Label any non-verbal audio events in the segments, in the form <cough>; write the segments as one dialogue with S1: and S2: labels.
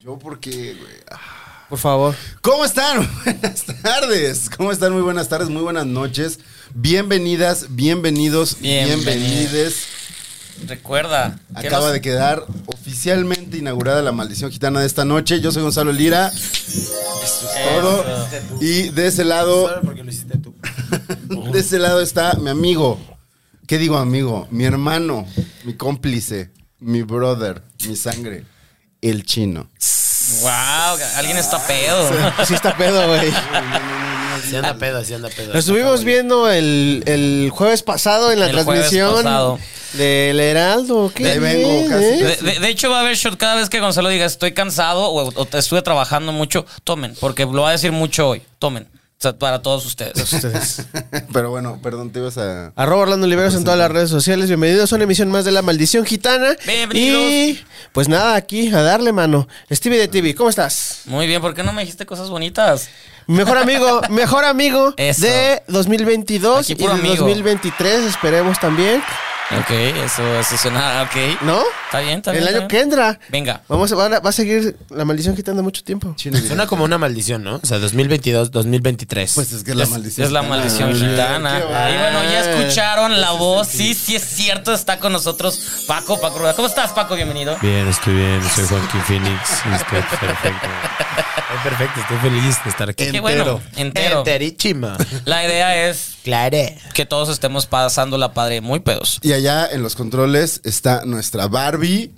S1: Yo porque, güey.
S2: Por favor.
S1: ¿Cómo están? <laughs> Buenas tardes. ¿Cómo están? Muy buenas tardes, muy buenas noches. Bienvenidas, bienvenidos,
S2: Bienvenidas.
S1: bienvenides.
S2: Recuerda. que
S1: Acaba
S2: nos-
S1: de quedar oficialmente inaugurada la maldición gitana de esta noche. Yo soy Gonzalo Lira. Eso es todo. Y de ese lado. <laughs> De ese lado está mi amigo. ¿Qué digo amigo? Mi hermano, mi cómplice, mi brother, mi sangre. El chino. <laughs>
S3: Wow, alguien está pedo.
S4: Sí está pedo, güey.
S5: Se anda pedo, se anda pedo.
S4: Lo estuvimos viendo el, el jueves pasado en la
S3: El jueves
S4: transmisión
S3: pasado.
S4: del Heraldo. ¿Qué
S1: De ahí vengo,
S4: bien,
S1: casi,
S4: ¿eh?
S3: De, de- de hecho, va a haber shot cada vez que Gonzalo diga estoy cansado o, o te estuve trabajando mucho. Tomen, porque lo va a decir mucho hoy. Tomen. O sea, para todos ustedes.
S4: <laughs> Ustedes.
S1: Pero bueno, perdón, te ibas a.
S4: Arroba Orlando Oliveros en todas las redes sociales. Bienvenidos a una emisión más de La Maldición Gitana.
S3: Bienvenidos.
S4: Y pues nada, aquí a darle mano. Stevie de TV, ¿cómo estás?
S3: Muy bien, ¿por qué no me dijiste cosas bonitas? <laughs>
S4: Mejor amigo, mejor amigo
S3: Eso.
S4: de 2022
S3: Aquí
S4: y de
S3: puro amigo.
S4: 2023, esperemos también,
S3: Ok, eso, eso suena. Ok.
S4: ¿no?
S3: Está bien, está bien.
S4: El
S3: está
S4: año que
S3: bien.
S4: entra.
S3: Venga.
S4: Vamos, a- van a- va a seguir La Maldición Gitana mucho tiempo.
S1: Chino, dile.
S5: Suena como una maldición, ¿no? O sea, 2022, 2023.
S1: Pues es que es la maldición.
S3: Es la
S1: gitana,
S3: maldición
S1: güey.
S3: gitana.
S1: Qué va-
S3: Y bueno, ya escucharon la voz. Sí, sí es cierto. Está con nosotros Paco, Paco. Rueda. ¿Cómo estás, Paco? Bienvenido.
S6: Bien, estoy bien, soy Joaquín Phoenix
S5: <laughs>
S6: y estoy perfecto.
S5: Ay, perfecto, estoy feliz de estar aquí.
S3: Qué bueno. Entero.
S5: Enterichima.
S3: La idea es
S5: Claro.
S3: que todos estemos pasando la padre muy pedos.
S1: Y allá en los controles está nuestra Barbie.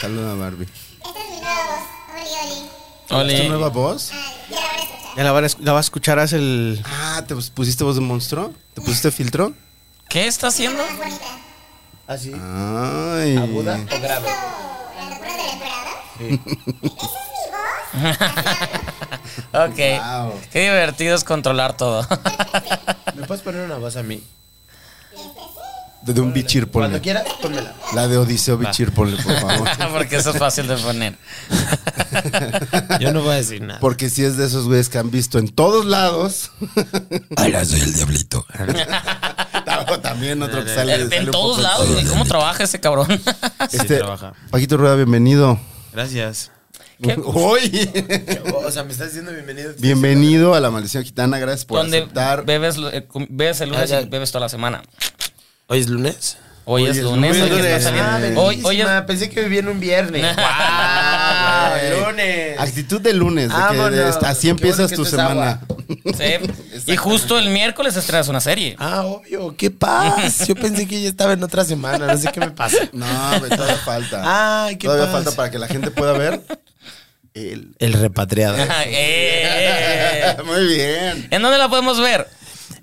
S1: Saluda Barbie.
S7: Esta es mi nueva voz, Oli Oli.
S1: ¿Es tu
S3: Oli.
S1: nueva voz?
S7: Ah, ya la van a escuchar.
S4: Ya la, van a esc- la va a escuchar hace el...
S1: Ah, ¿te pus- pusiste voz de monstruo? ¿Te pusiste filtro?
S3: ¿Qué está
S1: <laughs>
S3: haciendo?
S7: Más bonita.
S5: Así.
S1: Ay.
S7: ¿Has visto las locuras del emperador? ¿Esa es mi voz?
S3: Ok.
S1: Wow.
S3: Qué divertido es controlar todo.
S5: ¿Me puedes poner una voz a mí?
S1: De un bichir,
S5: Cuando
S1: ponle.
S5: quiera, pónmela.
S1: La de Odiseo bichir, ponle,
S3: <laughs>
S1: por favor.
S3: Porque eso es fácil de poner.
S5: Yo no voy a decir <laughs> nada.
S1: Porque si es de esos güeyes que han visto en todos lados.
S5: Hola, soy el
S1: <laughs>
S5: diablito.
S1: También otro
S3: <laughs>
S1: que sale.
S3: En,
S1: sale un
S3: todos
S1: poco
S3: lados. güey. ¿Cómo trabaja ese cabrón? <laughs>
S1: Este,
S6: trabaja.
S1: Paquito Rueda, bienvenido.
S6: Gracias.
S3: ¿Qué?
S1: Hoy.
S5: O sea, me estás diciendo bienvenido.
S1: bienvenido a la maldición gitana. Gracias por
S3: Donde
S1: aceptar.
S3: bebes, lo- eh, com- bebes el lunes
S5: Ah, ya.
S3: y bebes toda la semana.
S5: ¿Hoy es lunes?
S3: Hoy, es lunes.
S1: lunes,
S3: hoy que está
S1: lunes.
S3: saliendo.
S1: Ah,
S3: Hoy, hoy es.
S5: Pensé que vivía en un <laughs> viernes. Ah,
S3: ¡Guau!
S1: Güey. Actitud de lunes.
S3: Ah,
S1: de que
S5: Vámonos.
S1: de- así
S5: Qué
S1: empiezas
S5: bueno que
S1: tu
S5: esto es
S1: semana.
S3: <laughs> Sí. Y justo el miércoles estrenas una serie.
S5: Ah, obvio. ¿Qué paz? Yo pensé que ya estaba en otra semana. No sé qué me pasa.
S1: <laughs> No, güey, todavía falta.
S5: Ay, qué
S1: todavía
S5: paz.
S1: falta para que la gente pueda ver. el-
S5: El repatriado. <laughs>
S1: Ah,
S3: <laughs> Eh.
S1: <laughs> Muy bien.
S3: ¿En dónde la podemos ver?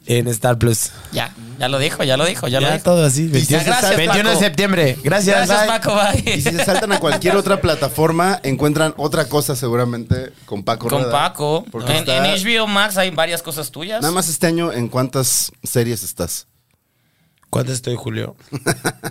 S5: en Star Plus.
S3: Ya, ya lo dijo, ya lo dijo, ya, lo
S5: Ya
S3: dijo.
S5: todo así.
S3: Ya,
S5: 21,
S3: gracias,
S5: de
S3: Paco.
S5: septiembre. Gracias,
S3: Gracias,
S5: bye.
S3: Paco,
S1: Y si
S3: bye.
S1: se saltan a cualquier otra plataforma, encuentran otra cosa seguramente con Paco.
S3: Con
S1: Rueda.
S3: Paco.
S1: Porque
S3: En,
S1: está-
S3: en HBO Max hay varias cosas tuyas.
S1: Nada más este año, ¿en cuántas series estás?
S5: ¿Cuánto estoy, Julio?
S3: <laughs> ¿En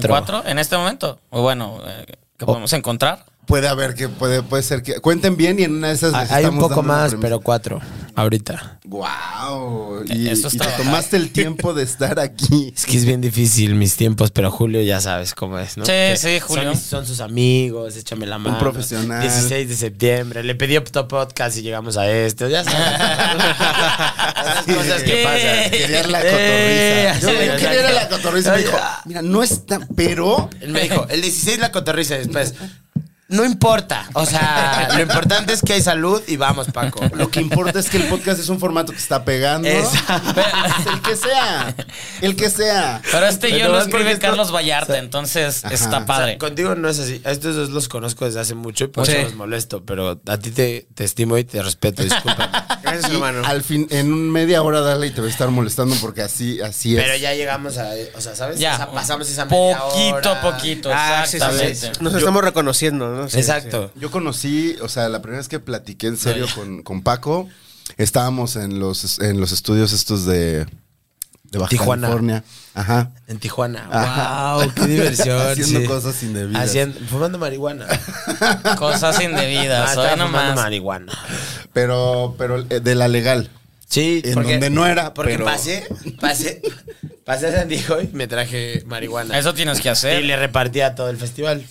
S3: cuatro? En este momento. O bueno, eh, que podemos encontrar.
S1: Puede haber que puede, puede ser que cuenten bien y en una de esas les
S5: Ah, Hay un
S1: estamos
S5: poco
S1: dando una
S5: más,
S1: premisa.
S5: pero cuatro. Ahorita.
S1: Wow.
S5: E-,
S1: Y,
S3: Eso
S1: y
S3: está-
S1: te tomaste
S5: <laughs>
S1: el tiempo de estar aquí.
S5: Es que es bien difícil mis tiempos, pero Julio ya sabes cómo es, ¿no?
S3: Sí,
S5: Que
S3: sí, Julio.
S5: Son, son sus amigos, échame la mano.
S1: profesional.
S5: 16 de septiembre, le pedí otro podcast y llegamos a este. Ya
S3: <laughs>
S5: sabes. Esas
S1: Sí.
S5: cosas que
S3: Eh,
S5: pasan.
S1: Quería la
S5: <laughs> Eh,
S1: cotorriza. Yo, yo
S5: exacto.
S1: quería era la cotorriza. y Me dijo, mira, no está, pero
S5: Él me dijo, el 16 la cotorriza y después. No importa.
S3: <laughs>
S5: O sea, lo importante es que hay salud y vamos, Paco.
S1: Lo que importa es que el podcast es un formato que está pegando.
S5: Exacto.
S1: Es <laughs> el que sea. El que sea.
S3: Pero este
S1: Pero
S3: yo lo
S1: más porque
S3: escribe
S1: esto-
S3: Carlos Vallarta, entonces está padre.
S5: Contigo no es así. A estos dos los conozco desde hace mucho y por
S3: Sí.
S5: eso los molesto. Pero a ti te, te estimo y te <laughs> respeto. Disculpa.
S3: <laughs>
S5: Gracias,
S1: Y al fin, en un media hora dale y te voy a estar molestando porque así, así es.
S5: Pero ya llegamos a. O sea, ¿sabes?
S3: Ya.
S5: O sea, pasamos esa media
S3: Poquito a
S5: hora.
S3: poquito,
S4: Ah, sí, sí, sí.
S3: exactamente.
S4: <laughs> Nos estamos reconociendo, ¿no? Sí,
S5: Exacto.
S1: Yo conocí, o sea, la primera vez que platiqué en serio con, con Paco, estábamos en los, en los estudios estos de, de Baja
S5: Tijuana.
S1: California. Ajá.
S5: En Tijuana.
S1: Ajá.
S5: ¡Wow! ¡Qué <laughs> diversión!
S1: Haciendo
S5: sí.
S1: cosas indebidas.
S5: Haciendo- fumando marihuana.
S3: Cosas
S5: Ah,
S3: indebidas, hoy
S5: estaba fumando
S3: nomás.
S5: marihuana.
S1: Pero, pero eh, de la legal.
S5: Sí,
S1: En donde no era,
S5: Porque
S1: pero-
S5: pasé, pasé, pasé a San Diego y me traje marihuana.
S3: Eso tienes que
S5: y
S3: hacer.
S5: le repartí a todo el festival.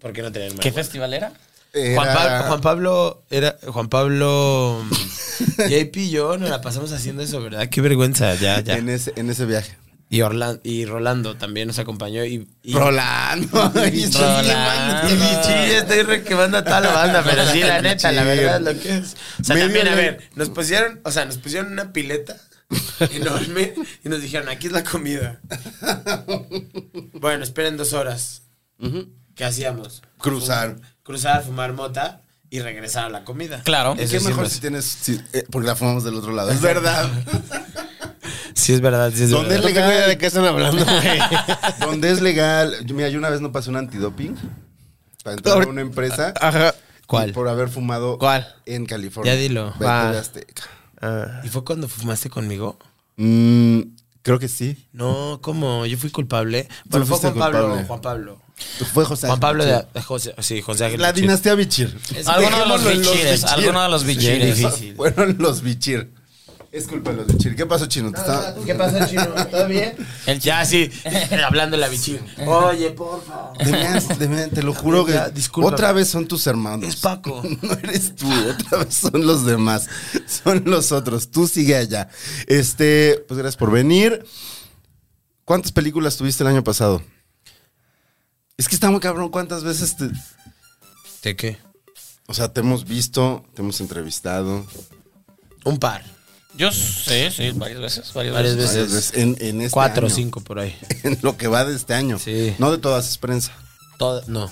S5: Porque no tenían
S3: ¿Qué
S5: marihuana.
S3: festival era?
S1: Era-
S5: Juan, Pablo, Juan Pablo era Juan Pablo
S1: <laughs>
S5: JP y yo nos la pasamos haciendo eso, ¿verdad? Qué vergüenza, ya, ya.
S1: En ese, en ese viaje.
S5: Y Orlando y Rolando también nos acompañó y, y <laughs>
S1: Rolando. Y estoy
S3: Rolando.
S5: Y
S1: quemando.
S5: mi chile, estoy requemando a toda la banda, pero sí,
S1: <laughs>
S5: la neta, la
S1: Sí.
S5: verdad, lo que es. O sea,
S1: Medio
S5: también, a
S1: la-
S5: ver, nos pusieron, o sea, nos pusieron una pileta enorme y nos dijeron, aquí es
S1: <laughs>
S5: la comida. Bueno, esperen dos horas. ¿Qué hacíamos?
S1: Cruzar.
S5: Fumar- cruzar, fumar mota y regresar a la comida.
S3: Claro.
S1: ¿Qué
S5: Eso sí
S1: mejor
S5: nos-
S1: si tienes. si- eh, porque la fumamos del otro lado. Es
S5: <laughs>
S1: verdad.
S5: Sí, es verdad, sí es
S1: ¿Dónde es
S5: verdad.
S1: legal?
S4: ¿De qué están
S1: <laughs>
S4: hablando, güey?
S1: Donde es legal. Yo- Mira, yo una vez no pasé un antidoping para entrar a una empresa
S4: Ajá.
S5: ¿Cuál?
S1: y por haber fumado
S4: ¿Cuál?
S1: en California.
S5: Ya dilo.
S1: Vete
S4: Va.
S1: de Azteca.
S4: Ah.
S5: ¿Y fue cuando fumaste conmigo?
S1: Mm, creo que sí.
S5: No, ¿cómo? Yo fui culpable. Bueno, fue
S1: fuiste
S5: Juan Pablo,
S1: culpable.
S5: Juan Pablo.
S1: Fue José
S5: Juan
S1: Ángel
S5: Pablo
S1: Bichir.
S5: de, de José, sí, José Ángel.
S1: La
S5: Bichir.
S1: dinastía Bichir.
S5: Es-
S3: Alguno de los
S1: Dejémoslo en
S3: bichires, alguno de los bichires.
S1: Sí, Fueron los Bichir. Es culpa de los Bichir. ¿Qué pasó, Chino? Te estaba- <laughs>
S5: ¿Qué pasa, chino? ¿Todo bien?
S3: <laughs>
S5: ya, sí. Hablando la bichín. Oye, porfa.
S1: De veras, de veras, te lo juro que
S5: <laughs> Ya, disculpa.
S1: otra vez son tus hermanos.
S5: Es Paco.
S1: <laughs> No eres tú, otra vez son los demás. Son los otros. Tú sigue allá. Este, pues gracias por venir. ¿Cuántas películas tuviste el año pasado? Es que está muy cabrón cuántas veces te,
S5: ¿De qué?
S1: o sea, te hemos visto, te hemos entrevistado
S5: Un par.
S1: Este
S3: Yo sí, sí, varias veces, varias,
S5: Varias
S3: veces.
S5: veces.
S1: varias veces en, en este
S5: Cuatro o
S1: año.
S5: cinco por ahí.
S1: <laughs> En lo que va de este año.
S5: Sí.
S1: No de todas es prensa.
S5: Todo, no.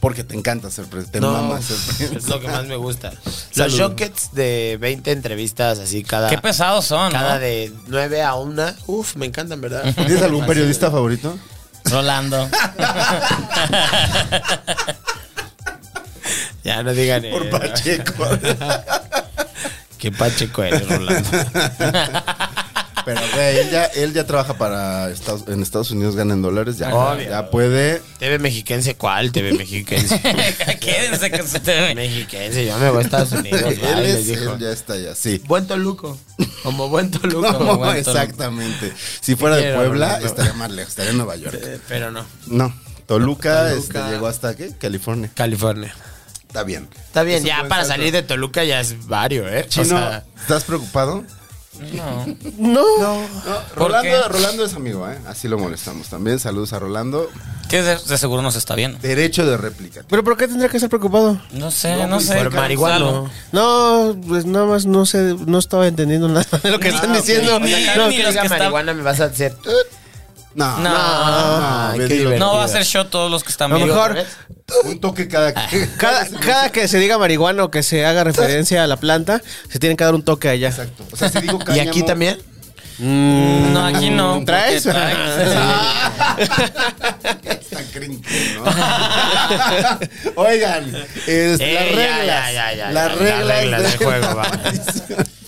S1: Porque te encanta hacer prensa. Te
S5: no.
S1: mama hacer prensa.
S5: Es lo que más me gusta. Los
S1: Saludo.
S5: Shockets de 20 entrevistas así cada.
S3: Qué pesados son,
S5: Cada
S3: ¿no?
S5: de 9 a 1. Uf, me encantan, ¿verdad?
S1: ¿Tienes algún periodista favorito?
S3: Rolando.
S5: Ya no digan. eh,
S1: Por
S5: <laughs>
S1: Pacheco.
S5: Qué pacheco eres, Rolando.
S1: Pero, güey, él ya, él ya trabaja para Estados, en Estados Unidos, gana en dólares, ya,
S5: Obvio.
S1: ya puede.
S5: TV mexiquense, ¿cuál? TV mexiquense.
S3: <laughs> Quédense con su TV.
S5: mexiquense, yo me voy a Estados Unidos.
S1: <laughs> él,
S5: bye,
S1: es-
S5: les dijo.
S1: él ya está allá, sí.
S5: Buen Toluco. Como buen Toluco.
S1: No,
S3: buen Toluca.
S1: exactamente. Si fuera de
S5: Quiero,
S1: Puebla,
S5: no.
S1: estaría más lejos, estaría en Nueva York.
S5: Eh, Pero no.
S1: No, Toluca, este,
S5: Toluca.
S1: llegó hasta qué? California.
S5: California.
S1: Está bien.
S5: Está bien,
S1: Es un
S5: ya
S1: buen
S5: para
S1: salto.
S5: salir de Toluca ya es vario, ¿eh? O
S1: Chino,
S5: sea,
S1: ¿estás preocupado?
S3: No.
S1: No,
S3: ¿Por
S1: Rolando,
S3: qué?
S1: Rolando es amigo, ¿eh? Así lo molestamos también. Saludos a Rolando.
S3: Que de, de seguro nos está viendo.
S1: Derecho de réplica.
S4: ¿Pero por qué tendría que estar preocupado?
S3: No sé, no, sé.
S5: por marihuano.
S4: No, pues nada más no sé, no estaba entendiendo nada de lo que están diciendo.
S3: ok. O sea,
S4: No,
S3: ni
S5: que
S3: los
S5: diga
S3: que están-
S5: marihuana me vas a hacer.
S1: No,
S3: No,
S1: no,
S5: ay,
S1: me
S5: qué
S1: digo,
S5: divertido.
S3: No va a ser yo todos los que están
S4: A lo
S3: viendo.
S4: mejor
S1: Un toque cada.
S5: Ah.
S1: cada
S4: cada, cada que se diga marihuana o que se haga referencia a la planta, se tienen que dar un toque allá.
S1: <laughs> Exacto. O sea, si digo
S5: ¿Y
S1: cáñamo-
S5: aquí también?
S3: No, aquí no.
S4: ¿Traes?
S3: porque traes.
S1: <laughs> Está cringe, ¿no? <laughs> Oigan, es, las
S5: Eh, ya,
S1: reglas.
S5: ya, ya, ya,
S1: las,
S5: ya,
S1: reglas
S5: las reglas
S1: de
S5: del juego,
S1: la
S5: va.
S1: maldición. <laughs>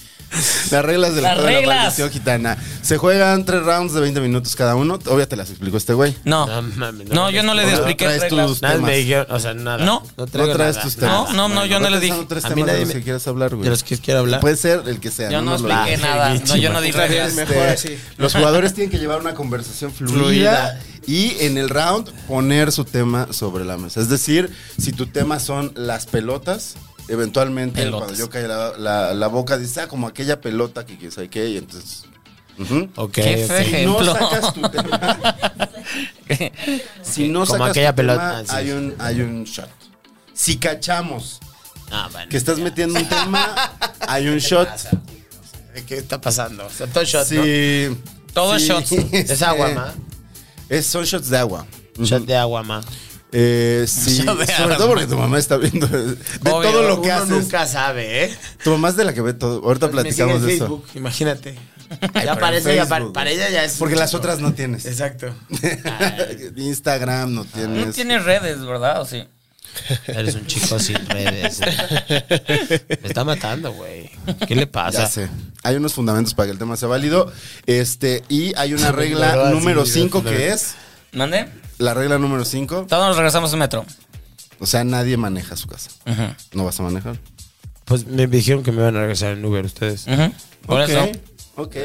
S1: Las reglas del
S3: Las
S1: juego de la
S3: reglas.
S1: maldición gitana. Se juegan tres rounds de 20 minutos cada uno. Obvio te las explico este güey.
S3: No.
S5: No,
S3: No,
S5: mames, no
S3: yo
S5: mames.
S3: no les
S1: No
S3: expliqué
S1: traes
S3: reglas.
S1: tus
S5: Nadie
S1: temas.
S5: me dijeron, o sea, nada.
S3: No.
S1: No
S5: traigo
S1: traes
S5: nada.
S1: tus temas.
S3: No, no, no, yo no
S1: ve
S3: les
S1: pensando
S3: dije.
S1: tres
S5: A mí
S1: temas de
S5: nadie
S1: los
S5: me-
S1: que quieras hablar, güey.
S5: De los que quiero hablar.
S1: Puede ser el que sea.
S3: Yo no
S1: nos lo
S3: expliqué
S1: digas.
S3: nada. No, yo no di
S4: Otra vez,
S3: reglas.
S4: mejor
S1: Este,
S4: así.
S1: los jugadores tienen que llevar una conversación fluida, y en el round poner su tema sobre la mesa. Es decir, si tu tema son las pelotas, eventualmente
S3: Pelotas.
S1: cuando yo cae la, la- la boca dice, ah, como aquella pelota que quién sabe qué, y entonces... ujú.
S5: Ok,
S3: Qué
S5: ok.
S3: feo.
S1: Si no
S3: Ejemplo.
S1: sacas tu
S3: <laughs>
S1: tema, si no
S5: Como
S1: sacas
S5: aquella
S1: tu
S5: pelota,
S3: ah,
S1: tema,
S5: sí.
S1: hay, un, hay un shot. si cachamos
S5: Ah, bueno.
S1: que estás metiendo un tema, hay
S5: <laughs>
S1: un shot.
S5: ¿Qué está pasando? O sea, todo shot,
S1: Sí.
S3: Todo
S1: sí, <laughs>
S3: shots.
S5: ¿no? Es agua,
S1: eh,
S5: ma.
S1: es- son shots de agua.
S5: Shot de agua, ma.
S1: Eh, sí,
S3: Shot de
S1: sobre todo
S3: agua.
S1: porque tu mamá está viendo de
S3: Obvio,
S1: todo lo que
S5: Uno
S1: haces.
S5: nunca sabe, ¿eh?
S1: Tu mamá es de la que ve todo. Ahorita platicamos
S5: Pues Me
S1: de
S5: sigue en
S1: eso.
S5: Facebook, Imagínate.
S1: pero
S5: ya
S1: en
S5: para eso, ya para,
S1: Facebook.
S5: para ella ya es.
S1: Porque
S5: mucho.
S1: las otras no tienes.
S5: Exacto.
S1: <laughs> Instagram no tienes.
S3: No tienes redes, ¿verdad? ¿O sí?
S5: Eres un chico sin
S1: <laughs>
S5: redes. Me está matando, güey. ¿Qué le
S1: Ya
S5: pasa?
S1: sé. Hay unos fundamentos para que el tema sea válido. Este, y hay una
S5: claro,
S1: regla
S5: así,
S1: número
S5: sí,
S1: 5
S5: claro.
S1: que es.
S3: ¿Mande?
S1: La regla número 5.
S3: Todos nos regresamos al metro.
S1: O sea, nadie maneja su casa.
S3: Ujú,
S1: No vas a manejar.
S5: Pues me dijeron que me iban a regresar en Uber ustedes.
S3: ujú. Mm, Por
S1: Ok,
S3: eso.
S1: Ok.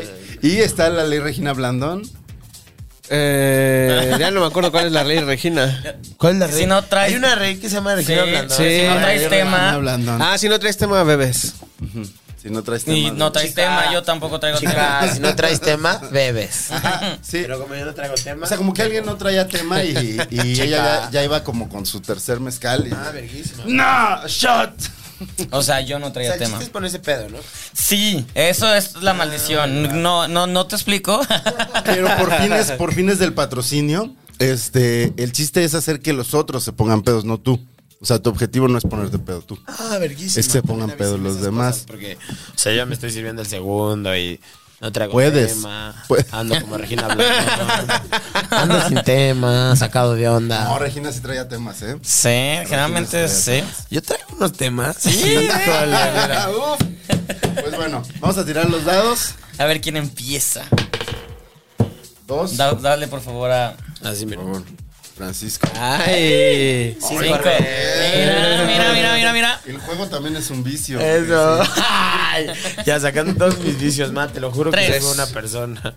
S1: Y está la ley Regina Blandón.
S4: Eh, ya no me acuerdo cuál es la ley, Regina.
S5: ¿Cuál es la
S3: Si no traes-
S5: Hay una red que se llama
S3: Sí,
S5: Regina Blandón.
S3: sí, si no traes
S1: Regina
S3: tema.
S1: Blandón.
S4: Ah, si no traes tema, bebés.
S1: Si no traes tema.
S3: Y no traes
S5: Chica.
S3: tema, yo tampoco traigo tema.
S5: Chica, si no traes tema, bebes.
S1: Ajá, sí.
S5: Pero como yo no traigo tema.
S1: O sea, como que alguien no traía tema
S3: <laughs>
S1: y, y ella ya, ya iba como con su tercer mezcal. y-
S5: Ah, verguísima.
S1: ¡No! ¡Shot!
S3: O sea, yo no
S5: O
S3: traía
S5: sea, el
S3: tema.
S5: chiste es ponerse pedo, ¿no?
S3: Sí, eso es la
S5: Ah,
S3: maldición. No, no, no te
S5: <laughs>
S3: explico. Ah.
S1: Pero por fines, por fines del patrocinio, este, el chiste es hacer que los otros se pongan pedos, no tú. O sea, tu objetivo no es ponerte pedo tú.
S5: Ah, verguísima.
S1: Es que se pongan
S5: Avísame
S1: pedo los
S5: esas
S1: demás.
S5: cosas, porque, o sea, yo me estoy sirviendo el segundo y no traigo
S1: Puedes.
S5: tema.
S1: Puedes.
S5: Ando como Regina Blandón. <laughs> Ando sin tema, sacado de
S1: No,
S5: onda.
S1: Regina sí traía temas, ¿eh?
S3: Sí, generalmente sí.
S5: Yo traigo unos temas.
S1: <laughs> Uf. Pues bueno, vamos a tirar los dados.
S3: A ver quién empieza.
S1: Dos.
S3: Da- dale, por favor, a.
S5: Así, mira.
S1: Por favor, Francisco.
S4: Ay.
S3: Cinco. Mira, mira, mira, mira, mira.
S1: El juego también es un vicio.
S5: Eso. Ay, ya sacando todos mis vicios, ma, te lo juro que
S3: Tres.
S5: soy una persona.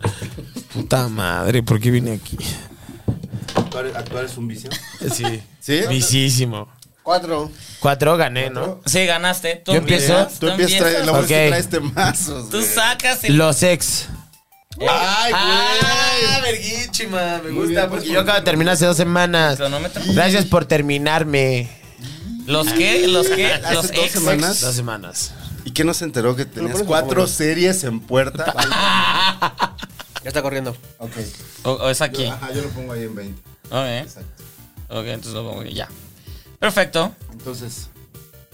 S5: Puta madre, ¿por qué vine aquí?
S1: Actuar, actuar es un vicio.
S5: Sí.
S1: ¿Sí?
S5: Vicísimo.
S4: Cuatro.
S5: Cuatro gané, ¿no?
S3: Sí, ganaste. ¿Tú
S5: ¿Yo empiezo?
S3: empiezas,
S1: Tú empiezas a traer, la
S5: Ok.
S1: voz que traes temazos.
S3: Tú
S1: güey.
S3: sacas y.
S5: Los ex.
S1: Ay,
S5: Ah, verguísima, me gusta
S1: bien,
S5: porque
S1: pues,
S5: yo acabo de terminar hace dos semanas.
S3: Cronómetro.
S5: Gracias por terminarme.
S3: ¿Los qué? ¿Los qué?
S1: Hace
S3: Los
S1: dos
S3: ex.
S1: semanas.
S5: Dos semanas.
S1: ¿Y qué no se enteró que tenías
S4: pones
S1: cuatro
S4: favor.
S1: series en puerta?
S5: <laughs>
S4: Ya está corriendo.
S1: ok.
S3: O, o es aquí.
S1: Yo, ajá, yo lo pongo ahí en 20.
S3: Ok.
S1: Exacto.
S3: Ok, entonces lo pongo aquí, ya. Perfecto.
S1: Entonces,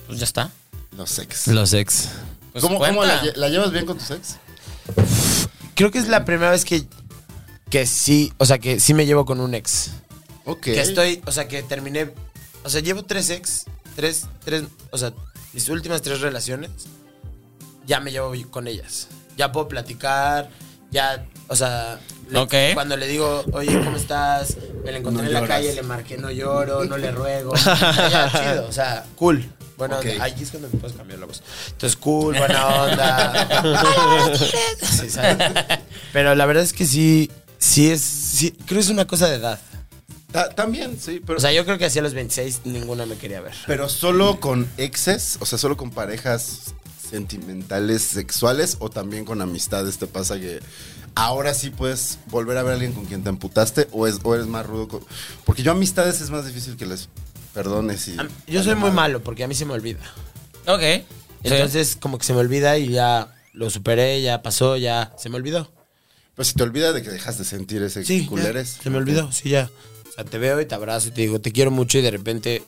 S3: Pues ya está.
S1: los ex.
S5: Los ex.
S3: Pues
S1: ¿Cómo,
S3: cuenta.
S1: cómo la, lle- la llevas bien con tus ex?
S5: Creo que es la primera vez que, que sí, o sea, que sí me llevo con un ex.
S1: Ok.
S5: Que estoy, o sea, que terminé, o sea, llevo tres ex, tres, tres, o sea, mis últimas tres relaciones, ya me llevo con ellas. Ya puedo platicar, ya, o sea, le-
S3: Ok.
S5: cuando le digo, oye, ¿cómo estás? Me la encontré
S1: No
S5: en la
S1: lloras.
S5: calle, le marqué, no lloro, no le ruego. <laughs> O sea, ya, chido, o sea, cool. Bueno,
S1: Ok.
S5: ahí es cuando me puedes cambiar la voz. Entonces, cool, buena onda. Sí, ¿sabes? Pero la verdad es que sí, sí es, sí, creo que es una cosa de edad.
S1: Ta- también, sí, pero,
S5: O sea, yo creo que hacia los 26 ninguna me quería ver.
S1: pero solo con exes, o sea, solo con parejas sentimentales, sexuales, o también con amistades te pasa que ahora sí puedes volver a ver a alguien con quien te amputaste o, es, o eres más rudo. con- porque yo amistades es más difícil que les perdones y...
S5: A mí- Yo soy muy malo porque a mí se me olvida.
S3: Ok. Entonces.
S5: Entonces, como que se me olvida y ya lo superé, ya pasó, ya se me olvidó.
S1: Pero si te olvidas de que dejas de sentir ese
S5: Sí, ya,
S1: culeres.
S5: se me olvidó, sí, ya. O sea, te veo y te abrazo y te digo, te quiero mucho y de repente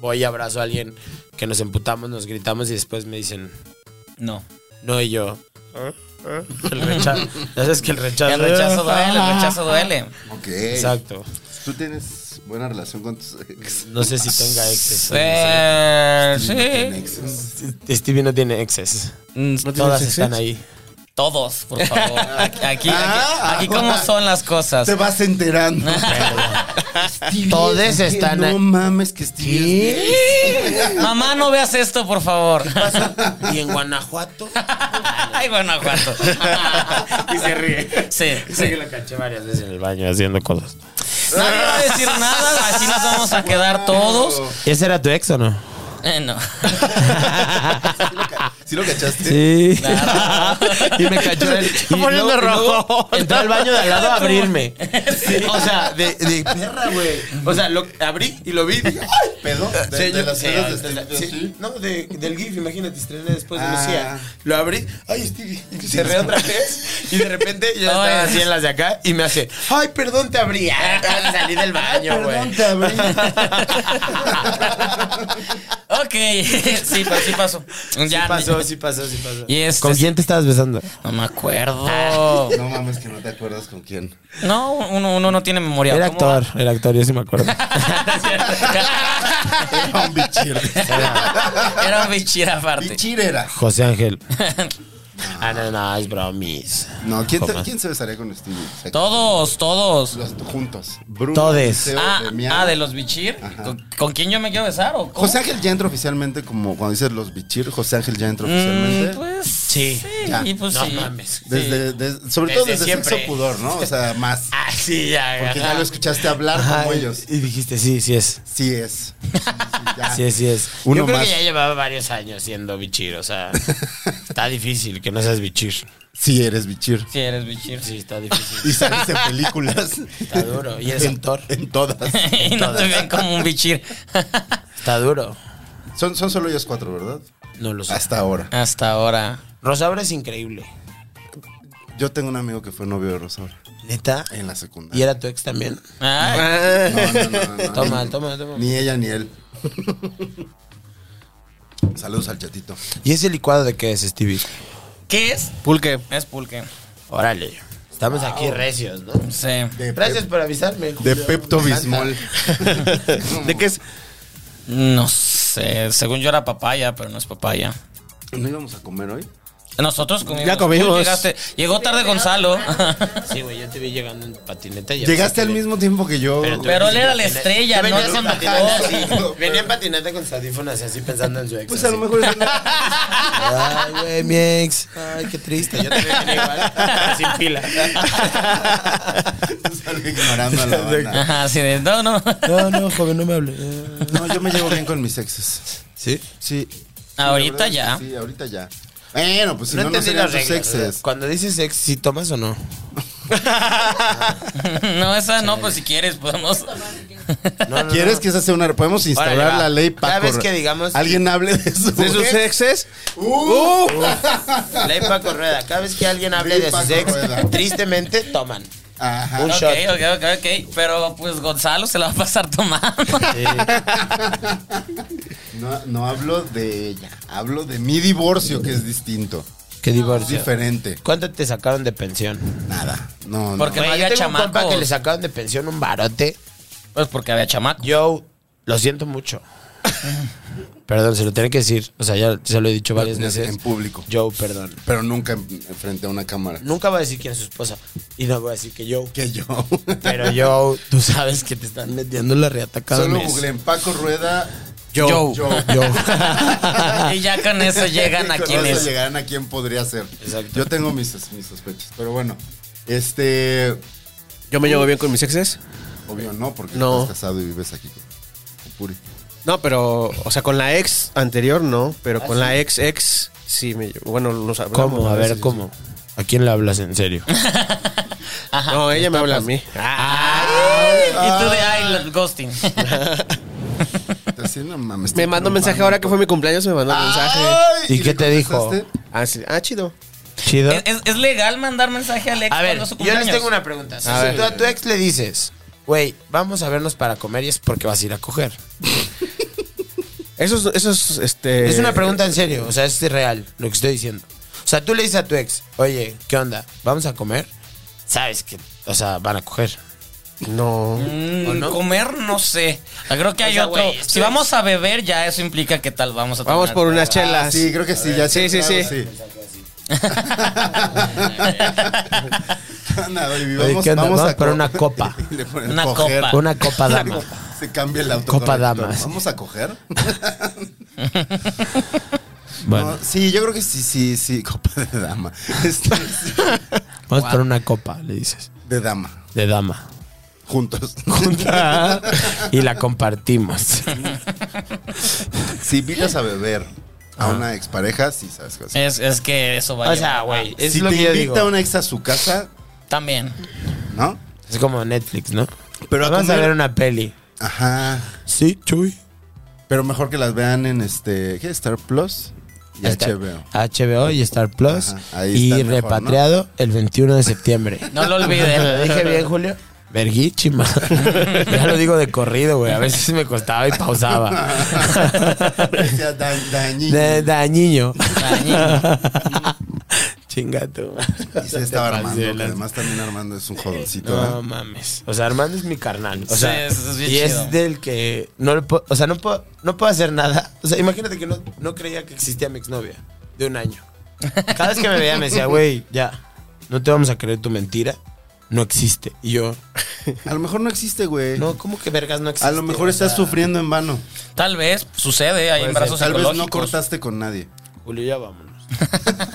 S5: voy y abrazo a alguien que nos emputamos, nos gritamos y después me dicen,
S3: No.
S5: no, y <laughs> yo. "¿Eh? ¿Eh?". El rechazo. Ya sabes que el rechazo.
S3: El rechazo duele, el rechazo duele.
S1: Ok.
S5: Exacto.
S1: ¿Tú tienes buena relación con tus ex?
S5: No sé si tenga exes.
S3: Eh,
S1: Con
S3: sí. Mm,
S1: exes.
S5: Stevie no tiene exes. Todas están ahí.
S3: Todos, por favor. Aquí, aquí,
S1: Ah,
S3: aquí cómo son las cosas.
S1: Te vas
S5: <laughs>
S1: enterando. Stevie,
S5: Todos
S1: es que
S5: están ahí.
S1: No mames que Stevie. es gay.
S3: Mamá, no veas esto, por
S5: <laughs>
S3: favor.
S5: Y en <laughs> Guanajuato.
S3: Ay, Guanajuato.
S5: y se ríe.
S3: Sí,
S5: Sé que
S3: sí.
S5: la caché varias veces en el baño haciendo cosas.
S3: Nadie va a decir nada, así nos vamos a quedar todos.
S5: ¿Ese era tu ex o no?
S3: Eh,
S5: <laughs>
S3: no.
S1: ¿Sí lo ca- ¿Sí lo cachaste?
S8: Sí.
S3: Nada.
S8: y me cachó
S5: <laughs>
S8: él.
S5: Está poniendo rojo. Entré al baño de al lado a abrirme. O sea, de, de perra, güey. O sea, lo abrí y lo vi. dije, ¡Ay!
S1: ¿Pedo? De,
S5: Sí,
S1: de
S5: yo-
S1: las
S5: sí,
S1: cenas
S5: de
S1: de
S5: la-
S1: Steve-
S5: sí.
S1: sí.
S5: No, de- del GIF, imagínate, estrené después
S1: Ah.
S5: de Lucía. Lo abrí, ay, Stevie, y cerré otra vez. Y de repente yo
S3: No,
S5: estaba
S3: es-
S5: así en las de acá y me hace, ay, perdón, te abrí. Ah, Salí del baño, güey.
S1: Perdón, te
S5: <laughs>
S1: abrí.
S3: ok. sí, pero sí pasó.
S5: Sí
S3: Ya,
S5: pasó, sí pasó, sí pasó.
S3: Y este,
S4: ¿Con quién te estabas besando?
S3: No me acuerdo.
S1: No mames, que no te acuerdas con quién.
S3: <laughs> No, uno, uno no tiene memoria.
S8: Era
S3: ¿Cómo <laughs> va?
S8: actor, era actor, yo sí me acuerdo.
S1: Era un bichir.
S3: Era un bichir aparte.
S1: Bichirera.
S8: José Ángel.
S5: <laughs> Ah, no, no, es bromis.
S1: No, ¿quién, se- ¿quién se besaría con Stevie? O sea,
S3: Todos, todos.
S1: Los juntos. Bruno,
S4: Todes.
S1: Eliseo,
S3: Ah,
S1: Demián.
S3: ah, de los bichir.
S1: Ajá.
S3: ¿Con, con quién yo me quiero besar o cómo?
S1: José Ángel ya entra oficialmente como cuando dices los bichir. José Ángel ya entra oficialmente.
S3: Mm, pues
S4: Sí.
S3: sí.
S1: Ya.
S3: pues
S5: No
S3: sí.
S5: mames.
S1: Desde, des- sobre todo
S5: Desde
S1: desde
S5: siempre.
S1: sexo pudor, ¿no? O sea,
S3: <laughs>
S1: más.
S5: Ah, sí, ya,
S1: Porque
S5: ajá.
S1: ya lo escuchaste hablar
S4: Ajá,
S1: como
S4: y-
S1: ellos.
S4: Y dijiste, sí, sí es.
S1: Sí es. Sí, sí, ya.
S4: Sí es, sí es.
S1: Uno
S5: Yo creo
S1: más.
S5: que ya llevaba varios años siendo bichir,
S1: <laughs>
S5: o sea, está difícil que no seas bichir.
S1: Sí eres bichir.
S3: Si eres bichir.
S5: Sí,
S1: <laughs>
S5: está difícil.
S1: Y sales en películas.
S5: Está duro. Y eres
S1: En-
S5: actor.
S1: En
S5: <laughs>
S1: todas.
S3: <laughs> y no te ven como un bichir. <laughs>
S5: Está duro.
S1: Son, son solo ellos cuatro, ¿verdad?
S5: No lo sé.
S1: Hasta ahora.
S3: Hasta ahora.
S5: Rosaura es increíble.
S1: Yo tengo un amigo que fue novio de
S5: <laughs>
S1: Rosaura
S5: ¿Neta?
S1: en la
S5: ¿Y
S1: secundaria.
S5: era tu ex también?
S3: Ay,
S1: No, no, no, no, no.
S5: Toma,
S1: Ni-
S5: toma, toma.
S1: Ni ella ni él. Saludos al chatito.
S4: ¿Y ese licuado de qué es, Stevie?
S3: ¿Qué es?
S4: Pulque.
S3: Es pulque.
S5: Órale. Estamos aquí recios, ¿no?
S3: Sí.
S1: De,
S5: Gracias por avisarme.
S1: Pep- de Pepto Bismol.
S5: <laughs>
S4: ¿De qué es?
S3: No sé. Según yo era papaya, pero no es papaya.
S1: ¿No íbamos a comer hoy?
S3: Nosotros comimos.
S4: Ya
S3: Tú
S4: comimos.
S3: llegaste- Llegó tarde Gonzalo.
S5: Sí, güey, yo te vi llegando en patineta. y ya
S1: Llegaste
S5: me
S1: al
S5: saqué de-
S1: mismo tiempo que yo.
S5: Pero tú-
S3: Pero él era la estrella, no el
S5: Venía en patineta,
S3: conductor.
S5: así.
S3: <laughs>
S5: Venía en patineta con sus audífonos así pensando en su ex.
S1: Pues a
S5: así.
S1: lo mejor es una-
S5: <laughs>
S1: <laughs>
S5: Ay, güey, mi ex. Ay, qué triste. Yo también venía igual, <laughs> pero
S3: <laughs>
S5: sin pila.
S1: Sale ignorando a la banda.
S3: Ajá, así de. No, no. <laughs>
S4: No, no, joven, no me hable.
S1: No, yo me llevo bien con mis exes.
S4: ¿Sí?
S5: Ah,
S1: Sí.
S3: Ahorita
S1: Sí,
S3: ya.
S1: Sí, ahorita ya. Bueno, pues si
S5: no
S1: no, no
S5: entendí
S1: serían
S5: las
S1: tus
S5: reglas.
S1: exes.
S5: Cuando dices ex, ¿sí tomas o no?
S3: No, esa no, pues si quieres podemos. <laughs>
S5: No, no,
S1: ¿Quieres
S5: no.
S1: que esa sea una... Podemos instaurar
S5: Órale, va.
S1: la ley Paco?
S5: Cada vez que digamos-
S1: Alguien hable de Uh. su...
S4: ¿De sus exes?
S1: <laughs>
S5: Ley Paco Rueda. Cada vez que alguien hable
S1: Ley
S5: de sus
S1: Paco
S5: ex,
S1: Rueda. Ah.
S5: tristemente toman.
S1: Ajá.
S5: Un
S3: Ok,
S5: shot.
S3: ok, ok, ok. Pero pues Gonzalo se la va a pasar tomando.
S1: No, no hablo de ella. Hablo de mi divorcio, que es distinto.
S5: Qué
S1: Es diferente.
S5: ¿Cuánto te sacaron de pensión?
S1: Nada. No, no.
S3: Porque- Que no
S5: Güey,
S3: había
S5: yo tengo un compa
S3: chamacos.
S5: que le sacaron de pensión un barote.
S3: Pues porque había chamaco.
S5: Yo lo siento mucho. perdón, se lo tenía que decir. O sea, ya se lo he dicho
S1: Lo
S5: varias
S1: tenías
S5: veces.
S1: en público.
S5: Yo, perdón.
S1: Pero nunca en- frente a una cámara.
S5: Nunca voy a decir quién es su esposa. Y no voy a decir que yo.
S1: Que yo.
S5: Pero yo, tú sabes que te están metiendo la reata cada
S1: <laughs> Solo
S5: mes.
S1: googleen Paco Rueda.
S3: Yo.
S1: Yo. <laughs>
S3: Y ya con eso llegan a
S1: Con
S3: quién
S1: eso
S3: es.
S1: llegarán a quién podría ser.
S5: Exacto.
S1: Yo tengo mis, mis sospechas. Pero bueno, este.
S4: ¿Yo me llevo bien con mis exes?
S1: Obvio no, porque
S4: No.
S1: estás casado y vives aquí con con Puri.
S4: No, pero, o sea, con la ex anterior no,
S1: Ah,
S4: pero con la ex ex sí me llevo. Bueno, nos hablamos.
S5: ¿Cómo? A ver,
S4: veces.
S5: ¿cómo? ¿A quién le hablas en serio?
S4: No, ella me habla a mí.
S3: Ay, y tú de ay, la- ghosting.
S1: Así, no mames,
S4: Me
S1: te
S4: mandó
S1: preocupando.
S4: un mensaje ahora que fue mi cumpleaños, me mandó un mensaje.
S1: Ay,
S5: ¿Y
S1: le
S5: qué te dijo?
S1: contestaste?
S4: Ah, sí. Ah, chido.
S5: ¿Chido?
S3: ¿Es, es- es legal mandar mensaje a Alex
S5: A ver,
S3: cuando es su
S5: yo les
S3: cumpleaños?
S5: tengo una pregunta. Si
S4: A ver.
S5: tú a tu ex le dices, güey, vamos a vernos para comer y es porque vas a ir a coger.
S4: Eso es, eso es,
S1: Eh,
S4: este...
S5: es una pregunta en serio, o sea, es real lo que estoy diciendo. O sea, tú le dices a tu ex, oye, ¿qué onda? ¿Vamos a comer? Sabes que, o sea, van a coger.
S4: No.
S3: Mm,
S5: ¿O no?
S3: Comer, no sé. Creo que
S5: O
S3: hay
S5: sea,
S3: otro.
S5: güey, esto
S3: si
S5: es-
S3: vamos a beber, ya eso implica que tal vamos a tomar.
S4: Vamos por unas chelas.
S1: ah, Sí, creo que sí, ya
S4: Sí, sí, sí.
S1: <laughs> Nada, y
S5: Oye, ¿qué onda? Vamos por
S1: co-
S5: una
S1: <laughs>
S5: copa.
S1: Le ponen
S3: Una
S1: coger.
S3: copa.
S5: Una copa dama.
S1: <laughs> Se cambia el auto.
S5: Copa damas.
S1: Vamos a coger. <laughs>
S5: Bueno,
S1: No, sí, yo creo que sí, sí, sí. Copa de dama. Este, sí,
S5: vamos por una copa, le dices.
S1: de dama.
S5: De dama. <laughs>
S1: Juntos.
S5: y la compartimos.
S1: <laughs> Si invitas a beber a una expareja, sí sabes qué hacer.
S3: <laughs> Es, es que eso va a
S1: O sea,
S3: llevar-
S1: güey,
S3: ah,
S1: Eh, es Si lo te que yo invita digo. una ex a su casa.
S3: También.
S1: ¿No?
S5: Es como Netflix, ¿no?
S1: Pero a
S5: Vamos
S1: comer-
S5: a ver una peli.
S1: Ajá. Sí, chuy. Pero mejor que las vean en este. ¿Qué? Star Plus y
S5: Está-
S1: HBO.
S5: HBO y Star Plus.
S1: Ajá, ahí
S5: y
S1: está mejor,
S5: repatriado el 21
S1: <laughs>
S5: de septiembre.
S3: No lo olviden.
S5: ¿Lo <laughs> dije bien, Julio? Verguísima. <laughs> ya lo digo de corrido, güey. A veces me costaba y
S1: Ah, <laughs>
S5: pausaba. <laughs>
S1: Decía da- dañino.
S5: De, dañino.
S3: Dañino.
S5: <laughs> Chinga tú.
S1: Y
S4: <laughs>
S1: se estaba
S5: Te pasé
S1: armando.
S5: de
S1: que
S5: lanza.
S1: además también Armando es un jovencito.
S5: No
S1: ¿eh?
S5: mames. O sea, Armando es mi carnal. O
S3: Sí,
S5: sea,
S3: es- es bien
S5: y
S3: chido.
S5: es del que no le puedo, o sea, no puedo, no puedo hacer nada. O sea, imagínate que no, no creía que existía mi exnovia de un año. Cada vez que me veía me decía, güey, ya, no te vamos a creer tu mentira. No existe. Y yo,
S1: A lo mejor no existe, güey.
S5: no, ¿cómo que vergas no existe?
S1: a lo mejor
S5: O
S1: estás
S5: sea,
S1: sufriendo en vano.
S3: Tal vez sucede, hay
S5: Puede
S3: embarazos
S1: Tal vez no
S3: psicológicos.
S1: cortaste con nadie.
S5: Julio, ya vámonos.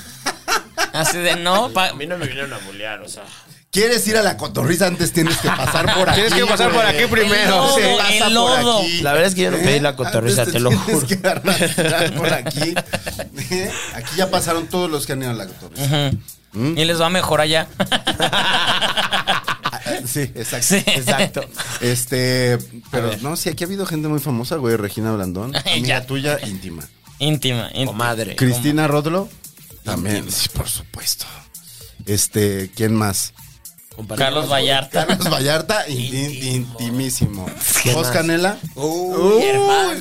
S3: <laughs> Así de no, pa-
S5: A mí no me vinieron a bolear, o sea.
S1: ¿Quieres ir a la cotorriza antes? Tienes que pasar por aquí.
S4: <laughs> Tienes que pasar por
S1: güey.
S4: aquí primero.
S3: El lodo,
S1: Pasa
S3: el
S1: por
S3: lodo.
S1: aquí.
S5: La verdad es que yo no pedí la cotorriza,
S1: cotorriza,
S5: te, lo juro.
S1: que arrastrar por aquí. ¿Eh? Aquí ya pasaron todos los que han ido a la cotorriza.
S3: Ujú. Y les va mejor
S5: <laughs>
S3: allá.
S1: Ah, Sí, exacto.
S3: Sí.
S1: Exacto. Este, pero no, sí, aquí ha habido gente muy famosa, güey. Regina
S5: <laughs>
S1: Blandón, amiga
S3: Ya.
S1: tuya íntima.
S3: íntima, íntima.
S5: Comadre.
S1: Cristina Rodlo, también. Sí, por supuesto. Este, ¿quién más?
S3: Carlos Vallarta.
S1: <laughs> Carlos Vallarta, in- in- intimísimo.
S5: ¿Quién
S1: Jos
S5: más?
S1: Canela. Uy,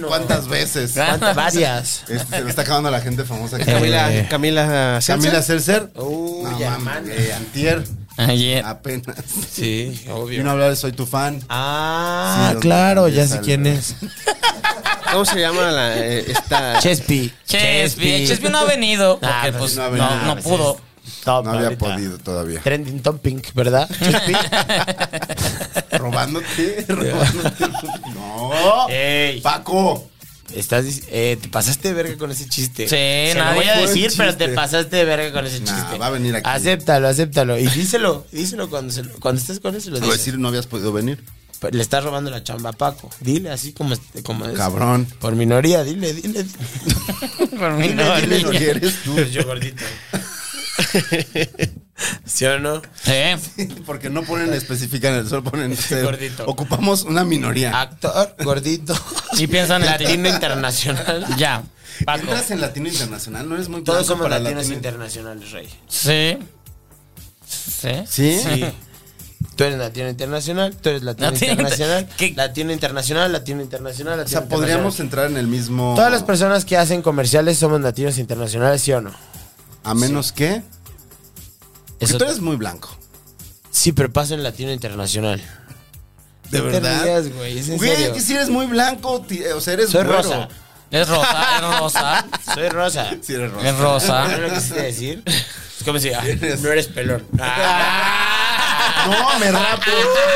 S1: ¿Cuántas veces?
S5: ¿Cuántas? Varias.
S1: Este, se lo está acabando a la gente famosa. que-
S4: Camila, Eh, Camila,
S1: Camila Cercer.
S5: Uy,
S1: no,
S5: hermano.
S1: mames, güey, Antier.
S3: Ayer.
S1: Apenas. <laughs>
S5: Sí,
S1: Vino a
S5: obvio.
S1: hablar de Soy tu fan.
S5: Ah,
S1: Sí,
S5: claro,
S1: donde
S5: ya sé
S1: sale. <laughs>
S5: quién es.
S4: ¿Cómo se llama la, eh, esta?
S5: Chespi.
S3: Chespi. Chespi no ha venido. Porque
S5: Ah,
S3: pues
S1: no ha
S3: no,
S1: venido.
S3: no pudo.
S5: Top
S1: No había
S5: Ah, ahorita.
S1: podido
S5: <laughs>
S1: todavía.
S5: Trending Topic, ¿verdad? Chespi.
S1: Robándote, robándote. No.
S5: Ey.
S1: Paco.
S5: Estás, dic- eh, te pasaste de verga con ese chiste.
S3: Sí,
S5: Se lo
S3: nadie-
S5: voy a
S3: Buen
S5: decir, pero
S1: chiste.
S5: te pasaste de verga con ese
S1: Nah,
S5: chiste.
S1: va a venir aquí.
S5: Acéptalo, acéptalo. Y díselo, díselo cuando, se lo- cuando estés con él, se lo
S1: Te voy a
S5: dices.
S1: decir, no habías podido venir.
S5: Pero Le estás robando la chamba a Paco. Dile así como, es- como es.
S1: Cabrón.
S5: Por minoría, dile, dile.
S3: Por mí no.
S1: Dile, dile, no, eres tú.
S5: Yo gordito. <laughs> ¿Sí o no?
S3: Sí.
S1: <laughs> Porque no ponen especifican el sol, ponen. se-
S5: Gordito. Ah,
S1: Ocupamos una minoría.
S5: Actor, gordito.
S3: Y piensan en ti.
S5: Latino internacional.
S3: Ya. Paco.
S1: Entras en latino internacional, no eres muy
S5: Todos
S1: blanco
S5: somos
S1: para
S5: latinos
S1: latino-
S5: internacionales, Rey.
S3: Sí. Sí.
S1: ¿Sí?
S5: <laughs> Tú eres latino internacional, tú eres latino
S3: Latino inter-
S5: internacional,
S3: ¿Qué?
S5: latino internacional, latino internacional,
S1: O
S5: latino
S1: sea, podríamos
S5: internacional.
S1: entrar en el mismo.
S5: Todas las personas que hacen comerciales somos latinos internacionales, ¿sí o no?
S1: A menos que. Porque
S5: Eso-
S1: tú eres muy blanco.
S5: Sí, pero pasa en latino internacional.
S1: ¿De
S5: No te
S1: verdad?
S5: rías, güey, es en
S1: Güey,
S5: serio.
S1: que si eres muy blanco, ti- eh, o sea, eres
S5: Soy
S1: güero.
S5: rosa.
S3: Es rosa, es rosa.
S5: Soy rosa.
S1: <laughs> Sí, eres rosa.
S3: Es rosa.
S5: ¿Sabes lo que quisiste decir? Es como si ah, no eres
S1: <laughs>
S5: pelón.
S1: Ah, No, me rapo,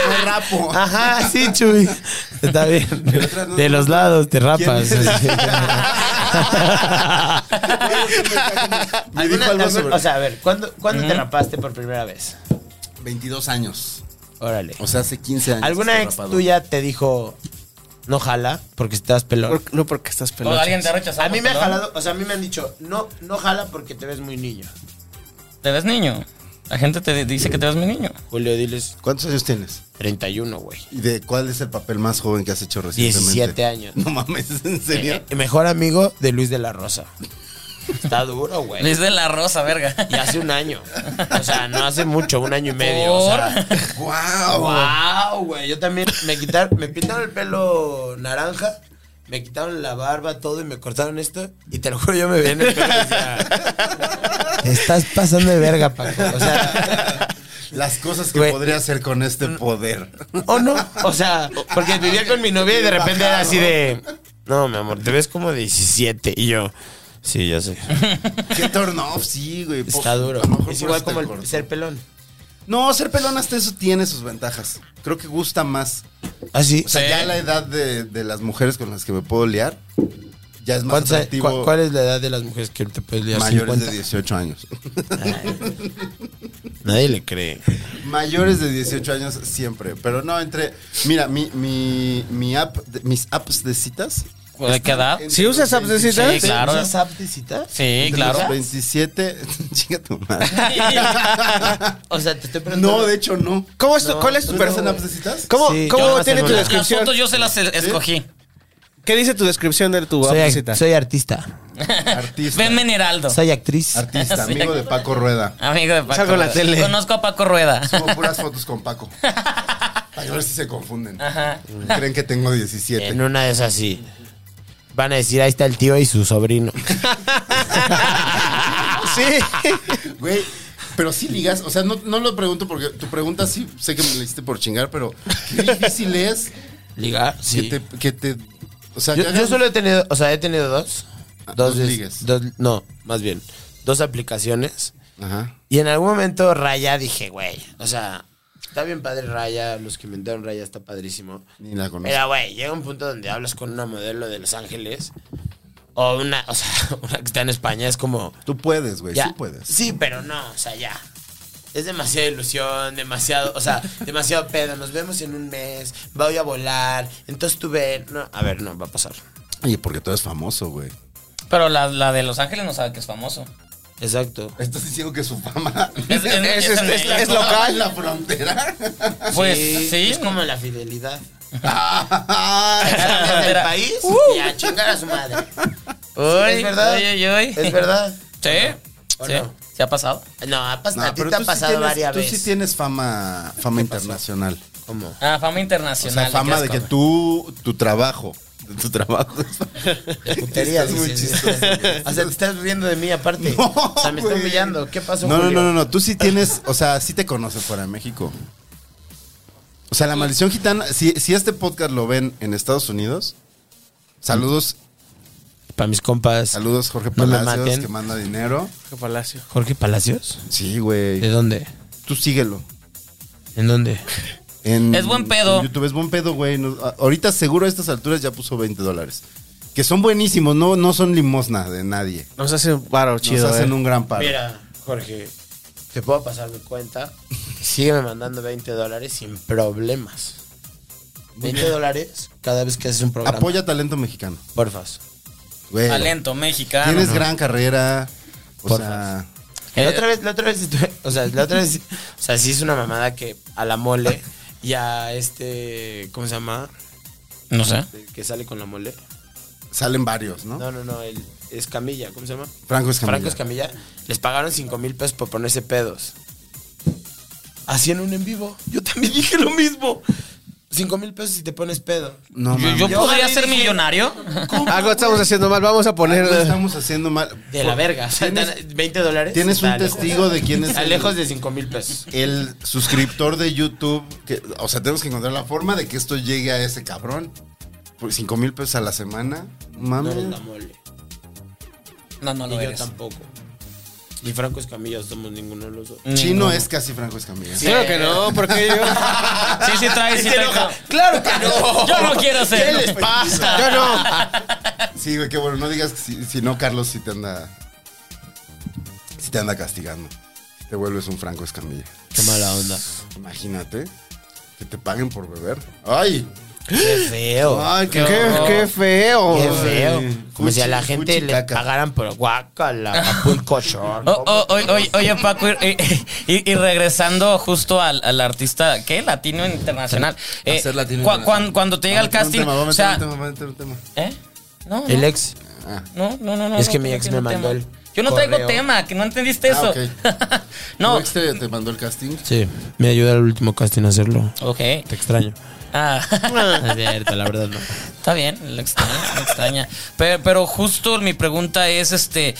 S1: me rapo.
S5: <laughs> Ajá, sí, Chuy. Está bien.
S1: otras no-
S5: De los lados te rapas.
S1: ¿Quién <laughs>
S5: <laughs>
S1: es? Me dijo algo
S5: ¿Alguna- alguna-
S1: sobre-
S5: O sea, a ver, ¿cuándo, cuándo te rapaste por primera vez?
S1: 22 años.
S5: Órale.
S1: O sea, hace 15 años.
S5: ¿Alguna
S1: estoy
S5: ex
S1: rapado.
S5: tuya te dijo no jala porque estás pelón?
S4: Por- no porque estás
S3: O
S4: pelado.
S3: Pues, alguien te ha rechazado.
S5: A mí me ha
S3: perdón.
S5: jalado, o sea, a mí me han dicho, no, no jala porque te ves muy niño.
S3: Te ves niño. La gente te dice que te ves mi niño.
S5: Julio, diles
S1: ¿Cuántos años tienes?
S5: 31, güey.
S1: ¿Y de cuál es el papel más joven que has hecho recientemente?
S5: 17 años.
S1: No mames, ¿en
S5: <laughs>
S1: serio?
S5: Eh, Mejor amigo de Luis de la Rosa. Está duro, güey.
S3: Luis de la Rosa, verga.
S5: Y hace un año. O sea, no hace mucho, un año y medio. O sea,
S1: ¡Guau!
S5: wow, güey. Yo también me quitaron, me pintaron el pelo naranja, me quitaron la barba, todo y me cortaron esto. Y te lo juro, yo me veía en el pelo y decía, Estás pasando de verga, Paco. O sea,
S1: Las cosas que
S5: Güey. Mm.
S1: podría hacer con este
S5: <laughs>
S1: poder.
S5: o no. O sea, porque vivía con mi novia y de repente era así de. No, mi amor, te ves como 17. Y yo. Sí, ya sé.
S1: Qué turn off, sí, güey. Por-
S5: Está duro.
S1: a lo mejor
S5: Es
S1: por
S5: igual
S1: eso
S5: como
S1: te
S5: el
S1: corto.
S5: ser pelón.
S1: No, ser pelón hasta eso tiene sus ventajas. Creo que gusta más.
S5: Ah, sí.
S1: O sea, ya la edad de, de las mujeres con las que me puedo liar, ya es más
S5: ¿Cuántos años-
S1: atractivo.
S5: cua- ¿Cuál es la edad de las mujeres que te puedes liar?
S1: Mayores
S5: 50?
S1: de 18
S3: <laughs>
S1: años.
S5: Nadie le cree.
S1: Mayores de 18 años siempre. Pero no, entre. Mira, mi, mi, mi app, de- mis apps de citas
S3: ¿De
S1: <laughs>
S3: qué edad?
S4: ¿Sí usas apps de citas?
S3: Sí, claro.
S4: ¿Usas
S5: apps de citas?
S3: Sí, claro.
S1: 27. <laughs> Chinga tu madre.
S3: <laughs>
S5: O sea, te estoy preguntando.
S1: No, de hecho, no.
S4: ¿Cómo es tu- ¿Cuál es tu
S1: ¿Tú
S4: perfil?
S1: estás en apps de citas?
S4: ¿Cómo,
S5: Sí,
S4: cómo
S5: yo no
S4: tiene tu
S5: celular.
S3: Las
S4: descripción?
S3: fotos yo se las e- escogí.
S4: ¿Qué dice tu descripción de tu app de
S5: Soy,
S4: citas?
S5: soy artista.
S1: Artista.
S3: Ven Meniraldo.
S5: Soy actriz.
S1: Artista, amigo de Paco Rueda.
S3: Amigo de Paco.
S4: Salgo en la
S3: Rueda.
S4: tele.
S3: Conozco a Paco Rueda.
S1: Tengo puras fotos con
S3: <laughs>
S1: Paco. Ay, a ver si se confunden. Creen que tengo 17.
S5: En una de esas sí. Van a decir, ahí está el tío y su sobrino.
S4: Sí.
S1: <laughs> Güey, pero sí ligas. O sea, no, no lo pregunto porque tu pregunta sí sé que me la hiciste por chingar, pero qué difícil es
S5: Ligar, sí.
S1: que, te, que te. O sea,
S5: Yo,
S1: que
S5: yo
S1: hagan- Ah,
S5: solo he tenido, o sea, he tenido dos. Dos,
S1: dos
S5: des-
S1: ligues.
S5: dos- No, más bien. Dos aplicaciones.
S1: Ajá.
S5: Y en algún momento Raya dije, güey, o sea, está bien padre Raya, los que inventaron Raya está padrísimo.
S1: Ni la conozco.
S5: Pero, güey, llega un punto donde hablas con una modelo de Los Ángeles o una, o sea, <laughs> una que está en España, es como,
S1: Tú puedes, güey.
S5: ya.
S1: Pues Sí puedes.
S5: Sí, pero no, o sea, ya. Es demasiada ilusión, demasiado, o <laughs> sea, demasiado pedo. Nos vemos en un mes, voy a volar, entonces tú ve. No, a ver, no, va a pasar.
S1: Oye, porque tú eres famoso, güey.
S3: Pero la, la de Los Ángeles no sabe que es famoso.
S5: Exacto.
S1: Estás diciendo que su fama
S3: Es-
S1: <laughs>
S3: es- es- es- es- es
S1: local en la
S5: <laughs>
S1: frontera. <laughs>
S3: Pues sí.
S5: Ah, Es como la <laughs> fidelidad.
S1: Ay,
S5: del
S3: Mira.
S5: país y a chingar a su madre.
S3: Uy,
S5: es verdad.
S3: uy, uy, uy.
S5: Es verdad.
S3: Sí. <laughs>
S5: ¿O
S3: sí.
S5: no?
S3: ¿Se ha pasado?
S5: No, ha pas-
S1: No,
S5: a ti
S1: pero
S5: te ha
S1: tú sí
S5: pasado
S1: tienes-
S5: varias
S1: tú
S5: veces.
S1: sí tienes fama, fama internacional.
S5: ¿Cómo?
S3: Ah, fama
S1: O
S3: internacional.
S1: sea, fama
S3: qué
S1: de que
S3: asco.
S1: tú, tu trabajo, de tu trabajo.
S5: Putería,
S1: Estás muy
S5: dices.
S1: chistoso, güey.
S5: O sea, te estás riendo de mí <laughs> aparte.
S1: No,
S5: o sea, me estás
S1: güey.
S5: humillando. ¿Qué pasó,
S1: No, no,
S5: Julio?
S1: no, no, no, tú sí tienes, o sea, sí te conoces fuera de México. O sea, la maldición gitana, si, si este podcast lo ven en Estados Unidos, saludos,
S5: Para mis compas.
S1: saludos Jorge
S5: No me
S1: Palacios,
S5: maten.
S1: que manda dinero.
S4: Jorge Palacio.
S5: Jorge Palacios.
S1: Sí, güey.
S5: dónde?
S1: Tú síguelo.
S5: ¿En dónde?
S1: En-
S3: Es buen pedo.
S1: en YouTube es buen pedo, güey. No- a- ahorita seguro a estas alturas ya puso 20 dólares. Que son buenísimos, no, no son limosna de nadie.
S4: Nos hace un paro
S1: Nos
S4: chido.
S1: hacen
S4: eh.
S1: un gran paro.
S5: Mira, Jorge, te puedo pasar mi cuenta. Sígueme mandando 20 dólares sin problemas. 20 dólares cada vez que haces un programa.
S1: Apoya talento mexicano.
S5: Porfas.
S1: Güey.
S3: Talento mexicano.
S1: Tienes
S3: ¿no?
S1: gran carrera. O
S5: Porfa.
S1: sea,
S5: La otra vez, la otra vez, <laughs> estuve- o sea, la otra vez, o sea, sí es una mamada que a la mole y a este, ¿cómo se llama?
S3: No sé.
S5: El que sale con la mole.
S1: salen varios, ¿no?
S5: No, no, no, el Escamilla, ¿cómo se llama?
S1: Franco Escamilla.
S5: Franco Escamilla. Les pagaron 5 mil pesos por ponerse pedos. Así en un en vivo. Yo también <laughs> dije lo mismo. 5 mil pesos si te pones pedo.
S1: No,
S3: Yo,
S1: mames.
S3: yo podría
S5: Yo
S3: ser
S5: dije-
S3: millonario.
S4: Algo estamos haciendo mal. Vamos a poner.
S1: Lo estamos haciendo mal.
S5: De la
S1: Por-
S5: verga. o sea,
S1: Tienes,
S5: 20 dólares.
S1: tienes un
S5: Está lejos.
S1: testigo de quién es
S5: Está
S1: el,
S5: lejos de 5 mil pesos.
S1: el suscriptor de YouTube. que- o sea, tenemos que encontrar la forma de que esto llegue a ese cabrón. Por 5 mil pesos a la semana.
S5: No
S1: Mames.
S5: eres la mole.
S3: No, no lo
S5: Ni yo
S3: eres.
S5: tampoco. Ni Franco Escamilla somos ninguno de los dos.
S1: Mm, Chino es casi Franco Escamilla.
S3: Sí.
S4: Claro que no, porque yo.
S3: Sí, sí trae, sí
S5: Se
S3: trae.
S5: enoja.
S3: fama. <laughs>
S5: ¡Claro que no!
S3: Yo no quiero ser.
S5: ¿Qué les <laughs> pasa?
S4: Yo no.
S1: Sí, güey, qué bueno. No digas que si, si no, Carlos, si te anda. Si te anda castigando. Te vuelves un Franco Escamilla.
S5: Qué mala onda.
S1: Imagínate que te paguen por beber. ¡Ay!
S5: Qué feo.
S1: ¡Ay,
S4: Qué, qué feo.
S5: Qué feo. Como
S1: Cuchi-
S5: si a la gente
S1: cuchi
S5: le
S1: caca.
S5: pagaran por guacala,
S1: <laughs>
S5: Acapulco Shore.
S3: Oh, oh, oye, oye, oye, Paco, y, y- y regresando justo al, al artista, ¿qué? Latino internacional. Eh,
S2: ser latino
S3: cua-
S2: internacional.
S3: cuan- cuando te llega el
S1: Vamos a meter
S3: casting,
S1: un tema, vamos
S3: o
S1: a
S3: sea,
S1: meter un tema, vamos a meter un tema.
S3: ¿eh? No, no,
S5: El ex.
S3: no, no, no, no,
S5: Es que
S3: no,
S5: mi
S3: no
S5: ex
S3: tiene
S5: me mandó
S3: tema.
S5: el
S3: Yo no traigo
S5: correo.
S3: tema, que no
S1: Ah,
S3: entendiste eso.
S1: ok.
S3: <laughs> no.
S1: ¿Tu ex este te, te mandó el casting?
S5: Sí, me ayuda el último casting a hacerlo.
S3: Ok.
S5: Te extraño.
S3: Ah. <laughs>
S5: Es cierto, la verdad no.
S3: Está bien, lo extraña, lo extraña. Pero, pero justo mi pregunta es, este,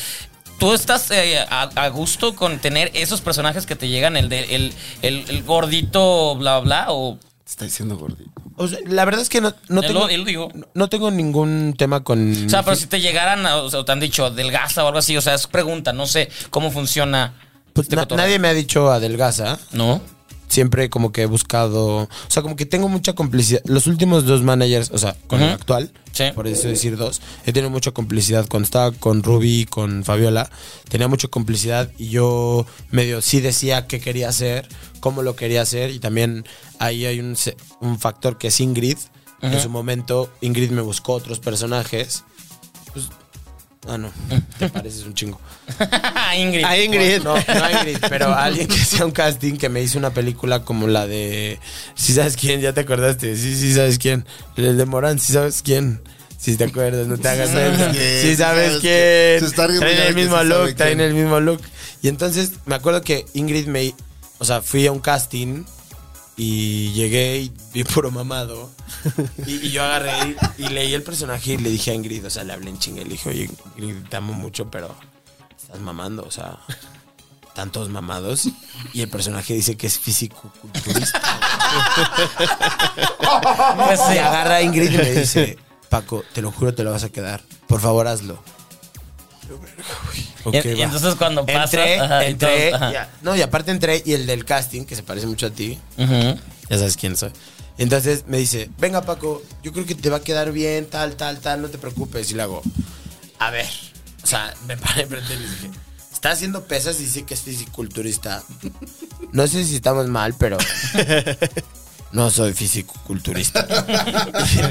S3: ¿tú estás eh, a, a gusto con tener esos personajes que te llegan, el de el, el, el gordito, bla, bla, o
S1: Te está diciendo gordito.
S5: O sea, la verdad es que no, no
S3: Él
S5: tengo.
S3: lo- él lo digo.
S5: no- No tengo ningún tema con.
S3: O sea, pero si te llegaran, o sea, te han dicho adelgaza o algo así, o sea, es pregunta, no sé cómo funciona.
S5: Pues
S3: este
S5: na-
S3: cotorreo.
S5: nadie me ha dicho adelgaza.
S3: ¿No? <laughs>
S5: siempre como que he buscado, o sea, como que tengo mucha complicidad. Los últimos dos managers, o sea, con el
S3: Ujú.
S5: actual,
S3: Sí.
S5: por eso decir dos, he tenido mucha complicidad cuando estaba con Ruby, con Fabiola, tenía mucha complicidad y yo medio sí decía qué quería hacer, cómo lo quería hacer y también ahí hay un, se- un factor que es Ingrid, En su momento, Ingrid me buscó otros personajes. Pues, ah, no. Te pareces un chingo.
S3: A Ingrid.
S5: A Ingrid. No, no a Ingrid, pero a alguien que hacía un casting que me hizo una película como la de. Si sabes quién, ya te acordaste. Sí, sí, sabes quién. El de Morán, si sabes quién. Si te acuerdas, no te hagas.
S1: Sí sabes quién,
S5: Si
S1: sí
S5: sabes
S1: sabes quién. Se
S5: quién.
S1: está riendo
S5: Traen
S1: ya
S5: el
S1: que se
S5: mismo
S1: sabe
S5: look, traen
S1: quién.
S5: el mismo look. Y entonces me acuerdo que Ingrid me. O sea, fui a un casting y llegué y vi puro mamado. Y, y yo agarré y, y leí el personaje y le dije a Ingrid, o sea, le hablé en chingue. Le dije, oye, Ingrid, te amo mucho, pero estás mamando, o sea, tantos mamados. Y el personaje dice que
S3: <laughs>
S5: es físico-culturista. Pues se agarra a Ingrid y me dice, Paco, te lo juro, te lo vas a quedar. Por favor, hazlo. Yo, verga, güey.
S3: Y-
S5: Ok,
S3: y
S5: va.
S3: entonces cuando pasas,
S5: Entré,
S3: ajá, y
S5: entré,
S3: todos, ajá.
S5: ya. No, y aparte entré y el del casting, que se parece mucho a ti.
S3: Ujú.
S5: Ya sabes quién soy. Entonces me dice, venga Paco, yo creo que te va a quedar bien, tal, tal, tal, no te preocupes. Y le hago, a ver. O sea, me paré enfrente y le dije, está haciendo pesas y dice que es fisiculturista. No sé si estamos mal, pero no soy fisiculturista.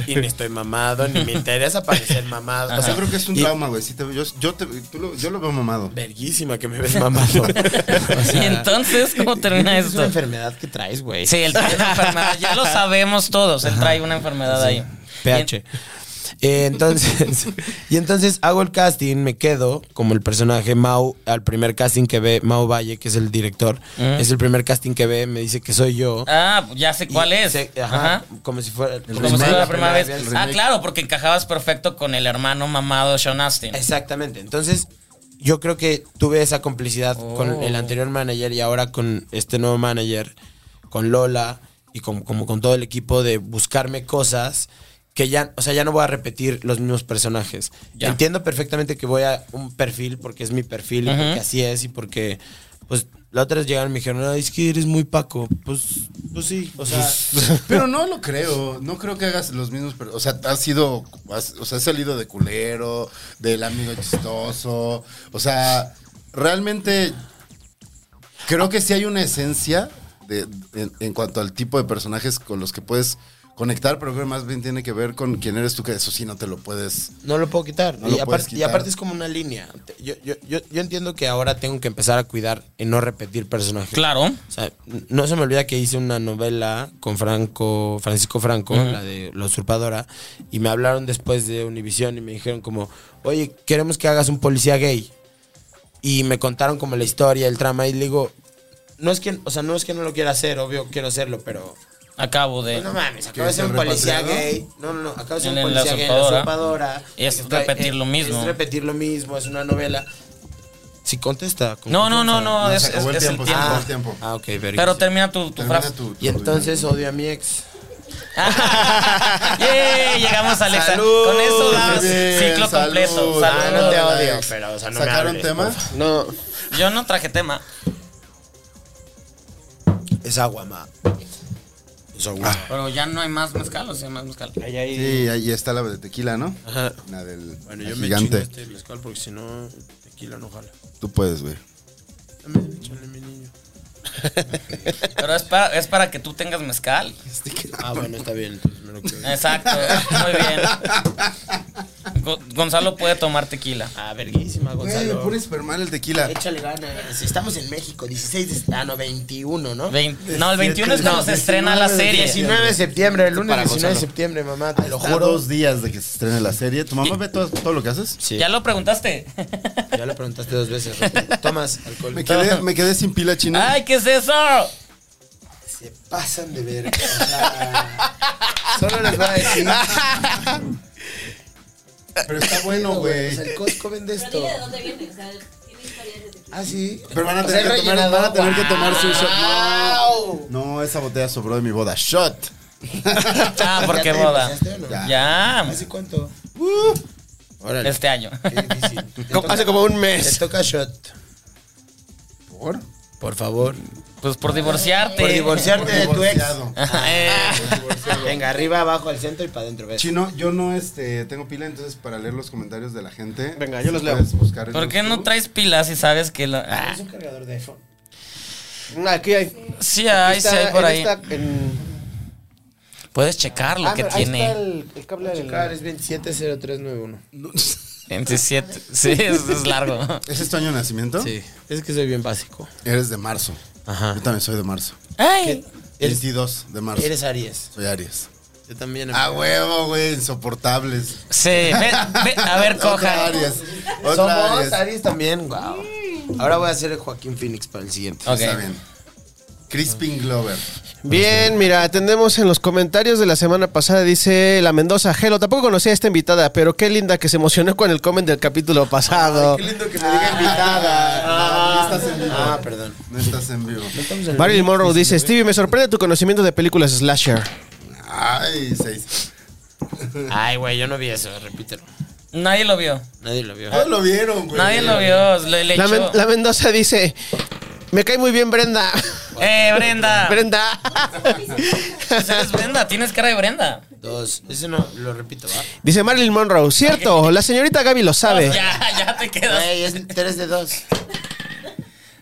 S5: y, ni estoy mamado, ni me interesa parecer mamado. O sea,
S1: yo creo que es un
S5: y-
S1: trauma, güey. Sí te- yo, yo te- tú lo, yo lo veo mamado.
S5: Verguísima que me ves
S3: <laughs>
S5: mamado. O sea,
S3: y entonces,
S1: <laughs>
S3: ¿cómo termina
S5: Es una
S3: esto?
S5: enfermedad que traes, güey.
S3: Sí, él trae una enfermedad. Ya lo sabemos todos. Él trae una enfermedad ahí.
S5: PH. Eh,
S3: <laughs>
S5: entonces, y entonces hago el casting, me quedo como el personaje Mau, al primer casting que ve, Mau Valle, que es el director,
S3: Mm.
S5: es el primer casting que ve, me dice que soy yo.
S3: Ah, ya sé
S5: Y
S3: cuál es.
S5: se- ajá,
S3: ajá.
S5: Como si fuera
S3: Como si fuera la primera vez.
S5: vez.
S3: Ah, claro, porque encajabas perfecto con el hermano mamado de Sean Astin.
S5: Exactamente. Entonces, yo creo que tuve esa complicidad
S3: Oh.
S5: con el anterior manager y ahora con este nuevo manager, con Lola y con, como con todo el equipo de buscarme cosas que ya, o sea, ya no voy a repetir los mismos personajes.
S3: Ya.
S5: Entiendo perfectamente que voy a un perfil porque es mi perfil, y
S3: Ujú.
S5: porque así es y porque, pues, la otra vez llegaron y me dijeron, "No, es que eres muy Paco. Pues, pues sí,
S3: <laughs>
S5: o sea...
S1: Pero no lo creo. No creo que hagas los mismos. per- O sea, has sido. has- o sea, has salido de culero, del amigo chistoso. O sea, realmente. Creo que sí hay una esencia de, en, en cuanto al tipo de personajes con los que puedes conectar, pero creo que más bien tiene que ver con quién eres tú, que eso sí no te lo puedes.
S5: No lo puedo quitar.
S1: No
S5: y,
S1: lo puedes
S5: aparte, y
S1: quitar.
S5: aparte es como una línea. Te- Yo, yo- yo- yo entiendo que ahora tengo que empezar a cuidar en no repetir personajes.
S3: Claro.
S5: O sea, n- no se me olvida que hice una novela con Franco, Francisco Franco,
S3: Ujú.
S5: la de La Usurpadora, y me hablaron después de Univisión y me dijeron como, oye, queremos que hagas un policía gay. Y me contaron como la historia, el trama, y le digo, no es que, o sea, no es que no lo quiera hacer, obvio quiero hacerlo, pero...
S3: Acabo de.
S5: No mames, acabo de
S1: ¿Quieres
S5: ser un
S1: ser
S5: policía
S1: repatriado?
S5: gay. No, no, no, acabo de ser
S3: En
S5: un
S3: la
S5: policía gay en la
S3: usurpadora.
S5: usurpadora.
S3: Es
S5: Estoy-
S3: repetir lo
S5: eh,
S3: mismo.
S5: Es repetir lo mismo, es una novela. Si contesta. con
S3: No, no, no,
S5: confianza.
S3: no.
S1: No,
S3: Es,
S1: se acabó
S3: es-
S1: el
S3: es
S1: tiempo, se acabó
S3: Ah.
S1: el tiempo.
S5: Ah, ok, verga.
S3: Pero termina tu, tu
S1: Termina
S3: frase.
S1: tu- tu-
S5: Y entonces odio a mi ex.
S3: <laughs> ¡Yay! Llegamos a Alexa.
S5: Salud,
S3: Con eso damos
S1: muy bien,
S3: ciclo
S1: salud.
S3: completo.
S1: Ah,
S3: Salud.
S5: no te odio,
S1: Alex.
S5: pero, o sea, no me
S1: ¿Sacaron
S5: hables,
S1: tema?
S5: por
S4: <laughs> No,
S3: Yo no traje tema.
S5: Es agua, ma. Es agua.
S1: Ah,
S3: Pero ya no hay más mezcal, o sea, más mezcal.
S1: Sí, ahí está la de tequila, ¿no?
S5: Ajá.
S1: La del
S5: Bueno,
S1: la
S5: yo
S1: gigante.
S5: me chingo este mezcal porque si no, tequila no jala.
S1: Tú puedes, güey.
S5: Dame, échale, mi niño.
S3: Pero es para, es para que tú tengas mezcal.
S5: <laughs> Ah, bueno, está bien, entonces me lo quedo.
S3: Exacto. Muy bien. Go- Gonzalo puede tomar tequila.
S5: Ah, verguísima,
S1: Güey, le
S5: Gonzalo.
S1: pones super mal el tequila.
S5: Échale ganas. Estamos en México, 16 de... Ah, no, 21, ¿no?
S3: Vein- no, el 21 es cuando se estrena la serie.
S5: 19 de septiembre, el lunes
S1: Para
S5: 19 de
S1: Gonzalo.
S5: septiembre, mamá.
S1: Te lo juro. Dos días de que se estrene la serie. ¿Tu mamá ve todo, todo lo que haces?
S5: Sí.
S3: ¿Ya lo preguntaste?
S5: Ya lo preguntaste dos veces. Roberto. Tomas alcohol.
S1: Me quedé, me quedé sin pila china.
S3: ¡Ay, ¿qué es eso?
S5: <laughs> Se pasan de ver. solo les voy a decir.
S1: <laughs> pero está bueno,
S5: O
S1: güey.
S5: sea, el Costco vende esto. Ah, sí.
S1: Pero van a
S5: O sea,
S1: tener, que, tomar,
S5: rellenado.
S1: van a tener que tomar su shot.
S5: ¡Guau!
S1: No, no, esa botella sobró de mi boda. Shot.
S3: Ah, ¿por
S5: ¿Ya
S3: qué
S5: te
S3: boda?
S5: divorciaste o no?
S3: Ya.
S5: ¿Hace cuánto? Órale.
S3: Este año.
S5: Qué difícil. Te
S4: como-
S5: toca-
S4: hace como un
S5: Te
S4: mes.
S5: toca shot.
S1: ¿Por?
S5: Por favor.
S3: Pues por divorciarte. Ah, eh,
S5: Por divorciarte de tu ex. Ah.
S1: Divorciado.
S5: Venga, arriba, abajo, al centro y para adentro. ¿ves?
S1: Chino, yo no este, tengo pila, entonces para leer los comentarios de la gente.
S4: Venga, yo los
S1: si
S4: leo.
S1: puedes buscar
S3: ¿Por
S1: ellos
S3: qué
S1: tú.
S3: no traes pilas si sabes que lo... Ah,
S5: Es un cargador de iPhone.
S4: Mm, Aquí hay.
S3: sí hay, sí
S4: Está
S3: hay por
S4: en
S3: ahí.
S4: esta- en-
S3: Puedes checar lo
S5: Ah,
S3: que
S5: pero ahí está
S3: tiene.
S5: el, el cable del... Es 270391.
S3: 27. Sí, es, es largo.
S1: ¿Ese es tu año de nacimiento?
S5: Sí. Es que soy bien básico.
S1: Eres de marzo. Ajá. Yo también soy de marzo.
S3: ¡Ay!
S5: Eres-
S1: 22 de marzo.
S5: Eres Aries.
S1: Soy Aries.
S5: Yo también.
S1: A huevo, güey, insoportables.
S3: Sí, ve- ve-
S1: <laughs>
S3: a ver,
S1: Otra
S3: coja.
S1: Aries. Otra
S5: Somos
S1: Aries.
S5: Aries. también. Wow. Ahora voy a hacer el Joaquín Phoenix para el siguiente.
S3: Ok.
S1: Está bien. Crispin Glover.
S4: Bien, mira, atendemos en los comentarios de la semana pasada. Dice la Mendoza, Gelo, tampoco conocía a esta invitada, pero qué linda que se emocionó con el comment del capítulo pasado.
S1: lindo que me diga invitada. Ah, no estás en vivo.
S5: Ah, perdón.
S1: No estás en vivo.
S4: Marilyn Monroe dice, Stevie, me sorprende tu conocimiento de películas slasher.
S1: Ay, seis.
S5: Ay, güey, yo no vi eso, repítelo.
S3: Nadie lo vio.
S5: Nadie lo vio.
S1: Todos lo vieron, güey.
S3: Nadie lo vio. Le, le
S4: La,
S3: echó.
S4: Men- la Mendoza dice, me cae muy bien <laughs> Brenda.
S3: Eh,
S4: <laughs>
S3: Brenda.
S4: Brenda.
S3: Pues eres Brenda, tienes cara de Brenda.
S5: Dos. Ese no, lo repito, ¿va?
S4: dice Marilyn Monroe, cierto, la señorita Gaby lo sabe.
S3: Ya, ya te quedas.
S5: Güey, es tres de dos.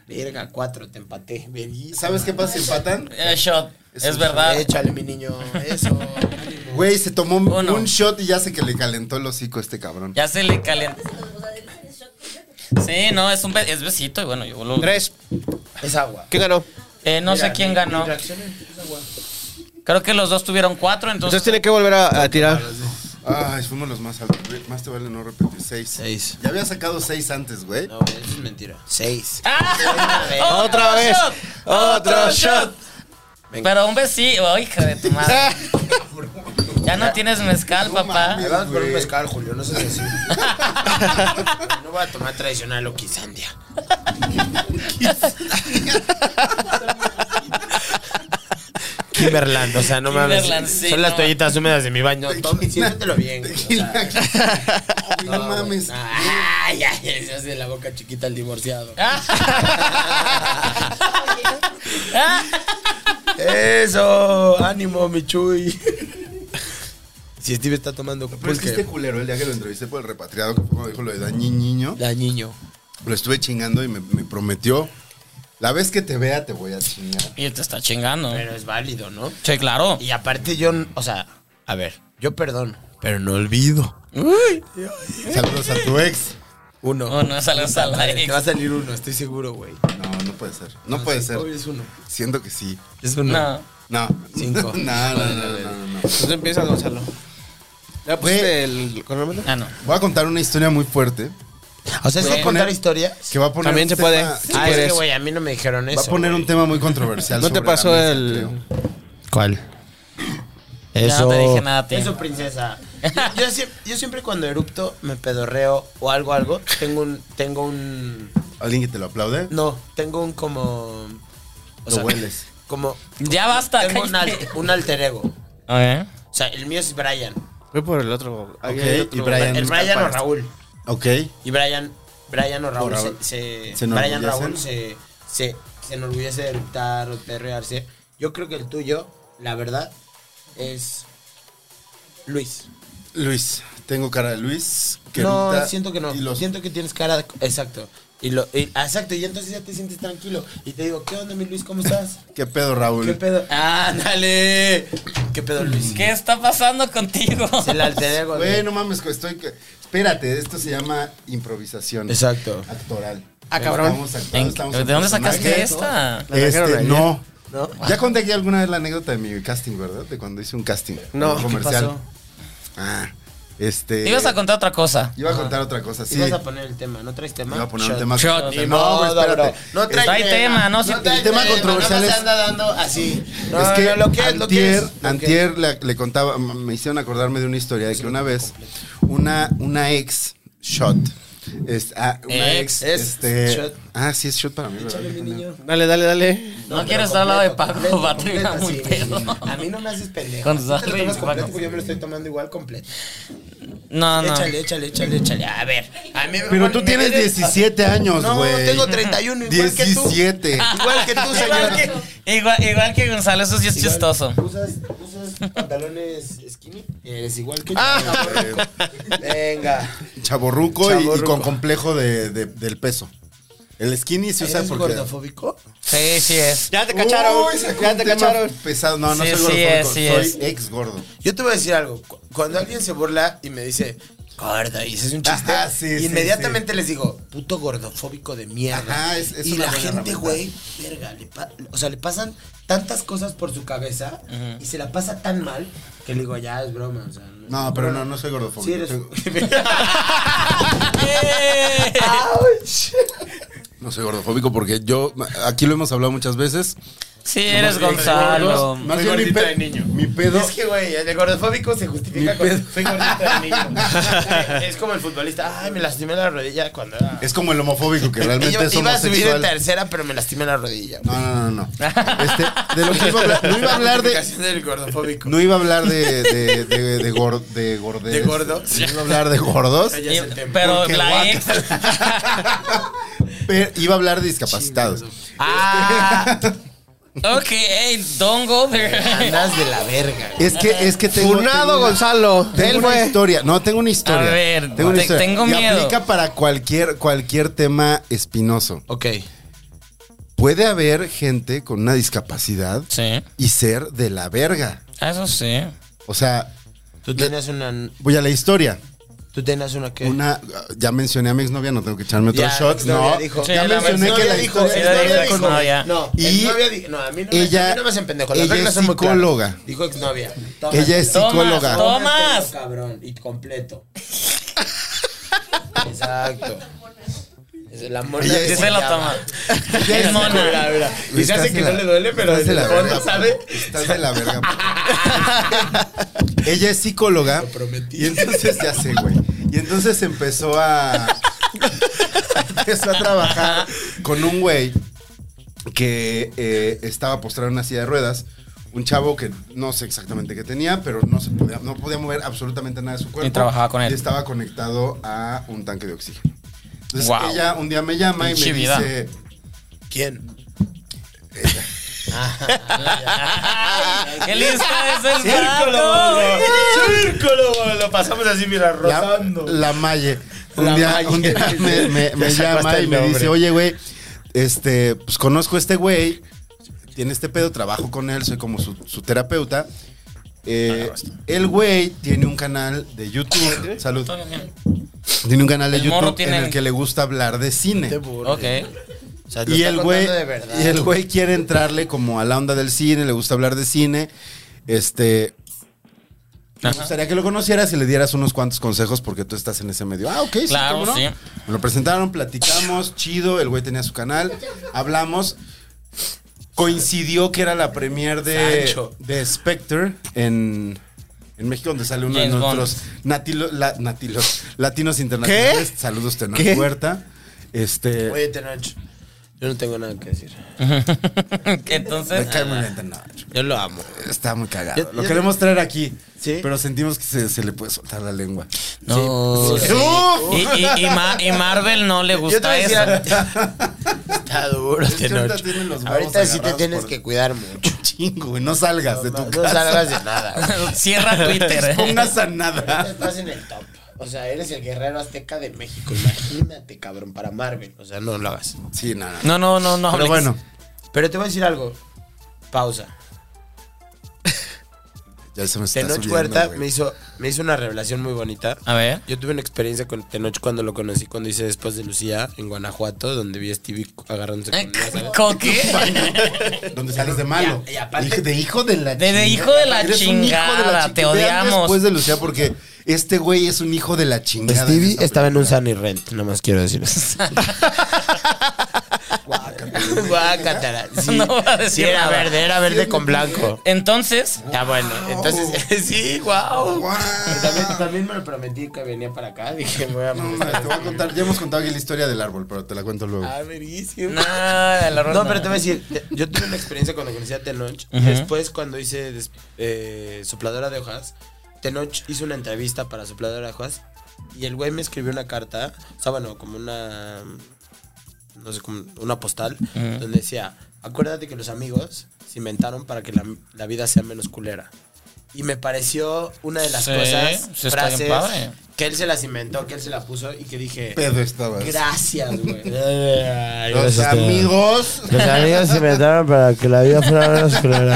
S5: Verga, cuatro, te empaté. Verguísima.
S1: ¿Sabes qué pasa si empatan?
S3: Eh, shot. Es verdad.
S5: Échale, mi niño, eso. ánimo.
S1: Güey, se tomó un-
S3: Uno.
S1: un shot y ya sé que le calentó el hocico a este cabrón.
S3: Ya se le calienta. Sí, no, es un be- es besito y bueno, yo lo...
S4: Tres.
S5: Es agua.
S4: ¿Quién ganó?
S3: Eh, no sé quién ganó. Creo que los dos tuvieron cuatro, entonces...
S4: Entonces tiene que volver a, a tirar.
S1: Ay, fuimos los más altos. güey. Más te vale no repetir. Seis.
S5: Seis.
S1: Ya había sacado seis antes, güey.
S5: No, güey, eso es mentira. Seis.
S3: <laughs> ¡Ah!
S4: Otra vez.
S3: shot!
S4: Otro shot.
S3: Pero un besito, oh, hija de tu madre.
S4: <laughs>
S3: Ya no tienes mezcal, papá.
S1: mames.
S5: Ahí vamos por un
S1: Güey.
S5: mezcal, Julio, no sé si No voy a tomar tradicional o quisandia. Kimberland, o sea, no mames.
S3: Kimberland, sí,
S5: Son las
S3: no.
S5: toallitas húmedas de mi baño. Tom, Siéntetelo bien. güey, o sea, <laughs>
S1: <laughs> Ay, no mames.
S5: güey. Ay, ay, ay, se hace la boca chiquita el divorciado.
S3: Ah.
S5: Eso, ánimo, mi chuy. Si Steve está tomando
S1: Pero es que este culero, el día que lo entrevisté por el repatriado, que fue cuando dijo lo de Dañi Niño,
S5: dañino.
S1: lo estuve chingando y me, me prometió: La vez que te vea, te voy a chingar.
S3: <laughs> Y te está chingando.
S5: Pero es válido, ¿no?
S3: Sí, claro.
S5: Y aparte yo, o sea, a ver, yo perdono, pero no olvido.
S1: Saludos a tu ex.
S5: Uno.
S3: Uno, saludos al
S5: Te
S3: ex.
S5: va a salir uno, estoy seguro, güey.
S1: No, no puede ser. No puede ser.
S5: Hoy es uno.
S1: Siento que sí.
S5: Es uno.
S3: No.
S1: No.
S5: Cinco.
S1: <laughs> No, no, no, no, no, no.
S4: Entonces empieza Gonzalo. ¿Ya pusiste el cronómetro?
S3: Ah, no.
S1: Voy a contar una historia muy fuerte
S5: Ah, O sea, ¿es
S1: Voy a
S5: que
S1: poner-
S5: contar historias?
S1: que va a poner.
S4: También
S1: un
S4: se
S1: tema-
S4: puede.
S1: que
S5: Ah, es
S4: quieres.
S5: que, güey, a mí no me dijeron eso.
S1: Va a poner
S5: güey.
S1: un tema muy controversial.
S4: ¿No te
S1: sobre la
S4: pasó
S1: mesa,
S4: el-
S1: creo.
S8: ¿Cuál?
S3: Ya no te dije nada, tío.
S5: Eso, princesa. Yo, yo sie- yo siempre cuando erupto, me pedorreo o algo, algo, tengo un, tengo un,
S1: ¿Alguien que te lo aplaude?
S5: no, tengo un como... O
S1: Lo hueles.
S5: Como...
S3: Ya basta.
S5: Tengo un,
S3: cállate.
S5: al- un alter ego.
S3: Ok.
S5: O sea, el mío es Brian.
S4: Voy por el otro.
S1: Ok,
S4: Ahí hay
S1: y
S4: otro.
S1: Brian.
S5: El Brian o Raúl.
S1: Ok.
S5: Y Brian, Brian o Raúl,
S1: O Raúl.
S5: se, se-
S1: ¿Se
S5: Brian
S1: enorgullecen?
S5: Raúl se, se, se enorgullece de eructar o perrearse. Yo creo que el tuyo, la verdad, es Luis.
S1: Luis. Tengo cara de Luis. que
S5: no,
S1: ahorita-
S5: siento que no.
S1: y los-
S5: Siento que tienes cara de- Exacto. Y lo, y- exacto, y entonces ya te sientes tranquilo. Y te digo, ¿qué onda, mi Luis? ¿Cómo estás?
S1: ¿Qué pedo, Raúl?
S5: ¿Qué pedo? ¡Ah, dale! ¿Qué pedo, Luis?
S3: ¿Qué está pasando contigo?
S5: Es el alter ego. de-
S1: Güey, no mames, que estoy. que- Espérate, esto se llama improvisación.
S5: Exacto.
S1: Actoral.
S4: Ah, cabrón.
S1: Estamos actuando,
S3: <laughs> ¿En-
S1: estamos
S3: ¿De
S1: en
S3: dónde
S1: personaje.
S3: sacaste esta?
S4: La trajeron
S1: Este,
S4: ayer.
S1: no.
S5: ¿No?
S1: Ya conté aquí alguna vez la anécdota de mi casting, ¿verdad? De cuando hice un casting.
S4: No,
S1: un
S4: ¿qué
S1: comercial.
S5: pasó?
S1: Ah, este.
S3: Ibas a contar otra cosa.
S1: Iba a contar otra cosa, sí.
S5: Y vas a poner el tema, ¿no traes tema?
S1: Iba a poner
S5: Shot.
S1: un tema.
S3: Shot.
S1: Ni
S5: No,
S1: modo,
S5: bro.
S1: pues, espérate.
S5: No trae,
S3: Trae tema, no, sí.
S5: trae
S1: El tema controversial
S5: nada más
S1: es-
S5: anda dando así. No,
S1: es que
S5: no, lo que es, lo que
S1: antier,
S5: es. lo que
S1: antier la- le contaba, m- me hicieron acordarme de una historia de que una vez una, una ex shot, es, ah, una ex,
S3: Ex,
S5: es
S1: este,
S5: shot.
S1: ah, sí es shot para mí, ¿verdad?
S4: Dale, dale, dale.
S3: No,
S5: pero
S3: quiero estar al lado de Paco,
S5: completo,
S3: va a
S5: completo,
S3: terminar muy
S5: sí. <laughs>
S3: pedo.
S5: A mí no me haces pendejo.
S3: Con
S5: Tú te lo
S3: Sarri,
S5: tomas completo,
S3: Paco.
S5: pues yo me lo estoy tomando igual completo.
S3: No, no.
S5: Échale, échale, échale, échale. A ver, a mí me
S1: Pero
S5: van-
S1: tú
S5: me
S1: tienes
S5: eres-
S1: 17 años,
S5: No,
S1: güey.
S5: tengo 31, igual que
S1: 17.
S5: tú. <laughs> Igual que tú,
S3: Igual
S5: señor.
S3: que, igual, igual que Gonzalo, eso sí es chistoso.
S5: ¿Usas, usas pantalones skinny? Eres igual que yo. Venga.
S1: Ah. Chaborruco y, y
S5: Chavorruco.
S1: con complejo de, de- del peso. El skinny se usa
S5: ¿Eres
S1: porque.
S5: gordofóbico?
S3: Sí, sí es.
S4: Ya te cacharon.
S1: Uy, sacó
S4: ya
S1: un
S4: te
S1: tema
S4: cacharon.
S1: Pesado. No, no
S3: Sí,
S1: soy
S3: sí
S1: gordofóbico.
S3: es, sí
S1: soy
S3: es.
S1: ex gordo.
S5: Yo te voy a decir algo. Cu- Cuando alguien se burla y me dice, gorda, y ese es un chiste,
S1: Ajá, sí, sí,
S5: inmediatamente les digo, puto gordofóbico de mierda.
S1: Ajá, es- es
S5: y
S1: una
S5: la
S1: buena
S5: gente,
S1: herramienta.
S5: güey, verga, le pa- o sea, le pasan tantas cosas por su cabeza y se la pasa tan mal que le digo, ya es broma. O sea,
S1: No, pero no, no soy gordofóbico.
S5: Sí, eres-
S1: Soy- No soy gordofóbico porque yo. Aquí lo hemos hablado muchas veces.
S3: <laughs> Sí, eres
S1: Somos
S3: Gonzalo.
S1: gordos. Más bien mi, pe- mi pedo.
S5: Es que, güey, el gordofóbico se justifica
S1: Mi
S5: con.
S1: pedo.
S5: Soy gordito de niño.
S1: <laughs>
S5: Eh, es como el futbolista. Ay, me lastimé la rodilla cuando era.
S1: Es como el homofóbico
S5: <laughs>
S1: que realmente
S5: Y yo
S1: es
S5: iba a subir en
S1: homosexual.
S5: tercera, pero me lastimé la rodilla.
S1: No, no, no, no. Este, de lo que iba a hablar, no iba a hablar de,
S5: Justificación del gordofóbico.
S1: no iba a hablar de, de, de, de, gor- de gordes.
S5: ¿De gordo?
S1: No iba a hablar de gordos.
S5: Ya se te-
S3: Pero
S1: Porque
S3: la ex.
S1: Pero iba a hablar de discapacitados.
S3: Ah. Ok, hey, don't go there.
S5: Andas de la verga.
S1: Es que, es que tengo.
S4: Funado,
S1: tengo una-
S4: Gonzalo. Él
S1: Tengo una
S4: fue.
S1: historia, no, tengo una historia.
S3: A ver,
S1: tengo, una
S3: te-
S1: historia.
S3: tengo
S1: Y
S3: miedo.
S1: aplica para cualquier, cualquier tema espinoso.
S5: Ok.
S1: Puede haber gente con una discapacidad
S3: Sí,
S1: y ser de la verga.
S3: eso sí.
S1: O sea,
S5: Tú tenías una.
S1: voy a la historia.
S5: Tú tenías una que.
S1: Una, ya mencioné a mi exnovia, no tengo que echarme otro
S5: Ya,
S1: shot.
S5: exnovia
S1: No,
S5: dijo.
S3: Sí,
S1: ya
S3: la
S1: mencioné que
S3: exnovia
S1: la
S3: dijo,
S1: historia
S3: sí,
S1: es
S3: la
S1: novia
S3: dijo
S1: con-
S3: exnovia.
S5: No,
S1: Y
S5: exnovia di- No, a mí no me-
S1: ella-
S5: a mí no me hacen pendejo. Las
S1: ella
S5: reglas
S1: es
S5: son muy claras.
S1: psicóloga.
S5: Dijo exnovia.
S1: Ella es
S3: Tomas,
S1: psicóloga.
S3: tomas.
S5: Tomas. Cabrón, y
S1: <laughs>
S5: completo. Exacto. Es la mona.
S1: Ella
S5: que
S1: es-
S5: se
S3: Dice la
S5: llama.
S3: toma.
S1: Ella es
S3: Es mona.
S5: Mira, mira. Y se
S1: Estás
S5: hace que
S1: de la-
S5: no le duele, pero
S1: estás
S5: en
S1: de
S5: el
S1: la
S5: fondo,
S1: verga,
S5: ¿sabe?
S1: Estás de la
S5: <laughs>
S1: verga. Ella es psicóloga.
S5: prometí.
S1: Y entonces ya sé, güey. Y entonces empezó a. empezó a trabajar con un güey que eh, estaba postrado en una silla de ruedas. Un chavo que no sé exactamente qué tenía, pero no se podía, no podía mover absolutamente nada de su cuerpo.
S3: Ni trabajaba con él.
S1: Y estaba conectado a un tanque de oxígeno. Entonces
S3: Wow.
S1: ella un día me llama y me
S3: Pinche vida.
S1: dice.
S5: ¿Quién?
S3: ¡Qué listo es el gato!
S5: ¡Círculo! Lo pasamos así, mira,
S1: La,
S5: rozando.
S1: la Maye. Un
S5: La
S1: día,
S5: Maye.
S1: un día me,
S5: <laughs>
S1: me- me
S5: Ya sacaste
S1: llama y
S5: el
S1: me
S5: nombre.
S1: dice, oye, güey, este, pues conozco a este güey, tiene este pedo, trabajo con él, soy como su, su terapeuta.
S5: Ah,
S1: Eh, el güey tiene un canal de YouTube, salud,
S3: Todo bien.
S1: tiene un canal de
S3: El morro
S1: YouTube
S3: tiene-
S1: en el que le gusta hablar de cine.
S3: Ok.
S5: O sea, te
S1: Y
S5: está
S1: el
S5: contando
S1: güey
S5: de verdad.
S1: y el güey quiere entrarle como a la onda del cine, le gusta hablar de cine. Este me
S3: Ajá.
S1: gustaría que lo conocieras y le dieras unos cuantos consejos porque tú estás en ese medio. Ah, ok, sí,
S3: Claro,
S1: cómo no.
S3: sí.
S1: Me lo presentaron, platicamos, chido, el güey tenía su canal, hablamos. Coincidió que era la premier de,
S5: Sancho.
S1: de Spectre en, en México, donde sale uno
S3: James
S1: de
S3: Bond.
S1: nuestros natilo- la- natilos, latinos internacionales. Saludos, Tenor
S4: ¿Qué?
S1: Huerta. Este,
S5: Oye, Tenoch, yo no tengo nada que decir.
S3: Entonces.
S1: Me cae muy bien, no,
S5: Yo lo amo.
S1: Está muy cagado.
S5: Yo-
S1: Lo
S5: yo-
S1: queremos traer aquí.
S5: ¿Sí?
S1: Pero sentimos que se, se le puede soltar la lengua.
S3: No. sí.
S1: ¡Uf!
S3: Y, y- y Ma- y Marvel no le
S5: Yo te voy
S3: gusta
S5: a decir
S3: eso.
S5: algo. Está duro,
S1: Es que ahorita
S5: Tenoch.
S1: tienen los huevos
S5: Ahorita sí te
S1: agarrados
S5: tienes
S1: por-
S5: que cuidar mucho.
S1: <laughs> Chingo, güey. No salgas de tu
S5: No
S1: casa.
S5: salgas de nada. güey.
S3: Cierra Twitter.
S1: Te
S3: eh.
S1: <laughs> expongas a
S5: Ahorita
S1: nada.
S5: Estás en el top. O sea, eres el guerrero azteca de México. Imagínate, cabrón, para Marvel. O sea, no lo hagas.
S1: <laughs> Sí, nada.
S3: No, no, no, no.
S1: pero
S3: hables.
S1: bueno,
S5: Pero te voy a decir algo. Pausa.
S1: ya se me está
S5: Tenoch
S1: subiendo,
S5: Huerta
S1: güey. <laughs>
S5: me hizo, me hizo una revelación muy bonita.
S3: A ver.
S5: Yo tuve una experiencia con Tenoch cuando lo conocí, cuando hice Después de Lucía, en Guanajuato, donde vi a Stevie agarrándose con ella, ¿sabes?
S3: ¿Con qué?
S1: Donde sales de malo.
S5: Y a- y aparte-
S1: Hijo de hijo de la
S3: De- de
S1: chingada.
S3: hijo de la
S1: Eres un hijo de la
S3: chingada,
S1: chi-
S3: te
S1: Vean
S3: odiamos.
S1: Después de Lucía, porque este güey es un hijo de la chingada.
S5: Pues Stevie
S1: Esa
S5: estaba en un
S1: película.
S5: Sunny Rent, nada más quiero decir <laughs> eso. Guácatara.
S3: <laughs>
S5: Sí,
S3: No va a decir
S5: sí, era
S3: nada.
S5: verde, era verde con blanco.
S3: Entonces.
S5: Ya bueno, entonces sí, wow.
S1: Guau.
S5: También, también me lo prometí que venía para acá, dije, me voy a
S1: No, mames, te voy a contar. Ya hemos contado aquí la historia del árbol, pero te la cuento luego.
S5: Ah, verguísimo.
S3: Nada, la
S5: No,
S3: ronda.
S5: pero te voy a decir, eh, yo tuve una experiencia cuando conocí a Tenoch.
S3: Ujú.
S5: Después, cuando hice des- eh, Sopladora de Hojas, Tenoch hizo una entrevista para Sopladora de Hojas. Y el güey me escribió una carta, o sea, bueno, como una. No sé, como una postal, donde decía: Acuérdate que los amigos se inventaron para que la, la vida sea menos culera. Y me pareció una de las
S3: Sí,
S5: cosas,
S3: sí está bien
S5: frases,
S3: padre.
S5: que él se las inventó, que él se las puso y que dije...
S1: Pedo estabas.
S5: Gracias, güey.
S1: <laughs> Los
S8: gracias, Esteban.
S1: amigos.
S8: Los amigos se inventaron para que la vida fuera menos cruel.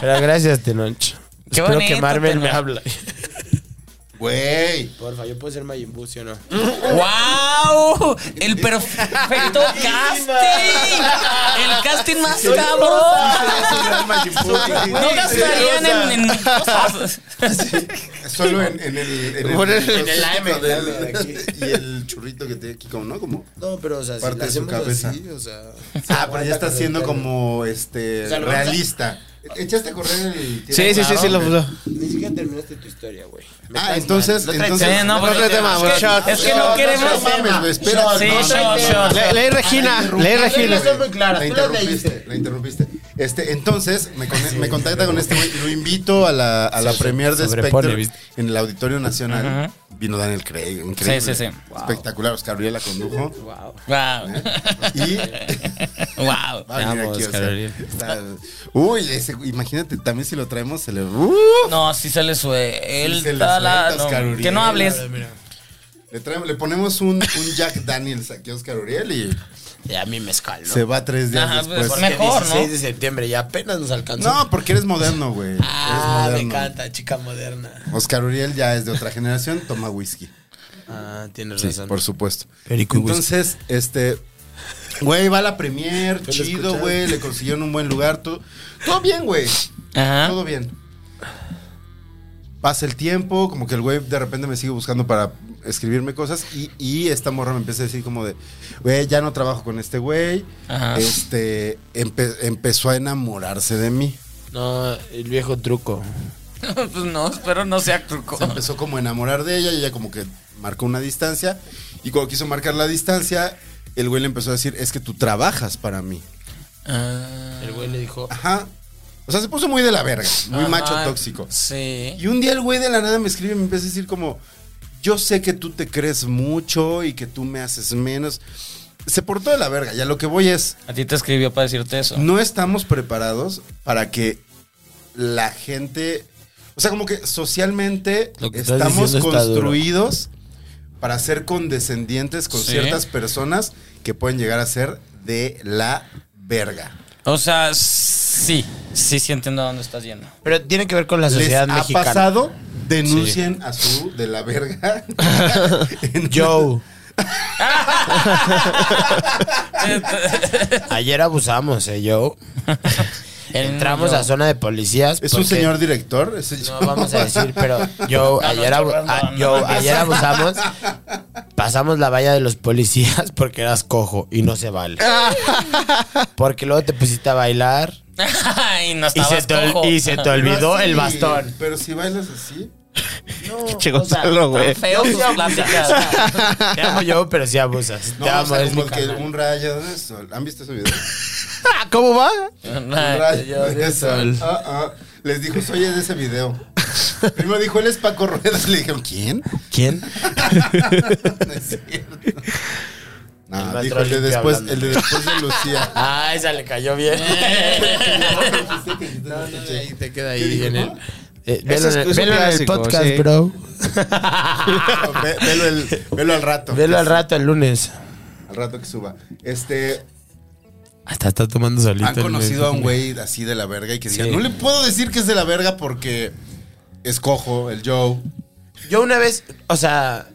S8: Pero gracias, Tenoch.
S3: Qué
S8: Espero
S3: bonito,
S8: que Marvel me
S3: Tenoch.
S8: habla.
S1: Güey.
S5: Porfa, yo puedo ser Majin Buu, ¿sí o no?
S8: Mm.
S3: ¡Wow!
S1: <laughs>
S3: El perfecto casting. El casting más
S1: Soy
S3: cabrón. No
S1: No
S3: gastarían en, en cosas.
S1: Solo en, en el. En
S4: Por el-
S5: en el AM,
S1: del-
S5: en el AM,
S1: Y el churrito que tiene aquí, como, ¿no? Como.
S5: No, pero, o sea, si
S1: Parte
S5: la
S1: de su
S5: hacemos
S1: cabeza.
S5: así, o sea...
S1: Ah, pero ya está siendo
S5: siendo
S1: como este
S5: O sea, lo vamos a-
S1: realista. ¿Echaste a correr el
S4: Sí, sí, sí, sí, lo puso.
S5: Ni siquiera terminaste tu historia, güey. Me
S1: Ah,
S5: caes
S1: entonces,
S5: mal. No traes
S1: entonces
S3: Sí, no, porque-
S4: otro tema,
S3: es
S4: bro.
S3: que-
S4: Shot.
S3: Es que no
S1: Shot,
S3: queremos.
S1: no mames, güey, espérate.
S3: Sí,
S1: No,
S3: shot,
S1: no, no.
S3: shot.
S4: Le- Leí Regina, leí
S1: Las
S4: Regina.
S5: reglas son muy claras,
S1: La
S5: tú las
S1: interrumpiste,
S5: leíste.
S1: la interrumpiste. Este, entonces, me, con- me contacta con este güey. Lo invito a la, a la premier de
S8: sobrepone,
S1: Spectre
S8: ¿viste?
S1: en el Auditorio Nacional. Vino Daniel Craig, increíble.
S3: Sí, sí, sí.
S1: Espectacular. Oscar Uriel la condujo.
S3: Wow.
S1: Y.
S3: Wow.
S1: Va a venir aquí,
S8: Vamos,
S1: o sea,
S8: Oscar Uriel.
S1: está- uy, ese- imagínate, también si lo traemos, se le. ¡Uf!
S3: No, sí se le suelta
S1: se la
S3: la-
S1: suelta,
S3: no,
S1: Oscar
S3: que
S1: Uriel.
S3: no hables.
S1: Le, traemos- le ponemos un, un Jack Daniels aquí a Oscar Uriel y
S5: Y a mí me escaló.
S1: se va tres días
S3: Ajá,
S1: después.
S3: pues, Mejor, ¿no?
S5: 16 de septiembre y apenas nos alcanzó.
S1: No, porque eres moderno, güey. Eres
S5: Ah, me
S1: moderno.
S5: encanta, chica moderna.
S1: Oscar Uriel ya es de otra generación, toma whisky.
S5: Ah, tienes
S1: Sí,
S5: razón.
S1: por supuesto.
S8: Perico whisky.
S1: Entonces, este. Güey, va a la premier,
S5: lo
S1: chido,
S5: escuchaste.
S1: güey. Le consiguieron un buen lugar. Todo, todo bien, güey.
S8: ¿Ah?
S3: Ajá.
S1: Todo bien. Pasa el tiempo, como que el güey de repente me sigue buscando para escribirme cosas y, y esta morra me empieza a decir como de, güey, ya no trabajo con este güey.
S3: Ajá.
S1: Este, empe- empezó a enamorarse de mí.
S5: No, el viejo truco.
S3: <laughs> Pues no, espero no sea truco.
S1: Se empezó como a enamorar de ella y ella como que marcó una distancia. Y cuando quiso marcar la distancia, el güey le empezó a decir, es que tú trabajas para mí.
S3: Ah.
S5: El güey le dijo.
S1: Ajá. O sea, se puso muy de la verga, muy
S3: Ajá.
S1: macho tóxico.
S3: ah, Sí.
S1: Y un día el güey de la nada me escribe y me empieza a decir como, yo sé que tú te crees mucho y que tú me haces menos. Se portó de la verga, ya lo que voy es,
S3: A ti te escribió para decirte eso.
S1: no estamos preparados para que la gente, o sea, como que socialmente
S8: Lo que estás
S1: estamos
S8: diciendo está duro.
S1: construidos para ser condescendientes con
S3: Sí.
S1: ciertas personas que pueden llegar a ser de la verga.
S3: O sea, sí. Sí, sí entiendo a dónde estás yendo. <laughs>
S5: Pero tiene que ver con la sociedad
S1: ¿Les
S5: mexicana.
S1: ha pasado? Denuncien a su de la
S8: <laughs>
S1: verga. En-
S5: <laughs> Joe, ayer abusamos, eh, Joe. Entramos a zona de policías.
S1: Es un
S5: porque-
S1: señor director. ¿Es el
S5: No
S1: Joe?
S5: vamos
S1: <laughs>
S5: a decir, pero Joe,
S3: no,
S5: ayer, abu-
S3: no, no, no,
S5: a- Joe,
S3: no.
S5: ayer abusamos. Pasamos la valla de los policías porque eras cojo y no se vale. Porque luego te pusiste a bailar
S3: y no
S5: y
S3: estabas
S5: se, te, ol-
S3: cojo.
S5: y se te
S1: Pero
S5: olvidó
S1: así-
S5: el bastón.
S1: Pero si bailas así.
S4: Che, Gonzalo, güey.
S3: Feo tus pláticas.
S5: <laughs> Te amo Joe, pero sí abusas.
S1: No,
S5: te
S1: o
S5: amo,
S1: sea,
S5: es mi
S1: como que
S5: canal.
S1: un rayo de sol. ¿Han visto ese video?
S4: Ah, ¿Cómo va?
S1: Un rayo de sol.
S8: sol.
S1: Ah, ah. Les dijo, soy de ese video. Primero dijo, él es Paco Ruedas. Le dijeron, ¿quién?
S5: ¿Quién?
S1: no es cierto. No,
S5: más
S1: dijo el de
S5: limpio
S1: después,
S5: hablando.
S1: el de después de Lucía.
S5: Ah, esa le cayó <laughs> bien.
S1: No, no, ahí
S5: te queda
S1: ahí en el-
S5: Eh,
S4: Ese
S5: velo en
S4: es-
S5: el,
S4: es un
S5: velo en el
S4: clásico,
S5: podcast,
S4: sí.
S5: bro.
S1: Ve- velo, el- velo al rato.
S5: Velo al rato el lunes.
S1: Al rato que suba. Este,
S5: Hasta está tomando solito.
S1: ¿Han
S5: el-
S1: conocido a un güey así de la verga y que digan,
S5: Sí.
S1: no le puedo decir que es de la verga porque escojo el Joe?
S5: Yo una vez, o sea,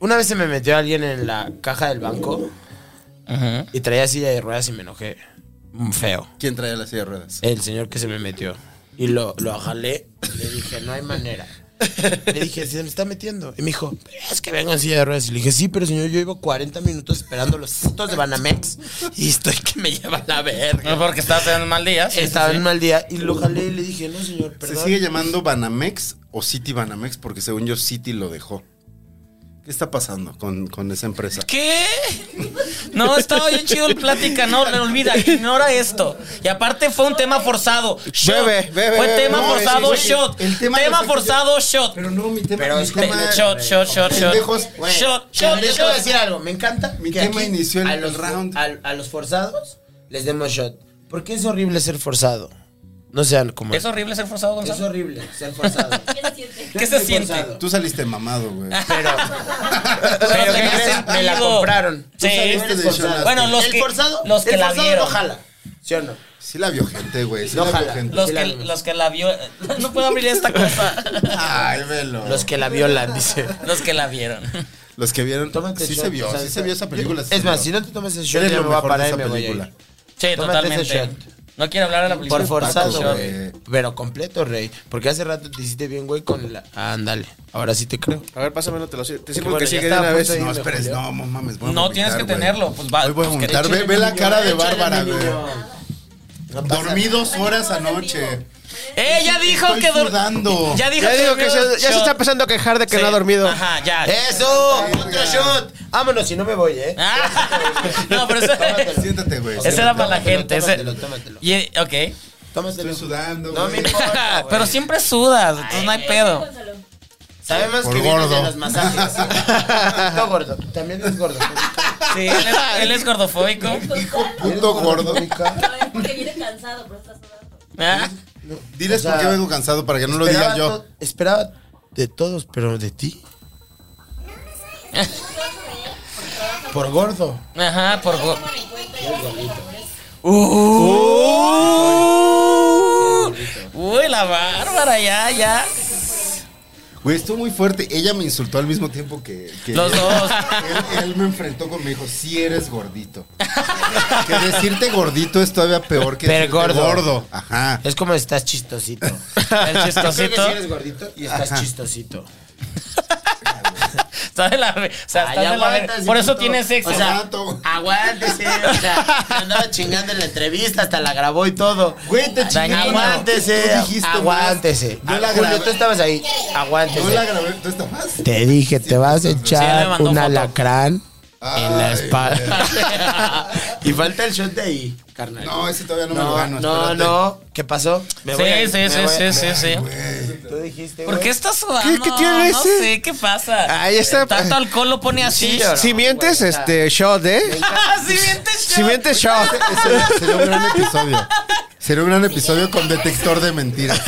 S5: una vez se me metió alguien en la caja del banco
S3: Ajá.
S5: y traía silla de ruedas y me enojé. Mm, Feo.
S1: ¿Quién traía la silla de ruedas?
S5: El señor que se me metió. Y lo, lo jalé. Le dije, no hay manera. Le dije, se me está metiendo. Y me dijo, es que vengo en silla de ruedas. Y le dije, sí, pero señor, yo llevo 40 minutos esperando los putos de Banamex. Y estoy que me lleva la
S3: No,
S5: verga.
S3: porque estabas teniendo un mal día. sí, sí,
S5: Estaba
S3: sí.
S5: en un mal día. Y lo jalé y le dije, no, señor,
S1: ¿Se
S5: perdón.
S1: sigue llamando Banamex o City Banamex? Porque según yo, City lo dejó. ¿Qué está pasando con, con esa empresa?
S3: ¿Qué? No, estaba bien chido el plática, no, no, olvida, ignora esto. Y aparte fue un tema forzado. Shot.
S4: Bebe, bebe,
S3: Fue
S4: bebe.
S3: tema
S1: No,
S3: forzado,
S1: ese, güey,
S3: shot.
S1: el tema
S3: tema
S1: lo saco
S3: forzado, shot.
S1: Pero no, mi tema,
S5: Pero
S1: mi
S5: es que-
S1: tema-
S3: Shot, shot, shot, shot.
S1: Pendejos,
S5: Güey,
S3: Shot,
S5: yo
S3: shot,
S5: les voy a decir
S3: shot.
S5: algo. Me encanta
S1: Mi
S5: que
S1: tema
S5: aquí
S1: inició en
S5: a
S1: el
S5: los,
S1: round.
S5: A, a los forzados les demos shot. Porque es horrible ser forzado. No sean como.
S3: ¿Es horrible ser forzado, Gonzalo?
S5: Es horrible ser forzado.
S3: <laughs> ¿Qué se siente?
S1: Tú saliste mamado, güey.
S5: Pero.
S3: Pero
S5: ¿qué
S3: tenía
S5: crees? Me la
S3: sentido.
S5: compraron.
S3: Sí.
S1: Tú saliste
S3: Eres
S1: de
S3: forzado.
S1: Shonaste.
S3: Bueno, los
S5: el
S3: que,
S5: forzado,
S3: los que
S5: el
S3: la
S5: forzado
S3: vieron.
S5: no jala. ¿Sí o no?
S1: Sí la vio gente, güey. Sí
S5: No,
S1: la vio
S5: ojalá.
S1: gente.
S3: Los
S5: Sí la
S3: que,
S5: vimos.
S3: los que la vio. <laughs> No puedo abrir esta cosa.
S4: <laughs>
S1: Ay, velo.
S5: Los que la violan, dice.
S3: Los que la vieron.
S1: Los que vieron.
S5: Tómate
S1: sí
S5: shot,
S1: se vio,
S5: o sea,
S1: sí se vio esa película. sí se
S5: Es más,
S1: vio.
S5: si no te tomas el shot,
S1: Eres
S5: ya
S1: lo
S5: me voy a
S1: mejor de
S5: parar y
S1: esa
S5: me voy a
S1: película.
S5: ir.
S3: Sí,
S5: Tómate ese
S3: totalmente.
S5: shot.
S3: No quiero hablar de la película.
S5: Por forzado,
S1: Paco,
S5: güey.
S1: güey.
S5: Pero completo, rey. Porque hace rato te hiciste bien, güey, con la. Ándale. Ahora sí te creo.
S4: A ver, pásamelo, te lo sir- Te sirvo
S5: Bueno,
S4: el que
S5: ya
S4: sigue de
S5: estaba
S4: una
S5: a
S4: vez.
S5: punto de
S1: No,
S5: Sí, me
S1: esperes, no,
S5: jodió.
S1: no mames. voy a
S3: No,
S1: vomitar,
S3: tienes que
S1: güey.
S3: tenerlo, pues, va,
S1: Hoy voy a
S3: pues, que te
S1: vomitar.
S3: eche
S1: Ve,
S3: el
S1: ve la cara de
S5: Échale,
S1: Bárbara,
S5: mi
S1: güey.
S5: niño. No pasa
S1: Dormí dos horas anoche.
S3: ¡Eh, ya dijo
S1: Estoy
S3: que dor-
S1: sudando.
S3: Ya dijo
S4: Ya
S3: que
S4: digo que
S3: durmió
S4: se- ya se
S3: shot.
S4: está empezando a quejar de que
S3: Sí.
S4: no ha dormido.
S3: Ajá, ya.
S5: ¡Eso! ¡Otro shot! Vámonos, si no me voy, ¿eh?
S3: Ah, <laughs> no, pero ese,
S1: Siéntate, güey.
S3: ese era para la gente. ese-
S5: Tómatelo, tómatelo.
S3: Y, eh, ok. <laughs>
S1: Estoy
S5: Tómatelo.
S1: sudando,
S5: No me
S1: güey.
S5: importa. güey.
S3: Pero siempre sudas, entonces no hay pedo.
S5: Sabemos
S1: Por
S5: que vienes de
S1: gordo.
S5: los <laughs> masajes. no, gordo. También es gordo.
S4: <laughs>
S3: Sí, él es, él es gordofóbico.
S1: Punto gordo.
S9: Porque viene cansado, pero está sudando.
S3: Ah,
S1: Diles
S5: O sea,
S1: por qué vengo cansado para que no lo diga
S5: Esperaba
S1: yo.
S5: to- Esperaba de todos, pero de ti. Por gordo.
S3: Ajá, por go-
S5: ¡Uh!
S3: Uy, la bárbara, ya, ya.
S1: Güey, estuvo muy fuerte. Ella me insultó al mismo tiempo que. que
S3: Los
S1: él.
S5: <laughs>
S3: dos.
S1: Él, él me enfrentó conmigo. Me dijo, sí eres gordito. que decirte gordito es todavía peor que
S5: Pero
S1: decirte
S5: gordo.
S1: gordo. Ajá.
S5: Es como estás chistosito.
S3: El
S5: Creo que
S3: chistosito.
S5: sí eres gordito y estás chistosito.
S3: Está de la ver- o sea, está
S5: Ay,
S3: de la ver-
S5: aguántate,
S3: Por eso
S5: puto.
S3: tienes sexo. <laughs>
S5: O sea, ah,
S1: Aguanto.
S5: aguántese. O sea, me andaba chingando en la entrevista, hasta la grabó y todo.
S1: Güey, te chingué
S3: Dañino.
S1: con la-
S5: Aguántese.
S1: Tú dijiste más.
S5: aguántese.
S1: Yo la
S5: Ah, Julio,
S1: grabé.
S5: tú estabas ahí.
S1: No la
S5: Aguántese.
S1: grabé, tú estabas.
S5: Te dije, te vas a
S3: Sí, él me
S5: echar
S3: mandó
S5: un
S3: foto.
S5: alacrán en la
S1: Ay,
S5: espalda. y falta el shot de ahí, carnal.
S1: No, ese todavía no, me lo
S5: No,
S1: gano.
S5: no,
S1: espérate.
S5: no. ¿Qué pasó? Me voy a
S3: Sí,
S5: ir,
S3: sí,
S5: me
S3: sí,
S5: voy a-
S3: sí, sí, sí.
S1: Eh,
S5: Tú dijiste,
S3: ¿Por
S5: güey.
S3: qué estás sudando?
S4: ¿Qué- qué tiene
S3: no
S4: ese?
S3: sé, ¿qué pasa?
S4: Ahí está.
S3: Tanto alcohol lo pone así. Ah,
S5: Sí, yo-
S4: Si mientes, este, shot, ¿eh?
S3: Así mientes
S4: Si mientes, shot.
S1: Ese sería un gran episodio. Sería un gran episodio con detector de mentiras.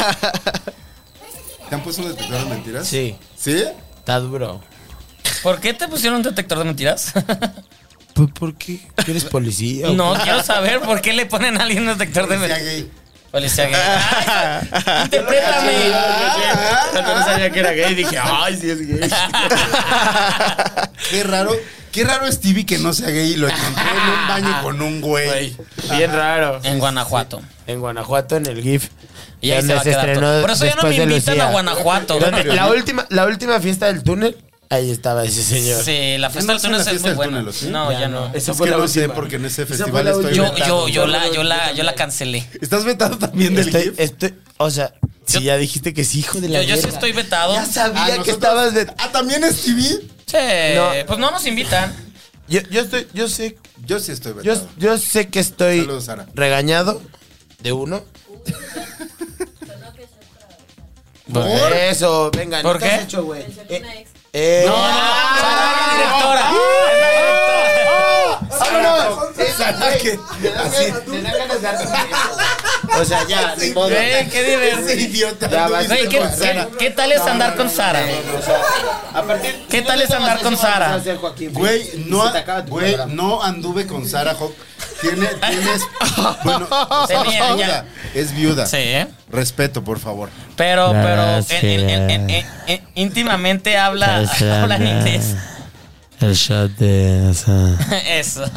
S1: ¿Te han puesto un detector de mentiras?
S5: Sí,
S1: ¿Sí?
S5: está duro.
S3: ¿Por qué te pusieron un detector de mentiras?
S5: ¿Por, Pues, por qué? ¿Tú eres policía? o
S3: <laughs> No,
S5: qué?
S3: quiero saber por qué le ponen a alguien un detector
S5: Pues
S3: de
S1: Decía
S3: mentiras.
S1: gay.
S3: Policía gay. Ah, eso- Interprétame.
S5: No sabía que era gay. <laughs> Dije, "Ah". ay, sí es gay.
S1: Qué raro. Qué raro Stevie que no sea gay y lo encontré en un baño con un güey.
S5: Bien raro.
S3: En Guanajuato.
S5: En Guanajuato, en el GIF.
S3: Y ahí se
S5: donde
S3: va a quedar
S5: estrenó
S3: todo. Por eso ya no
S5: después
S3: me
S5: de
S3: invitan
S5: Lucía.
S3: a Guanajuato.
S5: Donde La última, la última fiesta del túnel, ahí estaba ese señor.
S3: Sí, la
S1: no
S3: fiesta del
S1: hacen la
S3: túnel es
S1: fiesta
S3: muy
S1: del
S3: buena.
S1: túnel, ¿o sí?
S3: No, ya no.
S5: Esa
S1: Es
S5: fue
S1: que
S5: la
S1: no sé
S5: última.
S1: porque en ese
S5: fue
S1: festival
S5: la
S1: estoy
S5: última.
S3: Yo,
S1: vetado.
S3: yo, yo la, yo la, yo la cancelé.
S1: ¿Estás vetado también del
S5: Estoy, eh,
S1: GIF?
S5: estoy, o sea, si
S3: Yo-
S5: ya dijiste que sí, hijo de la
S3: Yo, yo sí
S5: verga.
S3: estoy vetado.
S5: Ya sabía
S1: Ah,
S5: que
S1: nosotros-
S5: estabas de...
S1: Ah, ¿también Stevie?
S3: Che,
S5: No.
S3: pues no nos invitan.
S5: Yo, yo estoy, yo sé,
S1: Yo sí estoy
S5: yo,
S1: vetado.
S5: yo sé que estoy
S1: Saludos, Sara.
S5: regañado de uno. Por eso, venga,
S3: ¿Por
S5: has
S3: qué?
S5: hecho, güey? Eh, eh,
S3: No, no, no, Sara, la directora.
S5: ¡Vámonos! Eh,
S1: Sara, que-
S5: me da ganas- me da ganas de darse un beso. O sea, ya, ni modo.
S3: Güey, qué
S1: Ese
S3: divertido.
S1: idiota.
S5: Ya
S1: no
S5: vas.
S1: viste
S3: Güey, ¿qué,
S1: con Sara.
S3: qué, qué tal es andar con Sara?
S5: A partir-
S3: ¿Qué
S5: si
S3: tal
S5: no
S3: es
S5: te
S3: andar
S5: tomas
S3: con
S5: eso, vamos
S3: Sara?
S5: a hacer Joaquín
S1: Güey,
S5: Phoenix y
S1: no,
S5: se te acaba tu
S1: güey,
S5: programa.
S1: no anduve con Sara Hawk. Tiene,
S5: <laughs>
S1: tienes. Bueno,
S3: Tenía,
S1: es
S3: ya.
S1: viuda. Es viuda.
S3: Sí, ¿eh?
S1: Respeto, por favor.
S3: Pero,
S5: Ah,
S8: La
S3: pero
S8: verdad es
S3: en-
S8: que
S3: en- en-
S8: la-
S3: en- en- en- íntimamente habla,
S8: O
S3: <laughs>
S8: sea,
S3: habla en
S8: la-
S3: inglés.
S8: El shot de. o sea,
S3: Eso.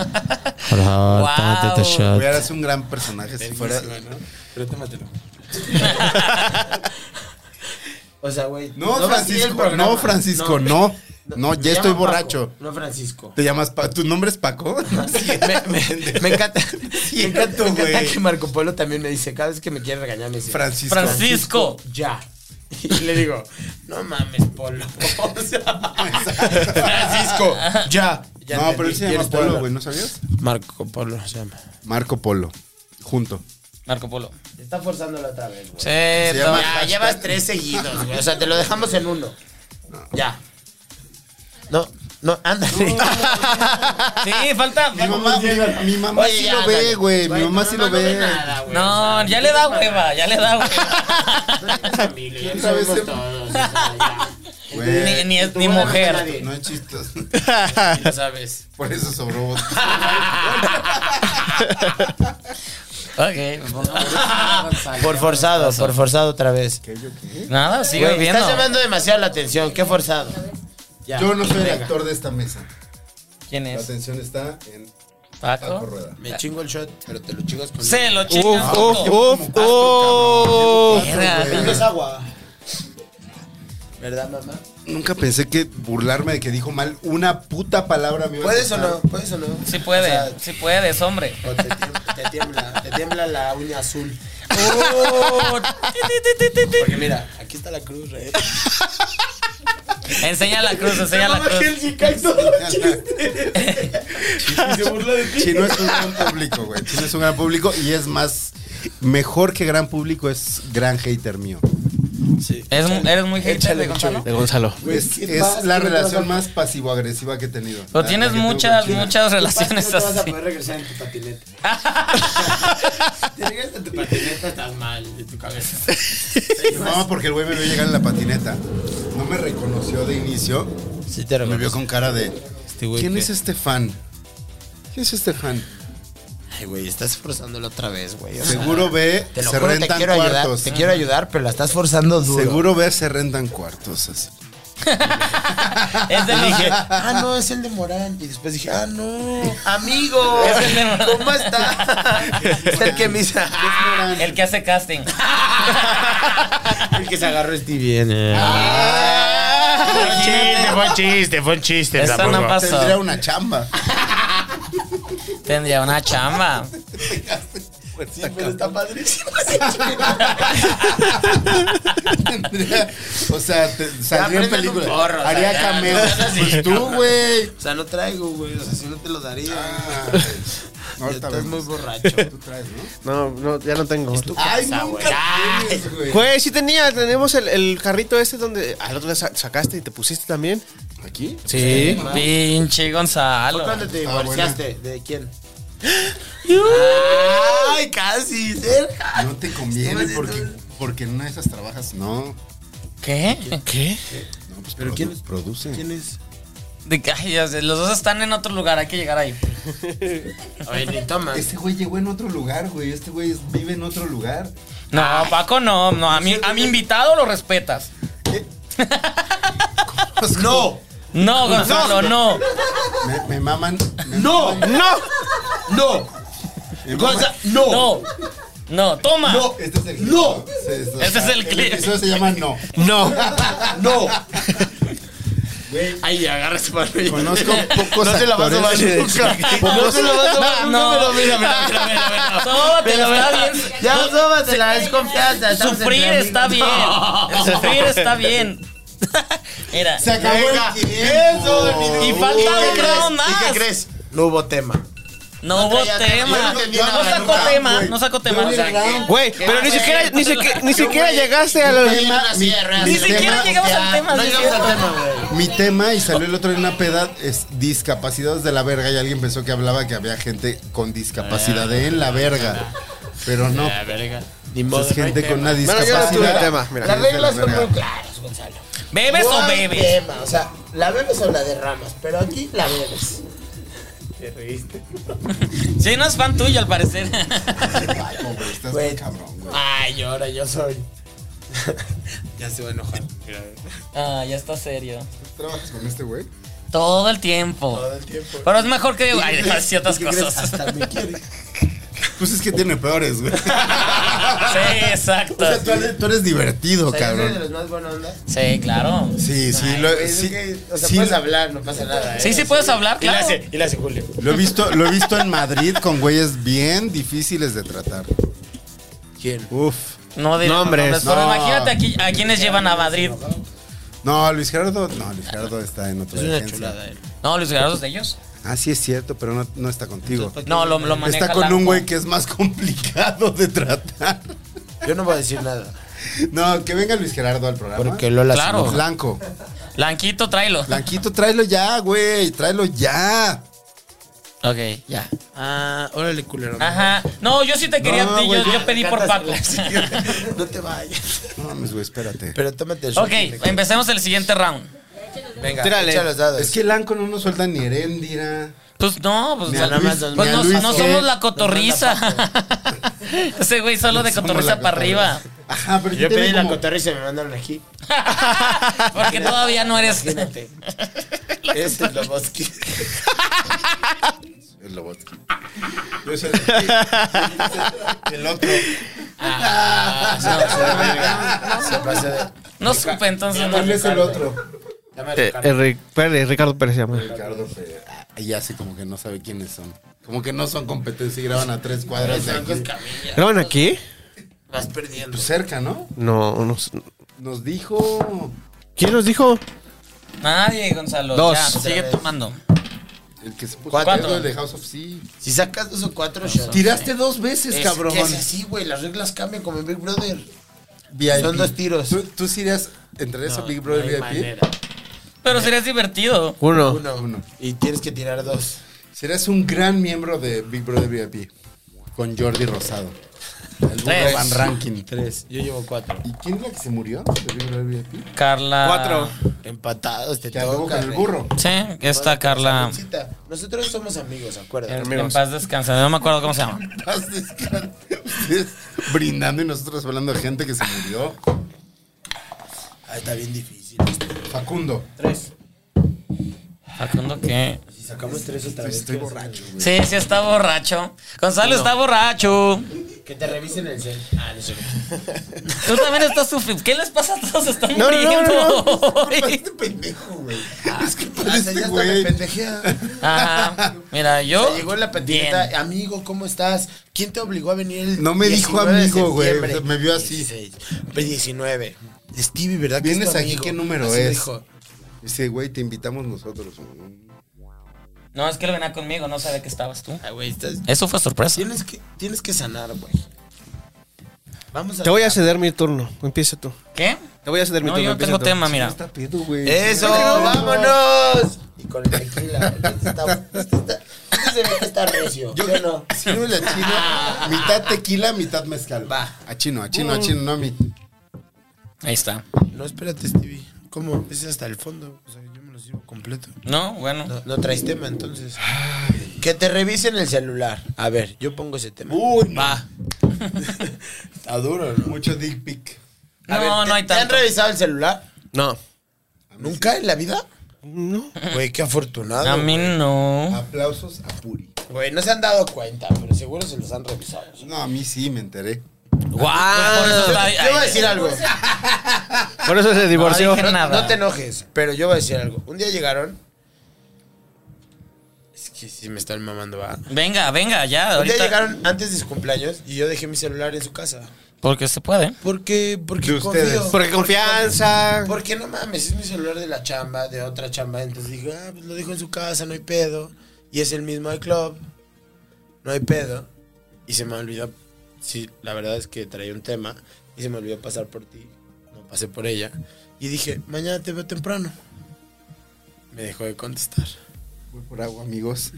S8: por favor,
S3: Wow.
S8: tómate tu shot.
S1: Güey, eres un gran personaje. Si fuera.
S5: <laughs> O sea, güey.
S1: No,
S5: vas a seguir el
S1: Francisco,
S5: programa.
S1: no, Francisco, no. No,
S5: me
S1: ya estoy
S5: llamo Paco,
S1: borracho.
S5: No, Francisco.
S1: ¿Te llamas Pa- ¿Tu nombre es Paco?
S5: <laughs> Me,
S1: <laughs>
S5: me- me encanta, me encanta, me encanta
S1: güey.
S5: que Marco Polo también me dice, cada vez que me quiere regañar me dice,
S1: Francisco.
S3: Francisco.
S5: ya. <laughs> Y le digo, no mames, Polo. <laughs> O sea,
S3: <laughs>
S5: Francisco, ya. Ya
S1: No, pero
S5: entendí,
S1: él se
S5: ¿quieres
S1: llama Polo,
S5: todo?
S1: güey, ¿no sabías?
S5: Marco Polo se llama.
S1: Marco Polo. Junto.
S3: Marco Polo.
S5: Está forzándolo otra vez, güey.
S3: Sí,
S1: llama-
S3: no.
S5: pues, Ya, llevas tres seguidos, güey. O sea, te lo dejamos en uno. Ya. No, No, ándale.
S3: Sí, falta.
S1: Mi mamá, mi, mi mamá
S3: Oye,
S1: sí
S3: ya,
S1: lo ve,
S3: ándale.
S1: güey. Mi
S3: Güey,
S1: mamá
S3: tu
S1: sí lo
S3: mamá no
S1: ve.
S3: ve nada, No, ya le da hueva, ya le da <laughs> hueva.
S1: ¿Quién sabe ser- Güey.
S3: <laughs> Ni, ni, es-
S1: Tú
S3: ni
S1: no
S3: mujer.
S1: eres nadie. No hay chistes. <laughs>
S3: Lo sabes.
S1: Por eso sobró
S3: <laughs>
S1: voto.
S3: Ok. <laughs>
S5: Por forzado, por forzado otra vez.
S3: Nada, sigue
S5: Güey,
S3: viendo.
S5: Estás llamando demasiado la atención. Qué forzado. Ya.
S1: Yo no soy el
S5: Venga.
S1: actor de esta mesa.
S3: ¿Quién
S1: La
S3: es?
S1: atención está en
S3: Paco.
S1: Paco Rueda.
S5: Me chingo el shot, pero te lo chingas con.
S3: Se lo
S4: Uf,
S3: chingas.
S4: uf, uf, uf.
S3: Verga.
S5: Es agua. ¿Verdad, mamá?
S1: Nunca pensé que burlarme de que dijo mal una puta palabra me iba a
S5: ¿Puedes o
S1: costar. <laughs>
S5: no? ¿Puedes o no?
S3: Sí
S5: O sea,
S3: puedes, sí puedes, hombre.
S5: o te, tiembla, te tiembla, te tiembla la uña azul.
S3: Oh.
S5: Porque mira, aquí está la cruz, rey.
S3: <laughs> Enseña la cruz, enseña la cruz.
S5: <laughs>
S1: Chino es un <laughs> gran público, güey. Chino es un gran público y es más. Mejor que gran público es gran hater mío.
S3: Es un- eres muy hater
S5: Échale
S3: de
S5: mucho.
S3: Gonzalo.
S4: De Gonzalo.
S1: Es, es la relación más pasivo-agresiva que he tenido.
S3: Pero
S1: La-
S3: tienes
S1: la que tengo
S3: muchas,
S1: con Chino.
S3: muchas
S5: <laughs> no
S3: relaciones
S5: te vas a
S3: así.
S5: poder regresar en tu patineta. Te regresas en tu patineta, estás mal de tu cabeza.
S1: <laughs> No, porque el güey me vio llegar en la patineta. No me reconoció de inicio.
S5: Sí, te
S1: Me vio con cara de.
S5: güey
S1: ¿Quién
S5: qué?
S1: es este fan? ¿Quién es este fan?
S5: Ay, güey, estás forzándolo otra vez, güey. o sea,
S1: Seguro ve,
S5: Te lo
S1: se
S5: juro, te
S1: rentan
S5: quiero ayudar,
S1: cuartos.
S5: te quiero ayudar, pero la estás forzando duro.
S1: Seguro ve, se rentan cuartos. así.
S3: Es de
S5: Y
S3: los
S5: dije,
S3: que.
S5: ah, no, es el de Morán. Y después dije, ah, no, amigo,
S3: Es el de Morán.
S6: <laughs>
S5: ¿cómo está? Es el que me hizo.
S3: El que hace casting.
S5: <laughs> El que se agarró eh. Stevie.
S6: Fue un chiste, fue un chiste, fue un chiste.
S3: Eso
S6: tampoco.
S3: no pasó.
S1: Tendría una
S5: <laughs>
S1: chamba.
S3: Tendría una chamba.
S5: Pues Sí, pero está padrísimo.
S1: Tendría- o sea, te- saldría en
S5: prendan un
S1: película.
S5: porro, o sea,
S1: Haría
S5: ya,
S1: cameo.
S5: no seas así,
S1: Pues tú,
S5: cabrón.
S1: güey.
S5: O sea, no traigo, güey. O sea, si no te lo daría.
S1: Ay, ahorita
S5: estás muy
S1: vemos.
S5: borracho.
S1: Tú traes, ¿no?
S4: No, no, ya no tengo.
S1: Ay,
S5: casa, güey.
S1: nunca tienes, güey.
S4: Güey, sí tenía, tenemos el, el carrito este donde al otro día sa- sacaste y te pusiste también.
S1: ¿Aquí?
S4: Sí.
S3: Pinche
S5: ¿Fue
S3: Gonzalo.
S5: cuando te
S1: Ah,
S5: divorciaste? ¿De quién?
S3: Ah.
S5: Ay, casi, cerca.
S1: No te conviene porque, porque en una de esas trabajas. No.
S3: ¿Qué? ¿Qué?
S1: no pues ¿Pero quién produce?
S5: ¿Quién es?
S3: De que, ay, ya sé, los dos están en otro lugar, hay que llegar ahí.
S5: Oye, ni toma.
S1: Este güey llegó en otro lugar, güey. Este güey es- vive en otro lugar.
S3: No,
S5: Ah.
S3: Paco, no, no. A mi, a mi invitado lo respetas.
S5: <laughs> No,
S3: No, Gonzalo, no.
S1: Me, me maman. me
S5: no,
S1: maman-
S5: no, no.
S1: me maman.
S5: Gonza- no.
S3: No. No, toma.
S5: No.
S1: Este es el
S5: No.
S1: Sí, sí, sí.
S3: Este es el clip.
S1: episodio se llama No. <laughs>
S4: No.
S5: No.
S1: Güey,
S5: Ay, agarra ese mano. <laughs>
S1: conozco pocos
S5: No te la vas a
S1: actores.
S5: tomar nunca. No te la vas a tomar nunca.
S3: No.
S5: pero mira, mira, mira, mira, mira.
S3: Sóbatela, está
S5: Pero mira,
S3: bien.
S5: Ya,
S3: No,
S5: sóbatela, es confianza. estamos
S3: Sufrir
S5: entre
S3: está bien.
S5: amigos. <laughs> No.
S3: Sufrir está bien. Mira.
S1: Se acabó
S5: Venga,
S1: el tiempo.
S5: eso,
S3: Y falta
S5: ¿Y
S3: un round
S5: qué crees? ¿Y
S3: más.
S5: qué crees? No hubo tema.
S3: No hubo
S5: traía
S3: tema.
S5: tema.
S3: No
S5: Yo no tenía nada,
S3: sacó
S5: nunca,
S3: tema.
S1: güey.
S3: No sacó tema.
S1: Yo
S3: O sea,
S1: ni round.
S4: Güey, pero ni siquiera, ni siquiera, ni siquiera llegaste a la.
S1: mi- mi
S3: Ni siquiera
S1: tema-
S3: llegamos al tema.
S5: No
S3: ¿sí es
S5: llegamos al
S3: cierto?
S5: tema, güey.
S1: Mi tema, y salió el otro día en una peda, es discapacidades de la verga. Y alguien pensó que hablaba que había gente con discacidad
S5: Ah,
S1: en la verga. Pero no.
S5: Ni
S1: Pues es gente con una
S4: Bueno, yo no tuve
S1: discapacidad.
S4: tema, mira.
S1: que
S5: Las
S1: es de
S5: reglas son
S1: verga.
S5: muy claras, Gonzalo.
S3: ¿Bebes
S5: No
S3: o
S5: hay
S3: bebes?
S5: tema, O sea, la bebes o la derramas, pero aquí la bebes. Te reíste.
S3: Sí, no es fan tuyo al
S5: <laughs>
S3: parecer.
S1: Ay, hombre, estás
S5: Güey.
S1: muy cabrón, güey.
S5: Ay, ahora yo soy. ya se va a enojar.
S3: Ah, ya está serio.
S1: ¿Trabajas con este güey?
S3: Todo el tiempo.
S5: el tiempo.
S3: Pero es mejor que digo, ay, dejar ciertas
S5: ¿Qué crees?
S3: cosas.
S5: Hasta me quiere.
S1: Pues es que tiene peores, güey.
S3: <laughs> Sí,
S1: O
S5: <laughs>
S3: exacto.
S1: sea, tú eres, tú eres divertido,
S5: O sea, yo soy de
S1: cabrón.
S5: los más buena onda.
S3: Sí, claro.
S1: Sí, sí, lo,
S5: Güey, es
S1: sí,
S5: que, o sea,
S1: sí,
S5: puedes hablar, no pasa nada. ¿eh?
S3: Sí, sí puedes hablar,
S5: Y la
S3: claro.
S5: hace, y la hace Julio.
S1: lo he visto, lo he visto en Madrid con güeyes bien difíciles de tratar.
S5: ¿Quién?
S1: Uf.
S3: No diré
S4: Nombres.
S3: nombres, Pero
S1: No.
S3: imagínate aquí, a quienes llevan a Madrid.
S1: No, Luis Gerardo, no, Luis Gerardo está en otra agencia.
S5: eh.
S3: No, Luis Gerardo es de ellos.
S1: Ah, sí es cierto, pero no, no está contigo.
S3: No, lo,
S5: pues,
S3: lo maneja.
S1: Está con
S3: Larco.
S1: un güey que es más <laughs> complicado de tratar.
S5: Yo no voy a decir nada. <laughs>
S1: No, que venga Luis Gerardo al programa.
S5: Porque Lola
S3: Claro.
S5: se enoja.
S1: Blanco.
S3: Blanquito, tráelo.
S1: Blanquito, tráelo ya, güey. Tráelo ya.
S3: Ok, ya.
S5: Ah, órale, culero.
S3: Ajá. No, yo sí te quería a ti,
S5: güey,
S3: yo- yo pedí por Paco.
S5: no te vayas.
S1: No mames, güey, espérate.
S5: Pero tómate el shot.
S3: <laughs> Ok, empecemos el siguiente round.
S5: Venga, echa los dados.
S1: Es que el Anco no nos suelta ni Herendira.
S3: Pues no, pues,
S1: Ni a
S3: no,
S1: Luis,
S3: pues
S1: ni a
S3: no-
S1: Luis,
S3: no
S1: ¿qué?
S3: somos la cotorriza. <laughs> Ese güey solo de cotorriza para arriba.
S1: Ajá, pero
S5: yo
S1: te
S5: pedí
S1: vi
S5: la
S1: como-
S5: cotorra y se me mandaron aquí.
S3: Porque todavía no eres.
S5: Este es Loboski.
S1: El Lobotsky. Yo soy
S5: <laughs>
S1: el, el otro.
S5: Ah,
S1: Ah,
S5: Se pasa de.
S3: Ah, No supe entonces. no.
S1: ¿Cuál es el otro?
S4: Eh, eh, Ric- Pérez, Ricardo Pérez se llama.
S1: Ricardo Pérez. Ah, ya sé como que no sabe quiénes son. Como que no son competencia y graban a tres cuadras de aquí.
S4: ¿Graban aquí?
S5: Vas perdiendo.
S1: Pues cerca, ¿no?
S4: No, no. sé.
S1: Nos dijo
S4: ¿Quién nos dijo?
S3: Nadie, Gonzalo.
S4: Dos.
S3: Ya, sigue tomando.
S1: el que se puso
S5: Cuatro.
S1: pedo, el de House of Sea.
S5: Si sacas dos o cuatro shots.
S1: Tiraste dos veces,
S5: Es
S1: cabrón.
S5: que es así, güey. Las reglas cambian como en Big Brother.
S1: VIP.
S5: Son dos tiros.
S1: ¿Tú, tú sí irías, entrarías a Big Brother VIP?
S3: Pero serías divertido.
S4: Uno.
S5: Uno.
S1: Uno.
S5: Y tienes que tirar dos.
S1: Serás un gran miembro de Big Brother VIP. Con Jordi Rosado. El
S3: Tres.
S1: Van Ranking 3.
S5: Yo llevo cuatro.
S1: ¿Y quién es la que se murió de Big Brother VIP?
S3: Carla.
S5: Empatados, te
S1: Que acabó
S5: toca.
S1: con el burro.
S3: Sí, está Carla.
S5: Cita, Nosotros somos amigos, acuérdate.
S3: En paz descansa. No me acuerdo cómo se llama.
S1: Paz descanse. Ustedes brindando y nosotros hablando de gente que se murió.
S5: Ah, está bien difícil. este.
S1: Facundo.
S5: Tres.
S3: Facundo, ¿qué?
S5: Si sacamos tres otra vez.
S1: Estoy
S5: ¿qué vas a
S1: borracho, güey.
S3: Sí, sí está borracho. Gonzalo está borracho.
S5: hacer? Que te revisen el cel. Ah, no sé.
S3: Tú también estás sufriendo. ¿Qué les pasa a todos? Están
S4: No, no, no,
S3: muriendo.
S4: no,
S3: hoy.
S1: Este <laughs> pendejo, güey. Es que
S5: Ah,
S1: parece,
S5: ya está
S1: güey.
S5: la pendejea.
S3: Ajá. Mira, yo.
S5: Se llegó la pendejeta. Amigo, ¿cómo estás? ¿Quién te obligó a venir el
S1: No me dijo
S5: 19 de
S1: amigo, güey,
S5: septiembre?
S1: o sea, me vio así.
S5: 16, 19. Stevie, ¿verdad? que es tu
S1: ¿Vienes aquí?
S5: amigo?
S1: ¿Qué número
S5: Así me
S1: es?
S5: dijo.
S1: Dice, güey, te invitamos nosotros.
S3: Bien. No, es que él venía conmigo. No sabía que estabas tú.
S5: Ay, güey, estás-
S3: Eso fue sorpresa.
S5: Eh, Tienes que, tienes que sanar, güey. Vamos a.
S4: Te voy a ceder mi turno. Empieza tú.
S3: ¿Qué?
S4: Te voy a ceder mi
S3: No,
S4: turno.
S3: yo no
S4: empieza
S3: tengo
S4: tú.
S3: tema, mira.
S1: Está pedo, güey.
S5: ¡Eso! ¡Vámonos! Y con el tequila. Este está- este está- este se ve que está recio. Yo <laughs> no. Ah.
S1: Sírvele a chino. Mitad tequila, mitad mezcal.
S5: Va.
S1: A chino, a chino, a chino, no a mí.
S3: Ahí está.
S5: No, espérate, Stevie. ¿Cómo? Es hasta el fondo. O sea, yo me lo sirvo completo.
S3: No, bueno.
S5: No, no traes tema, entonces. Que te revisen el celular. A ver, yo pongo ese tema.
S1: Uy,
S5: Va.
S1: está duro, ¿no? Mucho dick pic.
S5: A ver,
S3: No,
S5: ¿te-
S3: no hay
S5: ¿Te han
S3: tanto.
S5: revisado el celular?
S4: No.
S5: ¿Nunca en la vida? No. Güey, qué afortunado.
S3: A mí no.
S1: Aplausos a Puri.
S5: Güey, no se han dado cuenta, pero seguro se los han revisado.
S1: No, a mí sí me enteré.
S3: ¡Guau! Por eso
S5: Yo,
S3: está-
S5: yo voy a decir algo.
S4: Por eso se divorció.
S3: dije nada.
S5: No te enojes, pero yo voy a decir algo. Un día llegaron. Es que sí me están mamando, va.
S3: Venga, venga, ya.
S5: Un día
S3: Ahorita.
S5: llegaron antes de su cumpleaños y yo dejé mi celular en su casa.
S3: Porque se puede.
S5: Porque, porque
S1: De ustedes.
S4: Porque confianza.
S5: Porque no mames, es mi celular de la chamba, de otra chamba. Entonces digo, ah, pues lo dejo en su casa, no hay pedo. Y es el mismo iClub, no hay pedo. Y se me olvidó, sí, la verdad es que traía un tema y se me olvidó pasar por ti. No pasé por ella. Y dije, mañana te veo temprano. Me dejó de contestar.
S1: Voy por agua, amigos.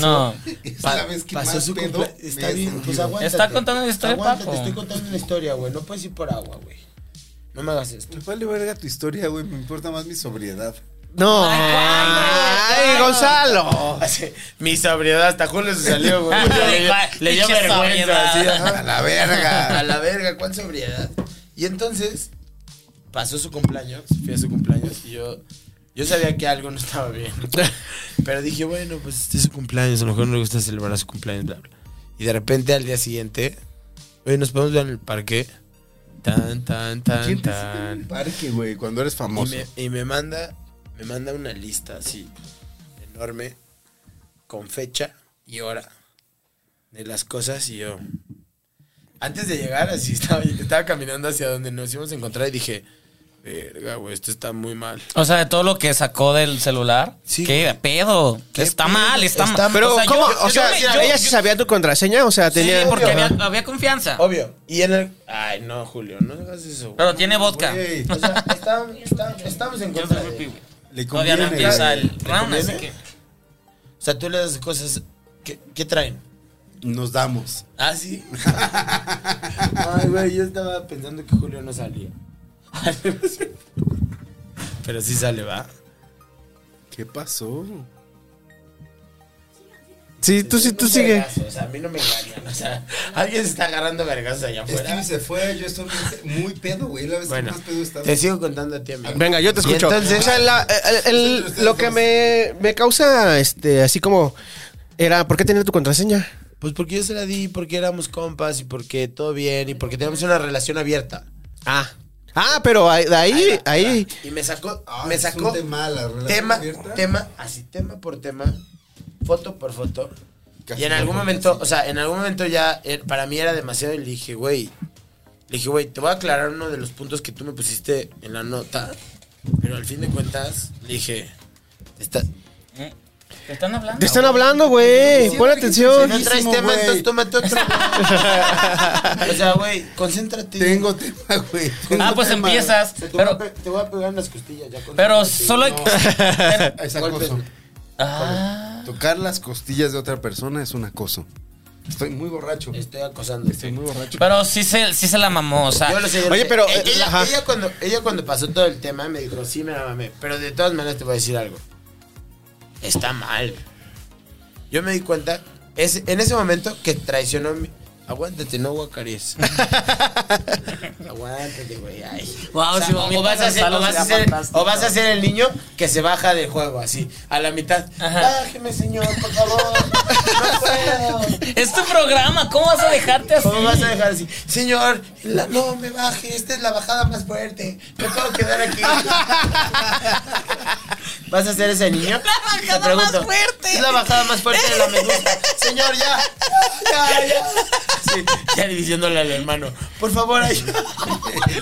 S3: No.
S5: Pa-
S1: ¿Sabes qué
S5: pasó
S1: más
S5: su
S1: pedo?
S5: cumple- Está
S1: Me
S5: bien,
S1: sentí,
S5: pues
S1: güey.
S5: aguántate.
S3: Está contando la historia,
S5: Aguántate,
S3: Paco.
S5: estoy contando una historia, güey. No puedes ir por agua, güey. No me hagas esto.
S1: Me vale verga tu historia, güey. Me importa más mi sobriedad.
S4: No.
S3: ay,
S4: Ay,
S3: ay.
S4: Gonzalo.
S5: Así, Mi sobriedad hasta Julio se
S4: <laughs>
S5: salió, güey. Le dio- Le dio
S3: Pinche
S5: vergüenza.
S3: sobriedad.
S5: así,
S1: <laughs>
S5: ajá.
S1: A la verga.
S5: A la verga, ¿cuál sobriedad? Y entonces pasó su cumpleaños, fui a su cumpleaños y yo, yo sabía que algo no
S4: <laughs>
S5: estaba bien. Pero dije, bueno, pues este es su cumpleaños, a lo mejor no le gusta celebrar su cumpleaños, bla, bla. Y de repente al día siguiente, oye, nos podemos ver en el parque. Tan, tan, tan,
S1: ¿Quién te sigue en el
S5: tan.
S1: parque, güey? Cuando eres
S5: Y
S1: famoso.
S5: me, y me manda me manda una lista así enorme con fecha y hora de las cosas y yo <laughs> antes de llegar así estaba, estaba caminando hacia donde nos íbamos a encontrar y dije Verga, güey, esto está muy mal.
S3: O sea, de todo lo que sacó del celular. ¿Qué pedo? está mal, está, mal.
S4: Pero,
S3: O sea, yo-
S4: ¿cómo?
S3: yo-
S4: o sea,
S3: yo me- yo-
S4: ¿ella sí sabía tu contraseña? O sea, tenía...
S3: Sí, porque había, había confianza.
S5: Obvio. Y en el. Ay, no, Julio, no hagas eso. güey.
S3: Pero tiene vodka.
S5: Güey, o sea, está- está- estamos en contra. de-
S1: Le
S3: Todavía no
S5: conviene,
S3: empieza
S5: güey.
S3: el
S5: ¿Le
S3: round, así
S5: conviene?
S3: que.
S5: O sea, tú le das cosas. ¿Qué, qué traen?
S1: Nos damos.
S5: Ah, sí. <laughs> Ay, güey, yo estaba pensando que Julio no salía. Ay, no es cierto. Pero sí sale, ¿va?
S1: ¿Qué pasó?
S4: Sí, tú sí, tú sigue.
S5: O sea, a mí no me engañan. O sea, alguien se está agarrando vergas allá afuera.
S10: Stevie se fue, yo estoy muy pedo, güey. La vez
S5: Bueno,
S10: que más pedo estaba.
S5: Te sigo contando a ti, amigo.
S4: Venga, yo te
S5: Y
S4: escucho.
S5: entonces- eh,
S4: o sea, la- Eh, el- el- lo que me, me causa, este, así como, era, ¿por qué tenía tu contraseña?
S5: Pues porque yo se la di, porque éramos compas y porque todo bien y porque teníamos una relación abierta.
S4: Ah. Ah, pero ahí, de ahí, ahí.
S5: Y me sacó,
S10: Ah,
S5: me
S10: es
S5: sacó
S10: un tema, la relación
S5: tema,
S10: abierta.
S5: tema, así tema por tema, foto por foto.
S10: Casi
S5: y en
S10: no
S5: algún
S10: fue
S5: momento, o sea, en algún momento ya eh, para mí era demasiado y le dije, güey, le dije, güey, te voy a aclarar uno de los puntos que tú me pusiste en la nota, pero al fin de cuentas le dije, está,
S3: ¿Te están hablando?
S4: Te están hablando, güey. Pon
S5: si
S4: atención.
S5: no traes tema, entonces tómate
S3: <laughs>
S5: otro. o sea, güey, concéntrate.
S1: Tengo tema, güey.
S3: Ah, pues empiezas.
S5: Te voy, a
S3: Pero,
S5: pe- te voy a pegar en las costillas ya. concéntrate.
S3: pero solo hay que.
S1: Es acoso. Ah. Tocar las costillas de otra persona es un acoso. Estoy muy borracho.
S5: Estoy acosando.
S1: Estoy muy borracho.
S3: Pero sí se, sí se la mamó, <laughs> o sea.
S5: Yo lo sé, yo lo
S4: Oye,
S5: sé.
S4: pero,
S5: Eh,
S4: eh,
S5: Ella,
S4: ajá.
S5: ella cuando, ella cuando pasó todo el tema me dijo, sí, me la mamé. Pero de todas maneras te voy a decir algo. Está mal. Yo me di cuenta es, en ese momento que traicionó mi... Aguántate, no guacaries. Aguántate, güey. ay.
S3: Wow,
S5: O sea,
S3: Ah, si
S5: o,
S3: vomitas
S5: vas a hacer,
S3: hasta
S5: o,
S3: los
S5: vas
S3: será
S5: a ser-
S3: fantástico.
S5: o vas a ser el niño que se baja del juego así, a la mitad. Bájeme, señor, por favor. No puedo.
S3: Es tu programa, ¿cómo vas a dejarte así?
S5: ¿Cómo vas a dejar así? Señor, la- no me baje, esta es la bajada más fuerte. Me puedo
S3: <laughs>
S5: quedar aquí. ¿Vas a ser ese niño? Te
S3: bajada
S5: pregunto,
S3: más fuerte.
S5: Es la bajada más fuerte de la me gusta. Señor, ya. Ya, ya. Sí, ya diciéndole al hermano, por favor, ayúdame.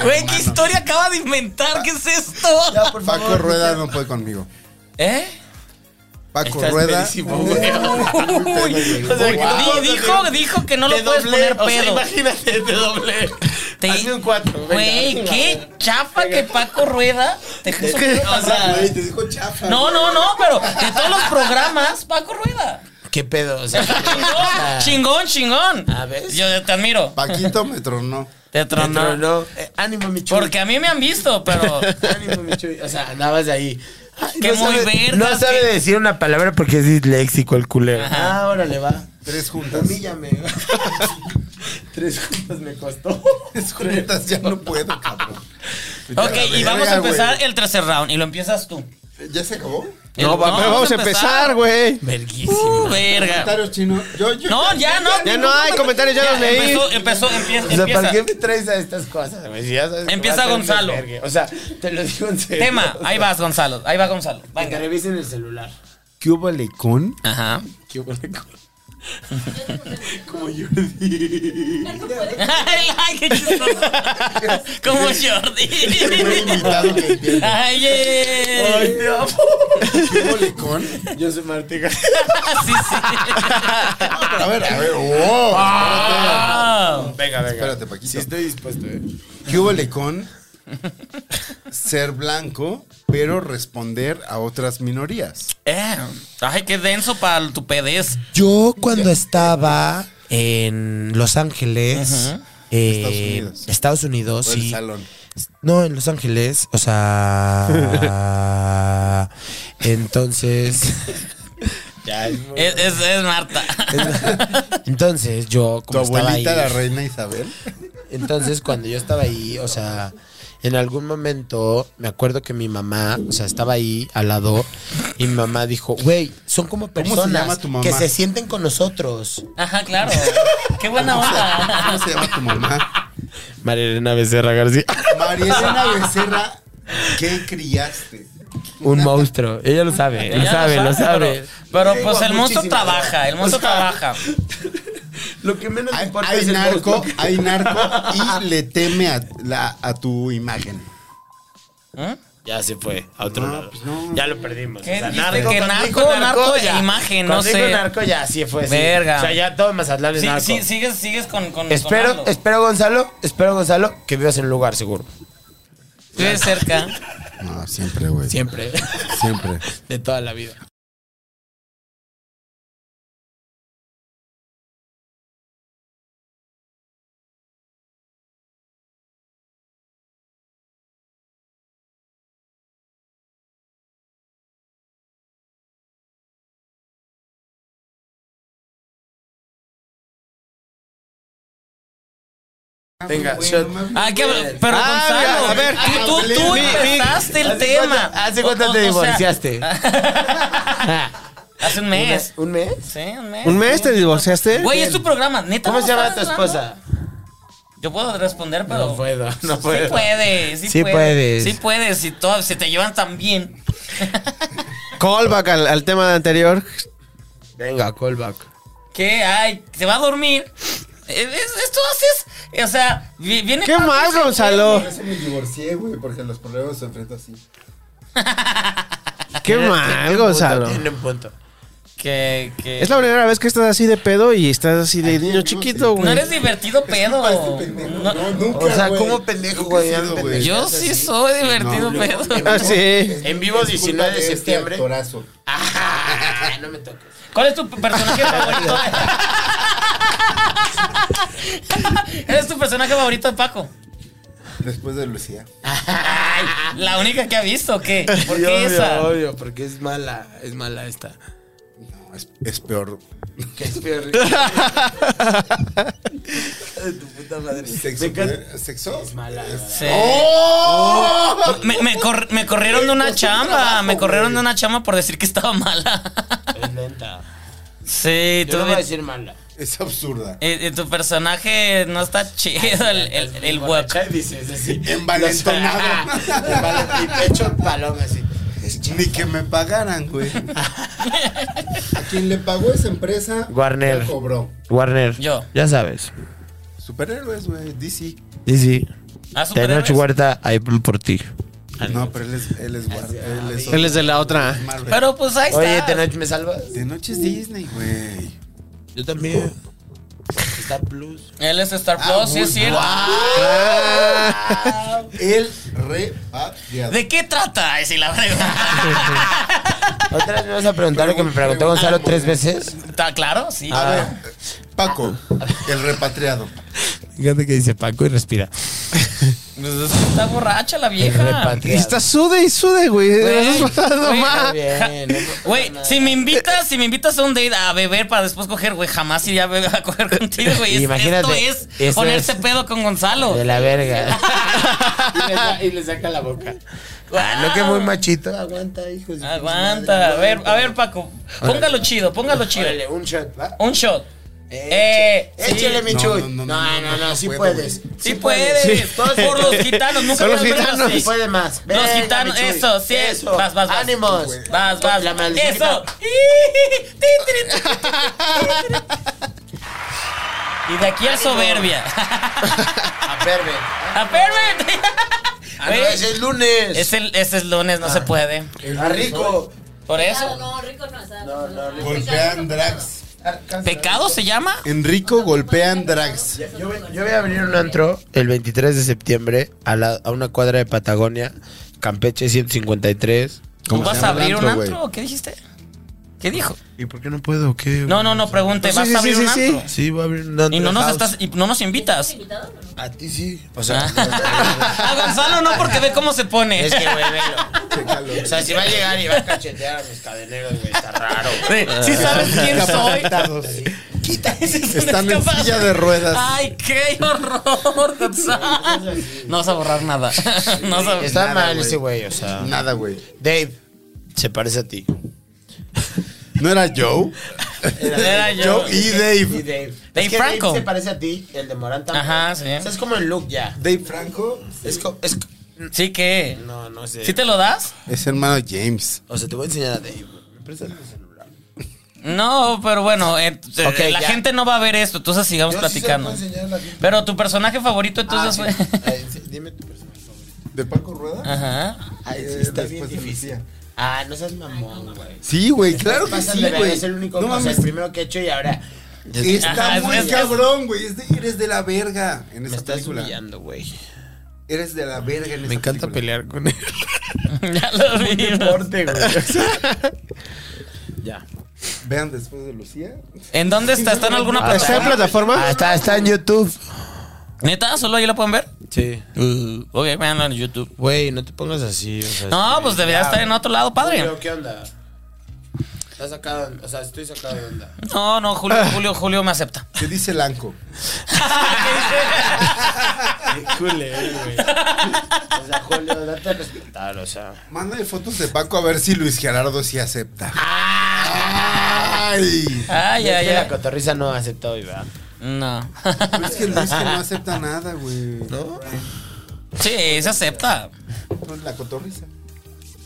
S3: Güey, ¿qué historia acaba de inventar? ¿Qué es esto?
S5: Ya, por favor.
S1: Paco Rueda no puede conmigo.
S3: ¿Eh?
S1: Paco
S5: Estás
S1: Rueda.
S5: pedísimo, güey.
S3: Uy,
S5: O sea, que no
S3: Di-
S5: puedo
S3: dijo,
S5: hacer-
S3: dijo que no lo
S5: Te
S3: puedes poner
S5: doblé, o sea,
S3: pedo.
S5: imagínate, te doble.
S3: Te-
S5: Hazme un cuatro. venga.
S3: Güey, qué chafa que Paco Rueda te puso.
S5: O sea,
S3: <laughs>
S10: Güey, te dijo chafa.
S3: No, no, no, pero de todos los programas, Paco Rueda.
S5: ¿Qué pedo? O
S3: <laughs>
S5: sea, <laughs>
S3: Chingón, chingón.
S5: A ver.
S3: Yo te admiro.
S1: Paquito me tronó.
S3: Te tronó.
S5: no. Eh, ánimo, mi chuy.
S3: Porque a mí me han visto,
S5: <laughs>
S3: pero.
S5: Ánimo, mi chuy. O sea, andabas ahí. Ay,
S3: Que muy verga,
S5: No sabe
S3: que-
S5: decir una palabra porque es disléxico el culero.
S3: Ajá.
S5: Ah, órale, va.
S1: Tres juntas. <laughs>
S5: Humíllame. Tres juntas me costó.
S1: Tres juntas ya no puedo, cabrón. Ya
S3: Ok,
S1: la
S3: y
S1: verga,
S3: vamos a empezar
S1: güey.
S3: el tercer round. Y lo empiezas tú.
S1: ¿Ya se acabó?
S4: No, va- pero vamos a
S3: <laughs>
S4: empezar, güey.
S3: Uh, verga.
S1: Comentarios chino. Yo, yo.
S3: No, ya no.
S4: Ya no hay comentarios, ya los leí.
S3: Empezó, empezó, empie-
S5: O sea, ¿para qué
S3: empieza.
S5: me traes a estas cosas? güey? Si ya sabes que
S3: Empieza
S5: va a ser un
S3: Gonzalo.
S5: desvergue. O sea, te lo digo en serio.
S3: Tema, ahí vas, Gonzalo. Ahí va Gonzalo.
S5: Que te
S3: Venga.
S5: revisen el celular.
S1: ¿Qué hubo lecón?
S3: Ajá.
S5: ¿Qué hubo? Como Jordi.
S3: <laughs> Ay, qué chistoso. Como Jordi. Ay, yeah.
S5: Ay, te amo.
S1: ¿Qué hubo lecón?
S5: Yo soy Martín.
S3: <laughs> Sí, sí.
S1: A ver, a ver. Oh,
S5: Ah.
S3: Wow.
S5: Venga, venga.
S1: Espérate, Paquito.
S5: Sí, estoy dispuesto, eh.
S1: ¿Qué hubo lecón? Ser blanco, pero responder a otras minorías.
S3: Eh, Ay, qué denso para tu pedez.
S5: Yo cuando estaba en Los Ángeles,
S3: Ajá.
S5: eh,
S1: Estados Unidos.
S5: Estados Unidos,
S1: O el
S5: sí.
S1: salón.
S5: No, en Los Ángeles, o sea, <laughs> entonces, eh,
S3: Es, es- es Marta.
S5: entonces yo
S1: ¿Tu
S5: como estaba ahí,
S1: abuelita, la reina Isabel?
S5: entonces cuando yo estaba ahí, o sea, en algún momento me acuerdo que mi mamá, o sea, estaba ahí al lado y mi mamá dijo, güey, son como
S1: se llama
S5: personas
S1: tu mamá?
S5: que se sienten con nosotros.
S3: Ajá, claro. Qué buena
S1: ¿Cómo
S3: onda.
S1: se llama tu mamá?
S5: María Elena Becerra García.
S1: María Elena Becerra, ¿qué criaste?
S5: Un monstruo. Ella lo sabe,
S3: Ya Pero, pero, pues el monstruo trabaja, el monstruo trabaja.
S5: Lo que
S10: Ah,
S5: menos
S1: Hay,
S5: importa
S1: hay
S5: es el
S1: narco,
S5: monstruo.
S1: hay narco y le teme a, la- a tu imagen.
S5: Ya se fue a otro lado. Ya lo perdimos.
S3: ¿Qué
S5: O sea,
S3: dijiste? Que narco, narco de imagen, no
S5: Cuando dijo
S3: sé.
S5: narco ya, sí fue. sí.
S3: Verga.
S5: O sea, ya todo Mazatlán es
S3: Sí,
S5: narco.
S3: sí, sigues, sigues con, con
S5: Espero,
S3: sonando.
S5: espero, Gonzalo, espero, Gonzalo, que vivas en un lugar seguro.
S3: Vives cerca.
S1: No, siempre, güey.
S5: Siempre.
S1: Siempre.
S5: <laughs> De toda la vida. Venga, shot.
S3: Ah, que, pero
S5: Ah,
S3: Gonzalo,
S5: mira, a ver,
S3: tú- tú,
S5: mi-
S3: tú
S5: mi-
S3: empezaste el
S5: ¿Hace
S3: tema.
S5: cuánto- hace
S3: O-
S5: cuánto
S3: o-
S5: te
S3: o sea,
S5: divorciaste?
S3: <laughs> hace un mes.
S5: ¿Un mes?
S3: Sí, un mes.
S4: ¿Un mes te divorciaste?
S3: Güey, es tu programa, neta.
S5: ¿Cómo
S3: ¿no
S5: se llama tu
S3: estás hablando?
S5: esposa?
S3: Yo puedo responder, pero.
S5: No puedo, no
S3: Sí
S5: puedo.
S3: puedes, sí,
S4: Sí
S3: puedes.
S4: puedes.
S3: Sí puedes, si, todo, si te llevan tan bien. <laughs>
S4: Callback al, al tema anterior.
S5: Venga, callback.
S3: ¿Qué? Ay, se va a dormir. Eh, es- Esto haces. O sea, vi- viene.
S4: ¿Qué más, Gonzalo?
S10: Por eso me divorcié, güey, porque los problemas se enfrentan así.
S4: Qué mal, Gonzalo.
S5: Tiene un punto.
S3: Que, que.
S4: Es la primera vez que estás así de pedo y estás así de niño chiquito,
S3: No
S4: güey.
S3: eres divertido, pedo. No-
S10: Nunca,
S5: O sea,
S10: güey.
S5: ¿cómo pendejo, güey?
S3: yo sí soy divertido, pedo.
S4: <laughs> Ah, sí.
S5: En vivo
S10: Es culpa
S5: 19 de
S10: este
S5: septiembre.
S10: actorazo.
S5: Ah, no me toques. <laughs>
S3: ¿Cuál es tu <laughs> personaje favorito? ¿Eres tu personaje favorito de Paco?
S10: Después de Lucía.
S3: ¿La única que ha visto o qué? ¿Por qué
S5: obvio,
S3: esa?
S5: obvio, porque es mala, es mala esta.
S1: No, es, es peor.
S5: Que es <laughs> peor. De tu puta madre.
S1: ¿Sexo?
S5: Me encanta-
S1: poder- ¿Sexo? ¡Oh!
S5: Es mala. Oh.
S3: Sí. Me, me- cor- me corrieron de una chamba, me corrieron de una chamba por decir que estaba mala.
S5: Es lenta.
S3: Sí,
S5: Yo
S3: tú
S5: no voy a
S3: bien-
S5: decir mala.
S1: Es absurda.
S3: eh, eh, tu personaje no está chido, el, el, el hueco.
S5: Borracha, dices así.
S1: Envalentonado.
S5: Mi pecho paloma así.
S1: Ni que me pagaran,
S5: <laughs>
S1: güey.
S10: A quien le pagó esa empresa,
S5: Warner.
S10: le cobró.
S5: Warner.
S3: Yo.
S5: Ya sabes.
S1: Superhéroes, güey. DC.
S5: Sí, sí.
S3: Ah, superhéroes.
S5: Huerta, ahí por ti.
S1: No, pero él es, él es, guar- él
S5: ah,
S1: es,
S4: Él es de la otra.
S1: Marvel.
S3: Pero pues ahí está.
S5: Oye, Tenoch, ¿me salvas?
S1: De noche es Disney, güey.
S5: Yo también. Está Plus.
S3: Él es Star Plus,
S5: Ah,
S3: sí es cierto.
S10: El repatriado.
S3: ¿De qué trata? Ay, sí, la verdad.
S5: ¿Otra vez me vas a preguntar lo que me preguntó Gonzalo tres veces?
S3: <laughs> ¿Está claro? Sí.
S1: A ver, Paco, el repatriado.
S5: Fíjate que dice Paco y respira.
S3: Pues, es que está borracha la vieja.
S4: <laughs> Y está sude y sude, güey. <laughs>
S3: Güey,
S4: No
S3: güey,
S4: más.
S5: Bien, no pasa
S3: Güey,
S5: nada.
S3: si me invitas, si me invitas a un date a beber para después coger, güey, jamás iría a beber a coger contigo, güey. Es-
S5: Imagínate,
S3: esto es
S5: eso
S3: ponerse
S5: es-
S3: pedo con Gonzalo.
S5: De la verga. <laughs> y, le sa- y le saca la boca. Ah, no que muy machito. Aguanta, hijo. de su
S3: Aguanta, a
S5: madre.
S3: ver, a ver, Paco. Póngalo chido, póngalo chido.
S5: Órale, un shot, ¿va?
S3: Un shot.
S5: Eh,
S3: Eh,
S5: sí. Échele, mi
S1: No,
S5: chuy.
S1: no,
S5: No,
S1: no,
S5: no,
S1: no, no,
S5: no,
S1: no
S5: sí
S1: puedo,
S5: puedes.
S1: güey.
S3: Sí puedes.
S5: Todos
S3: Por los gitanos, nunca
S5: Son los
S3: habías visto
S5: gitanos.
S3: así.
S5: Sí puede más.
S3: Los
S5: Venga,
S3: gitanos,
S5: mi Chuy.
S3: eso, sí.
S5: Eso.
S3: Vas, vas, vas.
S5: Ánimos.
S3: Vas, vas.
S5: La maldición.
S3: Eso. <laughs> Y de aquí a soberbia. <laughs>
S5: A ver, ven.
S3: A pervert.
S5: Ah, no, es el lunes.
S3: Es el, es el lunes, no se puede.
S5: Ah, rico.
S3: Por
S9: Claro,
S3: eso.
S9: no, rico no es
S5: No, no, rico.
S1: Golpean drags.
S3: ¿Pecado se llama?
S1: Enrico golpean drags.
S5: Yo, voy- yo voy a venir a un antro el 23 de septiembre a, la- a una cuadra de Patagonia, Campeche 153.
S1: ¿Cómo
S3: ¿Vas
S1: se llama
S3: a
S1: el
S3: abrir un
S1: antro,
S3: antro? o ¿Qué dijiste? ¿Qué dijo?
S5: ¿Y por qué no puedo? ¿Qué?
S3: No, no, no, pregunte.
S4: Sí,
S3: ¿Vas
S4: sí,
S3: a abrir
S4: sí,
S3: un
S4: sí,
S3: antro?
S5: Sí, va a abrir un antro.
S3: Y no nos
S5: house.
S3: estás, y no nos invitas.
S9: invitado o no?
S5: A ti sí. O sea,
S3: Ah. A Gonzalo no, porque ve cómo se pone.
S5: es que, güey, velo. O sea, si va a llegar y va a cachetear a mis cadeneros, güey, está raro.
S3: Sí, sí sabes quién soy. <laughs>
S1: Capacitados.
S3: Sí son
S1: Están en
S3: escapados.
S1: silla de ruedas.
S3: Ay, qué horror, Gonzalo. No vas a borrar nada. <laughs> No vas a-
S5: Está
S1: Nada,
S5: mal
S1: güey.
S5: ese güey, o sea.
S1: Nada, güey.
S5: Dave, se parece a ti.
S1: ¿No era Joe?
S3: Era yo.
S1: Joe y Dave.
S5: Dave.
S3: Dave
S5: Es que
S3: Franco.
S5: Dave se parece a ti, el de Morán también.
S3: Ajá, sí.
S5: O sea, es como el look ya.
S1: Dave Franco
S5: Es co- es co-
S3: Sí que.
S5: No, no sé.
S3: ¿Sí te lo das?
S1: es hermano de James.
S5: O sea, te voy a enseñar a Dave. Me prestas tu celular.
S3: No, pero bueno, eh,
S5: Ok,
S3: eh, la
S5: ya.
S3: gente no va a ver esto, entonces sigamos
S5: Yo sí se lo
S3: platicando.
S5: <laughs> puedo enseñar a la gente.
S3: pero tu personaje favorito entonces
S5: Ah, sí.
S3: fue...
S5: Ay, sí, Dime tu personaje favorito.
S1: ¿De Paco Rueda?
S3: <laughs> Ajá. <laughs>
S5: Ay, sí,
S1: Eh,
S5: está bien
S1: después de
S5: difícil.
S1: Lucía.
S5: Ah, no seas mamón, güey.
S1: Sí, güey, claro que
S5: Pásate,
S1: sí,
S5: verga,
S1: güey.
S5: Es el único,
S1: No
S5: o sea,
S1: mames.
S5: el primero que he hecho y ahora.
S1: Está
S5: Ajá,
S1: muy
S5: es- es-
S1: cabrón, güey. Es de- Eres de la verga en
S5: Me
S1: esta
S5: estás
S1: película.
S5: humillando, güey.
S1: Eres de la verga en esta
S6: Me encanta
S1: película.
S6: pelear con él.
S3: Ya lo vi.
S5: deporte, güey.
S1: Ya. Vean después de Lucía.
S3: ¿En dónde está? ¿Está en alguna
S4: ¿Está en
S3: plataforma?
S4: plataforma?
S5: Ah, está, está en YouTube.
S3: ¿Neta? ¿Solo ahí la pueden ver?
S5: Sí.
S3: Uh, ok, véanla en YouTube.
S5: Güey, no te pongas así. O sea,
S3: No,
S5: sí,
S3: pues debería
S5: ya,
S3: estar
S5: güey.
S3: en otro lado, padre.
S5: Julio, ¿qué onda? Estás sacado, o sea, estoy sacado de onda.
S3: No, no, Julio, Julio, Julio me acepta.
S1: ¿Qué dice Lanco?
S5: güey. O sea, Julio, date a respetar, o sea.
S1: Mándale fotos de Paco a ver si Luis Gerardo sí acepta.
S5: Ah,
S1: ¡Ay!
S3: Ay,
S5: Es
S3: ay,
S5: que la
S3: ay.
S5: cotorriza no aceptó hoy, ¿verdad?
S3: No.
S1: Pero es que Luis que no acepta nada, güey. ¿No?
S3: Sí, se acepta.
S1: La cotorriza.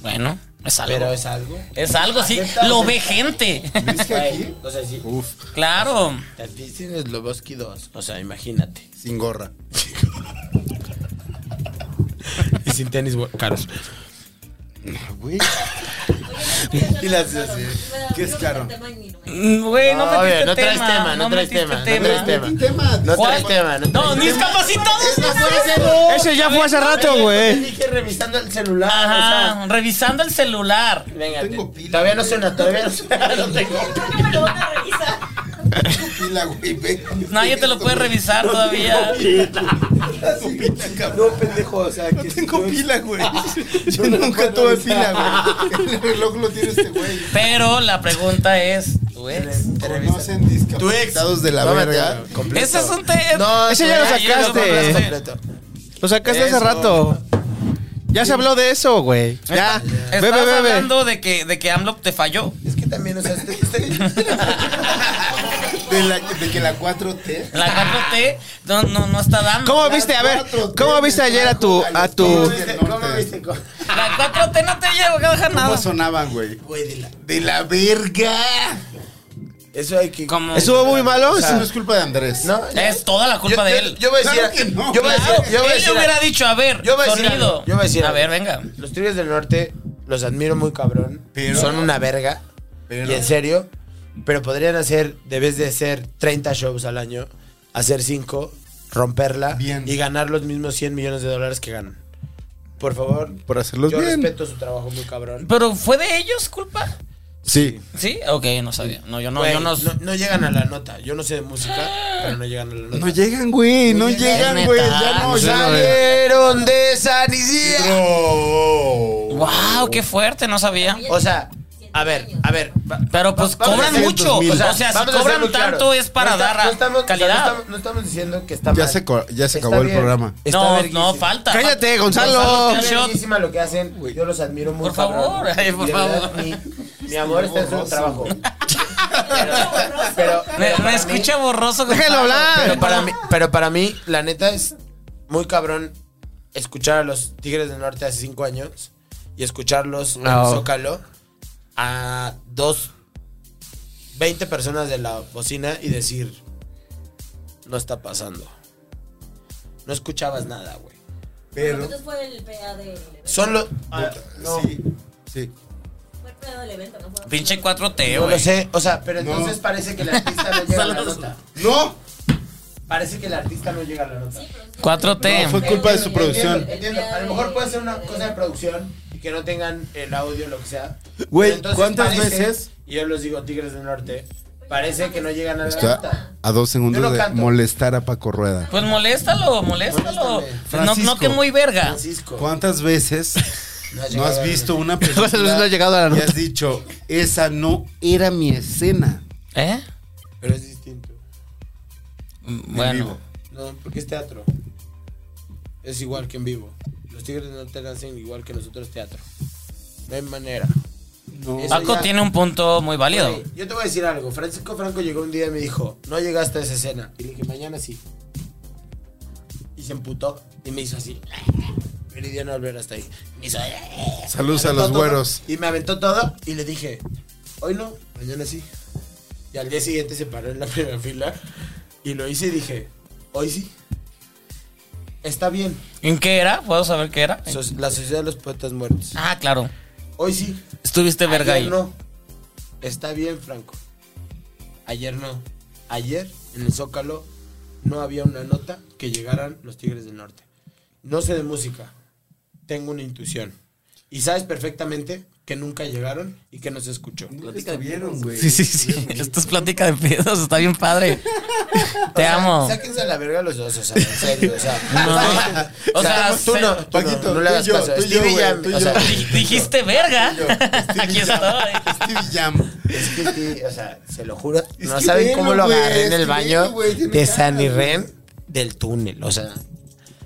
S3: Bueno, es algo.
S5: Pero es algo.
S3: Es algo, sí.
S5: ¿Acepta?
S3: Lo ve gente.
S1: Luis que aquí.
S5: Güey, O sea, sí.
S1: Uf,
S3: Claro.
S5: A ti tienes Loboski 2. O sea, imagínate.
S1: sin gorra.
S5: Y sin tenis güey, caros.
S1: Güey.
S5: Y las así.
S1: ¿Qué es caro?
S3: Mm, Güey, no,
S5: No,
S3: metiste
S5: obvio, no traes tema, no traes
S3: metiste
S5: tema, no traes tema.
S1: ¿Qué tema?
S5: No
S3: ¿Cuál?
S5: traes tema, no
S3: No,
S5: traes
S3: ni
S5: tema.
S3: discapacitados.
S5: Ese fue hace-
S4: Ese ya fue hace rato,
S5: Te
S4: güey.
S5: dije revisando el celular, o
S3: Ajá, revisando el celular.
S5: sea. Venga,
S1: Tengo
S5: te-
S1: pila,
S5: todavía no suena, todavía no suena. No
S4: <laughs>
S5: tengo.
S1: Pila, güey. ve.
S3: Pues Nadie te lo puede revisar todavía.
S1: Así, cabrón.
S5: No, pendejo, o sea, que
S1: No tengo pila, güey.
S5: Ah,
S1: Yo nunca tuve pila, güey. El reloj lo tiene este güey.
S3: Pero la pregunta es, ¿tu ex?
S1: Conocen discapacitados de la verga.
S3: Ese es un tema.
S4: No, ese ya lo sacaste. Lo sacaste hace
S5: Eso.
S4: rato. Ya se habló de eso, güey. Ya.
S3: Estás
S4: Bebe, bebe.
S3: hablando de que, de que AMLO te falló.
S5: Es que también, o sea, este, este-
S1: <laughs> De, la, de que la 4T.
S3: La 4T no, no, no está dando.
S4: ¿Cómo viste? A ver, ¿cómo viste ayer a tu. a tu.
S5: ¿Cómo viste? ¿Cómo?
S3: La 4T no te llega a dejar
S1: ¿Cómo
S3: nada.
S1: sonaban, güey?
S5: Güey, de la-
S1: De la verga.
S5: Eso hay que.
S3: Como-
S4: ¿Estuvo muy malo?
S1: Eso no es culpa de Andrés.
S5: No,
S3: Es toda la culpa
S5: yo,
S3: de
S5: yo-
S3: él.
S5: Yo voy a decir.
S1: Claro que no.
S5: Yo voy a decir.
S3: Claro,
S5: yo voy a
S3: él
S5: decir-
S3: hubiera dicho, a ver,
S5: Yo voy a decir
S3: sonido.
S5: algo, yo voy a decir algo.
S3: ver, venga.
S5: Los Tigres del Norte los admiro muy cabrón.
S1: Pero-
S5: son una verga.
S1: pero-
S5: y en serio. Pero podrían hacer, debes de hacer 30 shows al año, hacer 5, romperla
S1: Bien.
S5: y ganar los mismos 100 millones de dólares que ganan. Por favor,
S1: Por hacerlos
S5: yo
S1: bien.
S5: respeto su trabajo muy cabrón.
S3: Pero fue de ellos culpa.
S1: Sí.
S3: Sí, ok, no sabía. No, yo no,
S5: Güey,
S3: yo no.
S5: no, no llegan a la nota. Yo no sé de música, pero no llegan a la
S1: No
S5: nota. Ah,
S1: llegan, güey. No llegan,
S3: neta.
S1: güey. Ya no
S3: No sé,
S1: salen.
S5: Salieron de San Isidro.
S3: Wow, qué fuerte, no sabía.
S5: O sea, a ver, a ver. va-
S3: Pero pues
S5: vamos a
S3: cobran
S5: hacer
S3: mucho.
S1: 2,000.
S3: O sea, si
S5: vamos a
S3: cobran
S5: hacerlo claro.
S3: tanto es para
S5: No está-
S3: dar a-
S5: no estamos- o sea,
S3: calidad.
S5: no, estamos, no estamos diciendo que está
S1: Ya
S5: mal.
S1: se, co- ya se
S5: Está
S1: acabó el
S5: bien.
S1: programa.
S5: Está
S3: No,
S5: verguísima.
S3: no, falta.
S4: Cállate,
S3: Gonzalo,
S4: Gonzalo.
S3: shot.
S5: Está verguísima lo que hacen. Yo los admiro mucho.
S3: Por favor, ay, por favor.
S5: mi, mi amor está en su trabajo. Pero- pero
S3: Me,
S5: pero
S3: me
S5: para
S3: escucha borroso.
S4: Déjalo
S3: Gonzalo.
S4: hablar.
S5: Pero para, mí, pero para mí, la neta es muy cabrón escuchar a los Tigres del Norte hace cinco años y escucharlos
S4: No.
S5: en Zócalo a dos, 20 personas de la bocina y decir, no está pasando. No escuchabas nada, güey.
S1: Pero.
S9: Entonces fue el PA del evento.
S5: Son los...
S1: Ah,
S5: no,
S1: Sí. Sí.
S9: Fue el PA del evento, no fue.
S3: Pinche 4T,
S5: no
S3: güey.
S5: lo sé. O sea, pero
S1: No.
S5: entonces parece que el artista no llega a la
S3: Saludos.
S5: nota.
S1: ¡No!
S5: Parece que el artista no llega a la nota.
S3: 4T.
S1: No, fue culpa de su producción.
S5: Entiendo, a lo mejor puede ser una cosa de producción y que no tengan el audio, lo que sea.
S1: Güey,
S5: Pero entonces
S1: ¿cuántas
S5: parece,
S1: veces?
S5: Y yo los digo, Tigres del Norte, parece que no llegan a la
S1: Está
S5: nota.
S1: a dos segundos
S5: Yo no
S1: de
S5: canto.
S1: molestar a Paco Rueda.
S3: Pues moléstalo, moléstalo.
S5: Moléstame.
S3: No, no
S1: Francisco.
S3: que muy verga.
S5: Francisco.
S1: ¿Cuántas <laughs> veces
S5: No
S1: no
S5: has llegado
S1: has
S5: a la
S1: visto <laughs> una película
S4: ¿Cuántas veces no ha llegado a la
S1: y
S4: nota?
S1: has dicho, esa no era mi escena?
S3: ¿Eh?
S5: Pero es distinto.
S3: Mm,
S1: En vivo.
S3: Bueno.
S5: No, porque es teatro. Es igual que en vivo. Los Tigres del Norte hacen igual que nosotros teatro. No hay manera. Eso
S3: Paco
S5: ya-
S3: tiene un punto muy válido.
S5: Güey, yo te voy a decir algo. Francisco Franco llegó un día y me dijo, no llegaste a esa escena. Y le dije, mañana sí. Y se emputó y me hizo así. Meridiano Alvear hasta ahí. Me hizo, "Eh".
S1: Saludos
S5: Me
S1: a
S5: aventó
S1: los
S5: todo.
S1: güeros.
S5: Y me aventó todo y le dije, hoy no, mañana sí. Y al día <laughs> siguiente se paró en la primera fila y lo hice y dije, hoy sí. Está bien.
S3: ¿En qué era? ¿Puedo saber qué era?
S5: So- la Sociedad de los Poetas Muertos.
S3: Ah, claro.
S5: Hoy sí.
S3: Estuviste verga
S5: Ayer
S3: ahí.
S5: Ah, no. Está bien, Franco. Ayer no. Ayer, en el Zócalo, no había una nota que llegaran los Tigres del Norte. No sé de música. Tengo una intuición. Y sabes perfectamente que nunca llegaron y que no se escuchó.
S10: Nunca vieron, güey.
S3: Sí, sí, sí. Esto es plática de pedos. Está bien
S5: <laughs>
S3: padre. Te
S5: O sea,
S3: amo.
S5: Sáquense a la verga los dos, o sea, en serio, o sea. <laughs>
S3: O sea,
S5: tú
S3: se-
S5: no, tú no,
S3: Paquito,
S5: no le hagas
S3: tú y yo,
S5: caso.
S3: tú y yo,
S5: Stevie
S3: güey,
S5: Jam,
S3: tú y
S5: o sea,
S3: yo.
S5: <laughs>
S3: Di- dijiste verga. <laughs> Aquí estoy.
S1: Stevie Jam.
S5: Es que sí, o sea, se lo juro.
S10: Es
S5: no
S10: que
S5: saben
S10: velo,
S5: cómo lo
S10: güey,
S5: agarré
S10: es
S5: en el
S10: que
S5: baño
S10: velo, güey, tiene
S5: de
S10: cara,
S5: San
S10: güey.
S5: Irren del túnel, o sea.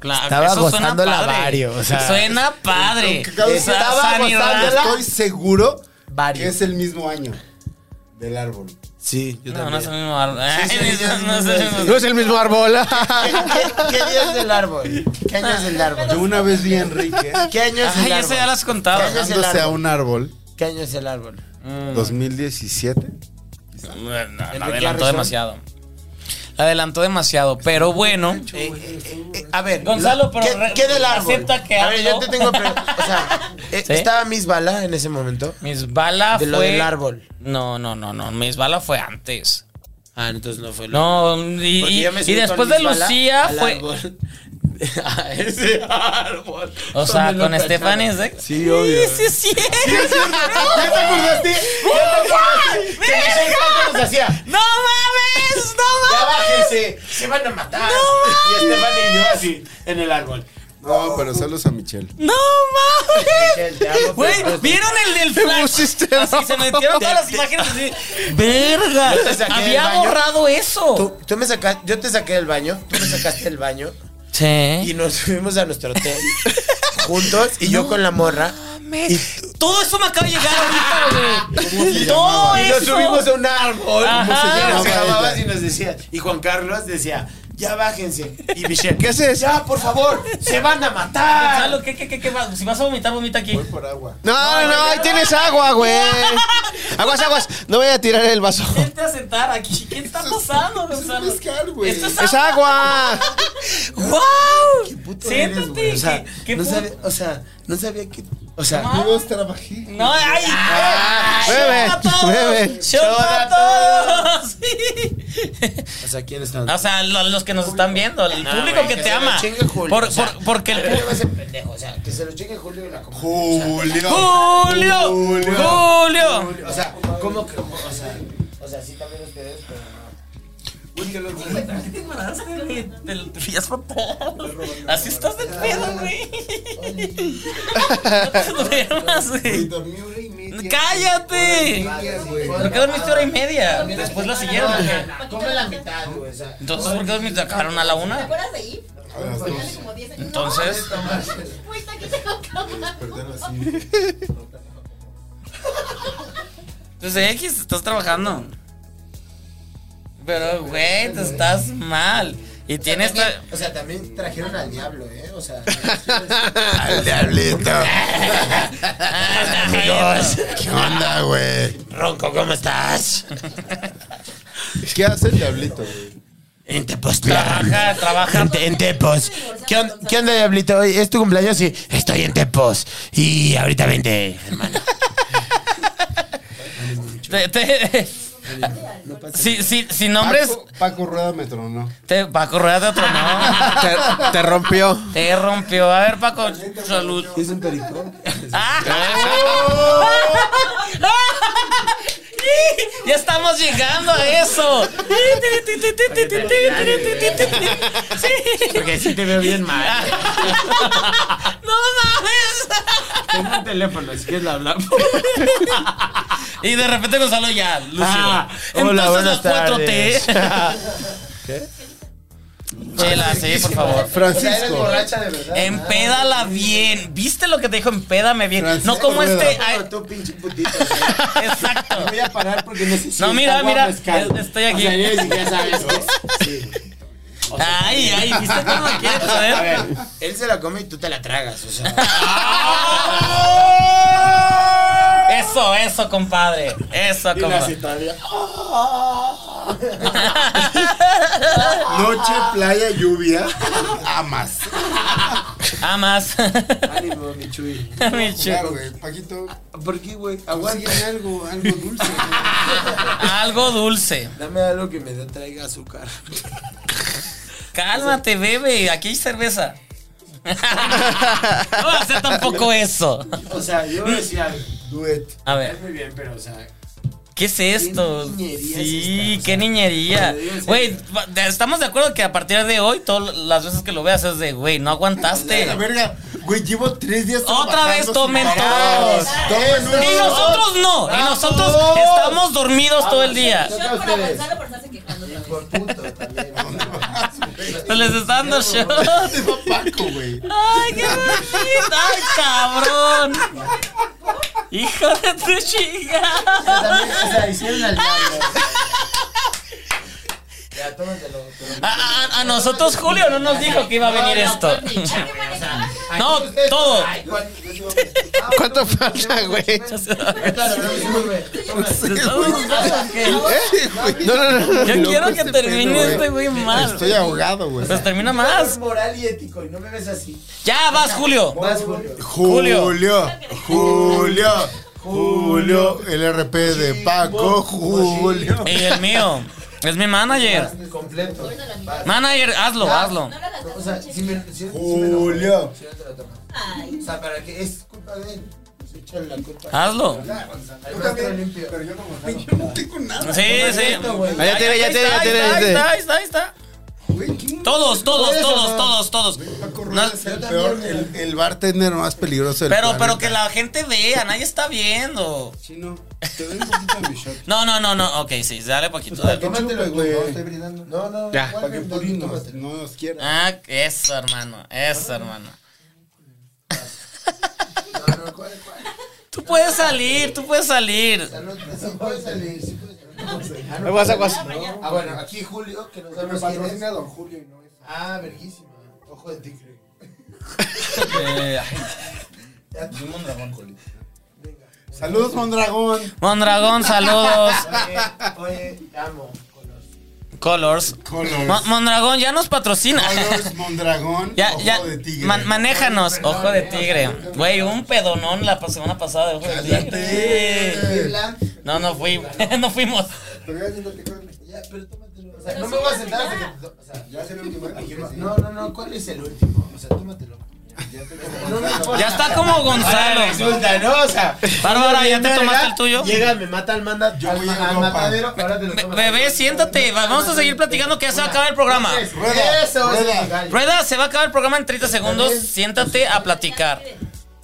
S3: Claro,
S5: estaba
S3: eso suena
S5: gozando la
S3: padre.
S5: vario, o sea.
S3: Suena padre.
S1: Aunque cabe-
S3: Esa
S1: Estaba
S3: sanidad.
S1: gozándola. Estoy seguro que
S5: Varios.
S1: es el mismo año del árbol.
S5: Sí, yo
S3: No,
S5: también.
S3: no es el mismo árbol.
S5: Sí, sí,
S3: Ay,
S5: sí,
S3: <laughs> no,
S5: sí,
S3: no es el mismo-
S4: No es el mismo árbol.
S5: <laughs>
S4: <laughs>
S5: ¿Qué, qué- qué año es el árbol? ¿Qué año es el árbol?
S1: Yo una vez vi a
S3: <laughs>
S1: Enrique
S5: ¿Qué año es
S3: Ay,
S5: el
S3: eso ya lo
S5: árbol?
S3: has contado.
S5: ¿Qué año es el
S1: dándose a
S5: árbol?
S1: un árbol
S5: ¿Qué año es el árbol?
S3: Mm.
S1: 2017.
S3: No, no, la
S5: Enrique
S3: adelantó
S5: Arreson.
S3: demasiado. La adelantó demasiado, pero bueno.
S5: Eh, eh, eh, a ver,
S3: Gonzalo, pero
S5: ¿qué,
S3: re-
S5: qué del árbol?
S3: acepta que
S5: a ver, yo
S3: hablo.
S5: te tengo. pre- O <laughs> sea, eh,
S3: ¿Sí?
S5: estaba Miss Bala en ese momento.
S3: Mis balas
S5: De
S3: fue.
S5: lo del árbol.
S3: No, no, no, no. Mis balas fue antes.
S5: Ah, entonces no fue lo
S3: No, y,
S5: Porque
S3: y-
S5: yo me
S3: y
S5: subí
S3: después
S5: con
S3: de
S5: mis balas
S3: Lucía
S5: al
S3: fue.
S5: árbol. <laughs> a ese árbol.
S3: O sea,
S5: Donde lo
S3: con
S5: cacharon.
S3: Stephanie Zeck.
S5: Sí, obvio.
S3: Sí, es cierto. <laughs>
S1: ¿Ya te acordaste?
S5: ¿Qué nos hacía?
S3: ¡No mames!
S5: Ya
S3: ¡No mames!
S5: bájense, se van a matar.
S3: No
S5: y Stephanie y yo así, en el árbol.
S1: No, pero saludos a Michelle.
S3: ¡No
S5: Michelle, te amo,
S3: mames! Güey,
S5: pero-
S3: ¿vieron el del flash?
S5: este
S4: pusiste
S3: Así se metieron todas
S5: <laughs>
S3: las imágenes así. ¡Verga!
S5: Yo te saqué del
S3: Había
S5: baño.
S3: borrado eso.
S5: Tú, tú me sacaste, yo te saqué del baño, tú me sacaste del baño y
S3: Sí.
S5: nos subimos a nuestro hotel juntos y yo con la morra. Y,
S3: Todo eso me acaba de llegar ahorita, güey. Todo
S5: y nos
S3: eso.
S5: subimos a un árbol.
S3: Ajá.
S5: Y nos
S1: Ajá.
S5: llamabas y nos decía. Y Juan Carlos decía, ya bájense. Y Michelle,
S4: ¿Qué haces?
S5: Ya, por favor, se van a matar.
S3: Gonzalo, ¿qué, qué, qué, qué vas? Si vas a vomitar, vomita aquí.
S1: Por agua.
S4: No, no, no, ahí tienes agua, güey.
S3: <laughs>
S4: Aguas, aguas. No voy a tirar el vaso.
S3: Vente a sentar aquí. ¿Qué está pasando, Gonzalo?
S1: mezcal, güey.
S3: Esto es
S4: ¡Es agua!
S3: ¡Wow!
S5: Puto eres,
S3: Siéntate.
S5: güey. O sea,
S3: ¿qué- qué
S5: no
S3: pu-
S5: sabía, o sea, no sabía que. O sea,
S1: Amigos, trabajé.
S3: No, ay,
S5: Ah,
S3: ay,
S4: bebe,
S3: shot para todos,
S4: bebe.
S3: shot
S5: Shot
S3: para
S5: a
S3: todos.
S5: o sea, ¿quién está?
S3: O sea, lo- los que nos están viendo, el
S5: No,
S3: público
S5: güey,
S3: que, te
S5: se lo
S3: ama.
S5: chingue Julio,
S3: Por-
S5: o sea,
S3: por- porque el
S5: a ver,
S3: pu-
S5: no seas pendejo, o sea, que se lo chingue Julio y la comadre, o sea,
S1: Julio.
S3: Julio, Julio, Julio.
S5: O sea, ¿cómo que? O sea, o sea, sí también ustedes, pero no.
S3: ¿Qué te guardaste, güey? Te lo te veías fatal. Así estás de pedo, güey. <laughs> No te duermas, güey.
S10: Dormí hora y media.
S3: ¡Cállate! ¿Por qué dormiste hora y media? Después la siguieron. ¿o qué?
S5: Come la mitad, güey, o sea.
S3: Entonces, ¿por qué dormiste? ¿Acabaron a la
S9: ¿Te
S3: una?
S9: acuerdas de ir? Como 10 años.
S3: Entonces.
S9: No, güey, está aquí, tengo cama.
S3: Entonces, Pues, eh, X, estás trabajando. Pero, güey, te estás mal. Y tienes. tra-
S5: O sea, también trajeron al diablo, ¿eh? O sea,
S1: <laughs> Al diablito.
S3: amigos.
S1: ¿Qué onda, güey?
S5: Ronco, ¿cómo estás?
S1: ¿Qué hace el diablito, güey?
S5: En Tepos.
S3: Trabaja, trabaja.
S5: En, en Tepos. ¿Qué, on- qué onda, Diablito? Hoy ¿Es tu cumpleaños? Sí, estoy en Tepos. Y ahorita vente, hermano.
S3: Te- te- si, si, si nombres.
S1: Paco, Paco Rueda me tronó.
S3: Te, Paco, rueda de otro no.
S4: Te, te rompió.
S5: <laughs>
S3: Te rompió. A ver, Paco, salud.
S5: Es un pericón.
S3: <laughs> Ya estamos llegando a eso.
S5: Porque sí te veo bien mal.
S3: No mames.
S5: Tengo un teléfono, si quieres lo hablamos.
S3: Y de repente Gonzalo ya, Lucio.
S5: Ah, hola,
S3: Entonces
S5: buenas
S3: las 4T.
S5: tardes.
S3: Chela, sí, por favor.
S1: Francisco.
S5: de verdad.
S3: Empédala bien. ¿Viste lo que te dijo? Empédame bien.
S1: Francisco
S3: No como
S1: Rueda.
S3: este. ay,
S5: Tú, pinche putito.
S3: exacto.
S5: Me voy a parar porque necesito.
S3: No, mira,
S5: agua
S3: mira,
S5: frescal.
S3: es- estoy aquí.
S5: O sea, ya ni
S3: <laughs>
S5: siquiera sabes. ¿no? Sí.
S3: Ay, ay, ¿viste cómo quieres
S5: A
S3: saber?
S5: ver, él se la come y tú te la tragas, o sea.
S3: Eso, eso, compadre. Eso, compadre.
S5: todavía.
S3: <laughs>
S1: Noche, playa, lluvia. Amas.
S3: Amas.
S10: Ánimo, mi Chuy.
S3: <laughs> Mi Chuy.
S10: Ya, güey, Paquito. ¿Por qué, güey? Aguanta algo, algo dulce.
S3: Algo dulce.
S5: Dame algo que me dé- traiga azúcar.
S3: Cálmate, bebe. Aquí hay cerveza. <laughs> no va a hacer tampoco eso.
S5: O sea, yo decía, duet.
S3: A ver.
S5: Muy bien, pero, o sea,
S3: ¿Qué es esto? sí, qué niñería. Güey, va- de- estamos de acuerdo que a partir de hoy, todas las veces que lo veas es de, güey, no aguantaste.
S1: La verga. Güey, llevo tres días
S3: Otra vez
S1: trabajando
S3: tomen
S1: sin parar.
S3: todos.
S1: Tomen uno,
S3: Y
S1: dos.
S3: nosotros no.
S5: Ah,
S3: Y
S1: Vamos.
S3: nosotros estamos dormidos todo el día.
S9: Yo por avanzar o por estarse quejando.
S5: <laughs>
S3: Les está dando shot.
S1: <laughs> Paco, güey.
S3: Ay, qué bonito. Ay, cabrón. Hijo de tu
S10: O sea, hicieron al
S3: chica.
S10: diablo.
S3: A, a- a nosotros Julio no nos dijo que iba a venir esto.
S10: pues,
S3: <laughs> No, todo.
S4: ¿Cuánto falta, güey?
S3: <laughs>
S4: ¿Eh? No, no, no.
S3: Yo
S4: no,
S3: quiero
S4: no,
S3: que
S4: este
S3: termine
S4: pedo,
S3: este güey mal.
S1: Estoy ahogado, güey.
S3: Pues termina más.
S10: Moral y ético, y no me ves así.
S3: Ya vas, Julio.
S10: Vas, Julio.
S1: Julio. Julio. Julio. El RP de Paco. Julio.
S3: Y el mío. Es mi manager.
S10: Completo. Vas.
S3: Manager, hazlo,
S10: Ah,
S3: hazlo.
S10: O sea, si me. Si, si me
S1: Julio.
S10: enojo, si no te lo tomas. O sea, para que es culpa de él. Pues échale la culpa.
S3: Hazlo.
S10: Ya, Tú también, pero yo como Gonzalo.
S3: Sí, sí.
S4: Ah, ya tiene, ya tiene, ya tiene, ya
S3: Ahí
S4: tiene.
S3: está, ahí está, ahí está. Todos, todos,
S1: Por eso,
S3: todos,
S1: no.
S3: todos, todos. No,
S1: El, peor, el, el bartender más peligroso del
S3: Pero, pero
S1: planeta.
S3: que la gente vea, nadie está viendo.
S10: Chino, te doy un poquito de mi
S1: <laughs>
S10: shot.
S3: No, no, no, no. Ok, sí, dale poquito. dale.
S10: Tómatelo, güey. No, estoy brindando. No, no,
S3: Ya.
S10: ¿cuál
S1: Para que
S10: brindando?
S1: Puri nos,
S10: Tómatelo.
S1: no nos quiera.
S3: Ah, eso, hermano. Eso, hermano. Tú puedes salir, tú puedes salir.
S10: Sí puede salir, sí puede salir. Ah, no,
S3: Aguas, aguas.
S10: no. Ah, bueno, aquí Julio, que nos
S11: Pero me
S10: damos quién
S11: patrocina
S10: es.
S11: don Julio y no es.
S10: Ah, verguísima. Ojo de tigre.
S3: Eh, ay,
S10: Ya te-
S1: Saludos, Mondragón.
S3: Mondragón, saludos.
S10: Oye, oye, te amo.
S3: Colors.
S1: Colors.
S3: Mo- Mondragón ya nos patrocina.
S1: Colors, Mondragón.
S3: <laughs> Ya,
S1: Ojo
S3: ya,
S1: de tigre.
S3: man- manéjanos, ojo de tigre. Güey, un pedonón la semana pasada de ojo de tigre. No, no fui, <laughs> no fuimos.
S10: Pero ya siéntate con Ya, pero tómatelo. O sea, no me voy a sentar hasta que. O sea, ya es el último. No, no, no. ¿Cuál es el último? O sea, tómatelo. No me importa.
S3: Ya está como Gonzalo.
S10: Ahora Resulta, ¿no? O sea.
S3: Bárbara, ¿ya te
S10: llega,
S3: tomaste el tuyo?
S10: Llega, me mata al manda. Yo voy al matadero. Ahora te lo tomas.
S3: Bebé, siéntate, va- vamos a seguir platicando que ya se va a acabar el programa.
S10: Rueda, Eso es
S1: rueda.
S10: legal.
S3: Rueda, se va a acabar el programa en 30 segundos. Siéntate a platicar.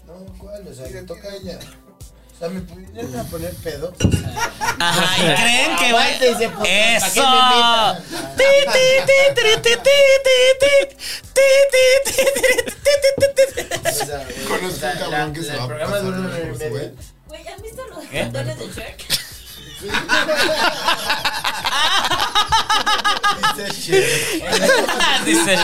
S10: No, ¿cuál? O sea, que toca a ella. O sea, me pudieron a poner pedo. O sea,
S3: Ajá, ¿y creen que va?
S10: Aguántense, putos, ¿pa' qué
S3: ¡Eso! Ti, ti, ti, tiri, ti, ti, ti, ti, ti, ti, ti, ti, ti, ti, ti, ti. <laughs>
S10: o sea, güey,
S1: Conozco
S10: o sea,
S1: un cabrón
S10: la-
S1: que
S10: la-
S1: se va
S10: El
S1: a
S10: programa
S1: pasar
S10: dura
S1: de
S10: una hora y
S1: lanza,
S10: <laughs> media.
S9: Güey, ¿han visto los cartones de Shrek?
S3: Dice,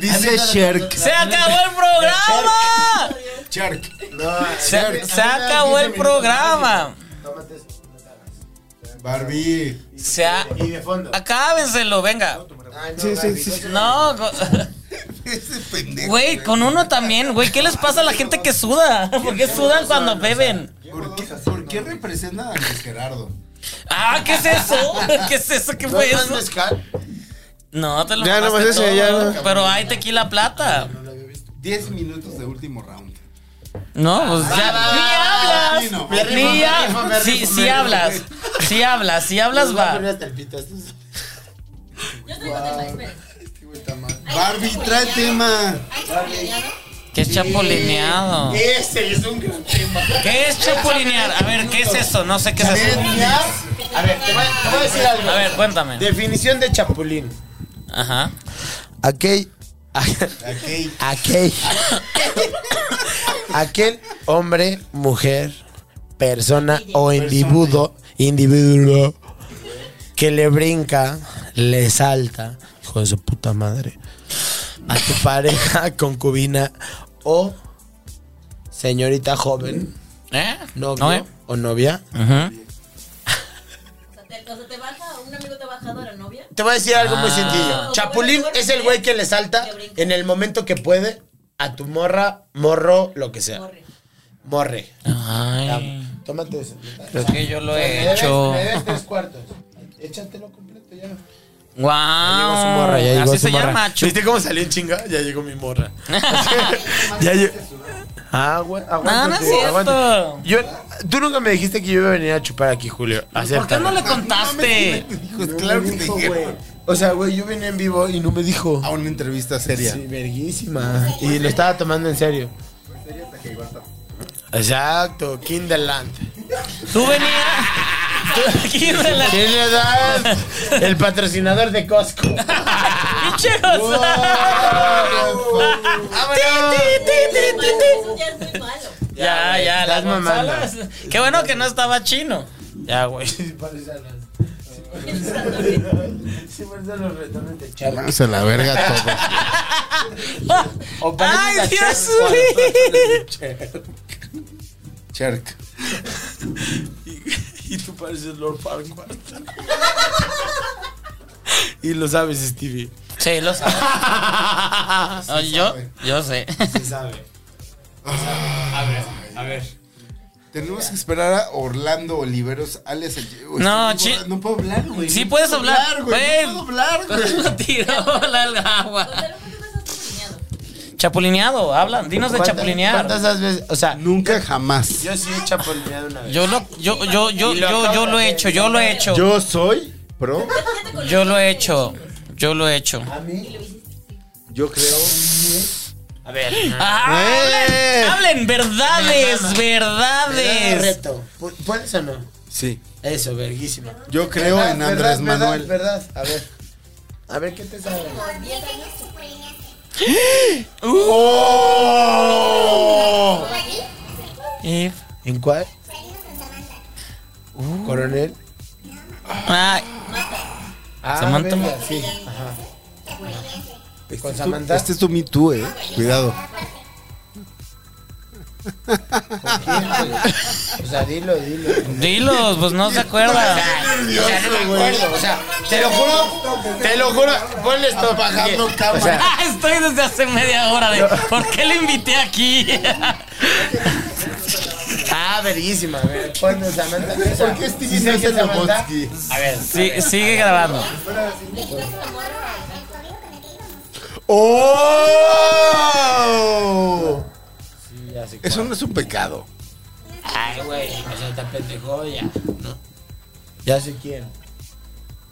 S1: Dice Shark.
S3: ¡se acabó el programa!
S1: Shark.
S10: No,
S3: Se, se acabó el programa.
S10: tómate eso.
S1: Barbie.
S3: Se ha-
S10: Y de fondo.
S3: Acábenselo, venga.
S10: Ay, no,
S4: Sí, sí,
S10: Gaby,
S4: sí, sí.
S3: No, <laughs> go-
S1: Ese pendejo.
S3: Güey, con uno también, güey. ¿Qué les pasa a la gente que suda? ¿Por qué sudan cuando beben?
S1: ¿Por qué, ¿Por qué representa a Luis Gerardo?
S3: Ah, ¿qué es eso? ¿Qué es eso? ¿Qué fue
S10: ¿No es
S3: eso?
S10: mezcal?
S3: No, te lo
S4: Ya,
S3: mamaste
S4: nomás ese,
S3: todo.
S4: ya, no.
S3: Pero hay tequila plata.
S1: Diez minutos de último round.
S3: No, pues ya.
S1: va.
S3: Ni
S1: Sí, no.
S3: hablas.
S1: Me
S3: Ni
S10: rifo,
S3: ha-
S10: me rifo, me
S3: Sí,
S10: rifo,
S3: sí
S10: me
S3: hablas.
S10: rifo,
S3: Sí hablas, sí
S10: Les
S3: hablas,
S10: voy a poner
S3: va.
S10: hasta el pito, esto es-
S9: Yo traigo tema, esperen.
S10: Este güey está mal.
S1: Barbie, trae tema.
S3: ¿Qué es chapulineado?
S10: Ese es un gran tema.
S3: ¿Qué es chapulinear? A ver, ¿qué es eso? No sé qué es eso.
S10: Chapulinear. A ver, te voy a- te voy a decir algo.
S3: A ver, cuéntame.
S10: Definición de chapulín.
S3: Ajá.
S5: Aquel,
S1: Ok.
S5: aquel, aquel hombre, mujer, persona o individuo, individuo que le brinca, le salta, hijo de su puta madre, a tu pareja, <laughs> concubina o señorita joven,
S3: ¿Eh?
S5: novio
S3: No, ¿eh?
S5: o novia,
S3: Ajá.
S9: O sea, te- O sea, te baja un amigo
S5: te voy a decir algo muy
S3: Ah.
S5: sencillo. Chapulín es el güey que le salta en el momento que puede a tu morra, morro, lo que sea. Morre.
S3: Ay.
S5: Ya, Tómate eso.
S3: Creo que yo lo
S5: Me
S3: he
S5: debes-
S3: hecho.
S5: me debes tres cuartos. Échatelo completo ya.
S3: Wow.
S5: Su morra, ya llegó
S3: Así
S5: su
S3: se
S5: morra.
S3: llama. chu-
S5: ¿Viste cómo salió en chinga? Ya llegó mi morra. <laughs> ya llegó. Ah, güey.
S3: No, no es
S5: aguántate,
S3: cierto.
S5: aguántate. Yo, tú nunca me dijiste que yo iba a venir a chupar aquí, Julio.
S3: ¿Por qué
S5: Acéptalo.
S3: no le contaste?
S5: claro que te dijeron. O sea, güey, yo vine en vivo y no me dijo.
S1: A una entrevista seria.
S5: Sí, verguísima. Y lo estaba tomando en serio. Exacto, Kinderland.
S3: Tú venías. Tú- Kinderland.
S5: Kinderland, <laughs> el patrocinador de Costco. <laughs>
S3: ¡Pinche Ya, ya, las mamadas. Qué bueno que no estaba chino. <laughs>
S5: Ya, güey. Sí, por eso los retones de Charlie.
S1: Vamos a la verga todo.
S5: O parecen
S3: Ay,
S5: las
S3: Dios
S5: Charlie
S3: mío.
S5: cuando los retones de Charlie.
S1: Cherk.
S5: <laughs> Y tú pareces Lord Farquaad. <laughs> Y lo sabes, Stevie.
S3: Sí, lo
S5: <laughs>
S3: sabe. No, yo, yo sé.
S5: Se sabe.
S1: A ver, a ver. Tenemos que esperar a Orlando Oliveros, alias el- Uy,
S3: No,
S1: estoy
S3: chi-
S1: borra- No puedo hablar, güey.
S3: Sí
S1: No
S3: puedes
S1: puedo
S3: hablar,
S1: güey.
S3: güey.
S1: No puedo hablar, güey.
S3: Pero tiró la el agua. Chapulineado, habla, dinos de
S5: ¿Cuántas-
S3: chapulinear.
S5: ¿Cuántas veces? O sea,
S1: Nunca jamás.
S5: yo sí he chapulineado una vez.
S3: Yo lo, yo, yo, yo,
S5: Y lo
S3: yo, yo
S5: acabo
S3: lo he
S5: de
S3: hecho, yo lo he hecho.
S1: Yo soy pro.
S3: Yo lo he hecho. Yo lo he hecho.
S5: A mí,
S1: Yo creo.
S5: a ver. eh.
S3: ¡Hablen! ¡Hablen!
S5: Me
S3: ¡Verdades!
S5: mama. Me da
S3: ¡Verdades!
S5: reto. Pu- ¿Puedes o no?
S1: Sí.
S5: Eso, verguísima.
S1: Yo creo
S5: ¿Verdad,
S1: en Andrés
S5: verdad,
S1: Manuel.
S5: Verdad, verdad. A ver. A ver qué te sabe.
S1: ¡Oh!
S3: If-
S5: ¿En cuál? Coronel.
S3: Ay,
S5: Ah,
S3: Samantha.
S5: verga, sí. Ajá. Con Samantha.
S1: Este es tu Me Too, eh. Cuidado.
S5: O sea, dilo, dilo.
S3: dilos, pues no se
S5: <laughs>
S3: acuerda. <laughs>
S5: O sea, no me acuerdo. O sea, te lo juro. Te lo juro. Ponle esto.
S1: Apagando
S5: porque-
S1: cámara.
S5: O <laughs> sea,
S3: Ah, Estoy desde hace media hora de ¿por qué le invité aquí?
S5: <laughs> ah, verguísima. A ver, ponle Samantha. ¿Por
S1: ¿Qué Stevie no es el Lobotsky?
S5: A ver.
S3: Sí, sigue grabando.
S1: ¡Oh!
S5: Sí, ya sé cuál.
S1: Eso no es un pecado.
S5: Ay, güey. O sea, te pendejó ya. ¿No? Ya sé quién.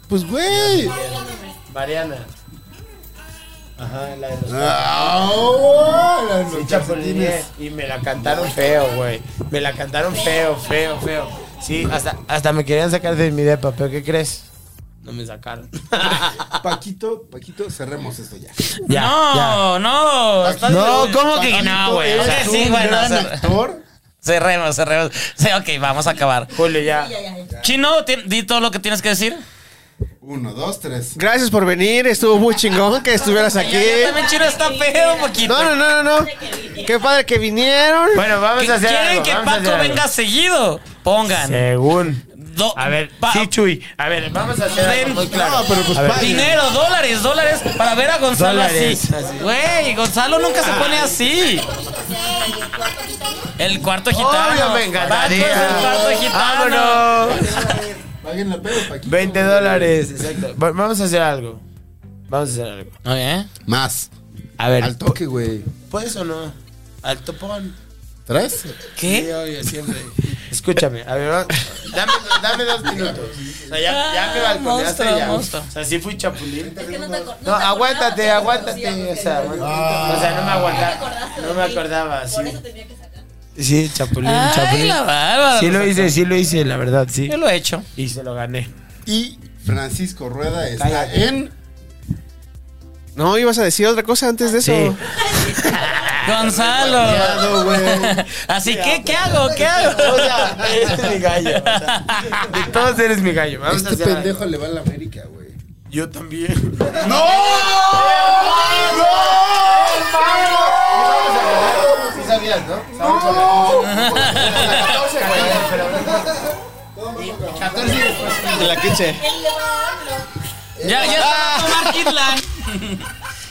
S1: Pues, güey.
S5: Mariana. Ajá, la de los.
S1: ¡Ah! Las
S5: Sí,
S1: los
S5: chapulineé,
S1: calcetines.
S5: y me la cantaron feo, güey. Me la cantaron feo, feo, feo. Sí, hasta, hasta me querían sacar de mi depa, pero ¿qué crees? No me sacaron.
S3: <laughs>
S1: Paquito, Paquito, cerremos esto ya.
S5: Ya,
S3: no, no. estás-
S5: No, ¿cómo que
S3: Paquito, no, güey? O sea,
S1: eres
S3: sí,
S1: un
S3: bueno,
S1: gran
S3: cer-
S1: actor.
S3: cerremos, cerremos. Sí, ok, vamos a acabar.
S5: Julio, ya.
S3: Chino, ti- di todo lo que tienes que decir.
S1: Uno, dos, tres.
S4: Gracias por venir, estuvo muy chingón que estuvieras aquí.
S3: Ya también Chino está pedo, poquito.
S4: No, no, no, no, no. Qué padre que vinieron.
S5: Bueno, vamos
S3: Que-
S5: a hacer
S3: ¿Quieren
S5: algo,
S3: que
S5: vamos a hacer
S3: Paco
S5: algo.
S3: venga seguido? Pongan.
S5: Según.
S3: Do-
S5: A ver,
S3: pa-
S5: sí, Chuy. A ver, vamos a hacer algo
S3: Ven.
S5: muy claro.
S1: No, pero pues
S5: A ver.
S1: padre.
S3: Dinero, dólares, dólares para ver a Gonzalo
S5: Dólares,
S3: así.
S5: así.
S3: Güey, Gonzalo nunca se pone así. El cuarto gitano.
S5: Obvio, me
S3: Paco es
S5: encantaría.
S3: el cuarto gitano.
S5: Vámonos.
S1: Paguen la pedo, Paquito.
S5: 20 dólares. Exacto. Va- Vamos a hacer algo. Vamos a hacer algo.
S3: Ok.
S1: Más.
S5: A ver.
S1: Al toque, güey.
S5: ¿Puedes o no? Al topón.
S1: ¿Tres?
S5: Sí,
S3: ¿Qué?
S5: obvio, siempre. Escúchame, a ver, va- dame, dame dos minutos. O sea, ya, ya me
S3: Ah,
S5: balconeaste
S3: monstruo,
S5: ya.
S3: monstruo.
S5: O sea, sí fui chapulín. No,
S9: No,
S5: aguántate, aguántate. O sea, aguántate. o sea, no me aguantaba.
S9: acordaste
S5: No
S9: de
S5: me
S9: mí.
S5: acordaba,
S9: Por
S5: sí.
S9: eso tenía que sacar.
S5: Sí, chapulín,
S3: Ay, la bárbara.
S5: Sí lo hice, sí lo hice, la verdad, sí.
S3: Yo lo he hecho.
S5: Y se lo gané.
S1: Y Francisco Rueda está
S5: Cállate.
S1: en.
S4: No, ibas a decir otra cosa antes de eso.
S5: Sí.
S1: Cuidado,
S3: Gonzalo.
S5: eh.
S1: güey.
S3: Así que, ¿qué hago? ¿Qué
S5: <laughs> O
S3: hago?
S5: sea, eres mi gallo. o sea, de todos eres mi gallo. Vamos a
S1: Este
S5: hacer algo.
S1: pendejo le va a la América, güey.
S5: Yo también.
S1: ¡No! ¡No!
S5: Sí sabías, ¿no?
S1: ¡No!
S5: Sabías. 14
S4: De la 15.
S3: Ya, ya
S5: Ah.
S3: estaba a tomar Kidland.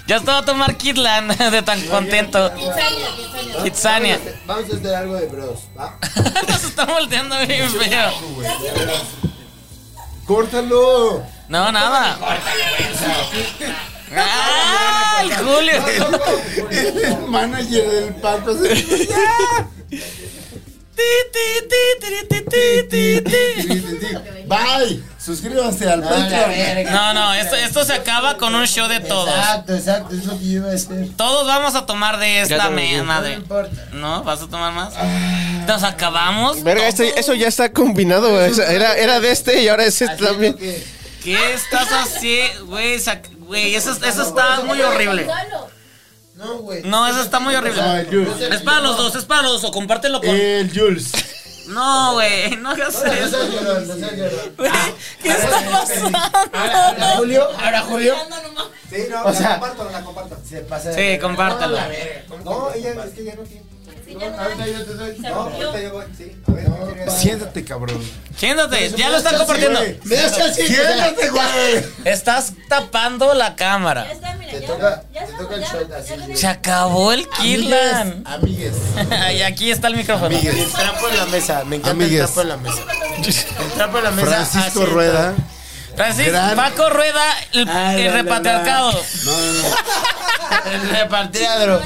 S3: Ya estaba a tomar Kidland de tan contento. Kitsania. <laughs>
S10: Vamos a hacer algo de bros, ¿va?
S3: Se está volteando bien feo.
S10: ¡Córtalo!
S3: No, nada. ¡Ah! El Julio.
S1: El manager del Paco se Bye. Suscríbanse al Patreon.
S3: No, no, esto, esto se acaba con un show de todos.
S10: Exacto, exacto, es lo que yo iba a hacer.
S3: Todos vamos a tomar de
S10: Ya
S3: esta
S10: te lo
S3: me-
S10: dije.
S3: madre.
S10: No Ah.
S3: ¿No? ¿Vas a tomar más? Nos acabamos.
S4: Verga, esto- eso ya está combinado, güey. Eso Era, era de este y ahora es este también.
S3: ¿Qué estás haciendo? Güey, sac- güey, eso, eso está muy horrible.
S10: No, güey.
S3: No, eso está muy horrible.
S1: No, el Jules.
S3: Es para los dos, es para los dos. O compártelo con.
S10: Eh.
S1: El Jules.
S3: No, güey, no hagas eso.
S10: ¿Qué está pasando? Julio? ¿Ahora Julio?
S8: Sí, no,
S10: O sea-
S8: la comparto, la comparto.
S10: Se pasa
S3: Sí, compártala.
S8: No, ella es que ya no tiene. No, ahorita yo te doy. No, ahorita yo voy, sí. A ver, ¿qué quieres?
S1: Siéntate, cabrón.
S3: Siéntate, ya lo están compartiendo.
S1: Me das chance, güey. Siéntate, güey.
S3: Estás tapando la cámara.
S10: Te toca, te toca el shot así.
S3: Se acabó el <laughs> Kirlan.
S10: Amigues.
S3: y aquí está el micrófono.
S5: El trapo en la mesa, me encanta
S3: Amigues.
S5: el trapo en la mesa. El trapo en la mesa. ah,
S1: Francisco
S5: así
S1: Rueda.
S3: Francisco,
S5: Gran-
S3: Paco Rueda, el,
S1: Ah,
S5: Ay,
S3: el
S5: la, la,
S3: repatriarcado.
S1: No, no, no.
S5: está. El repatriadro.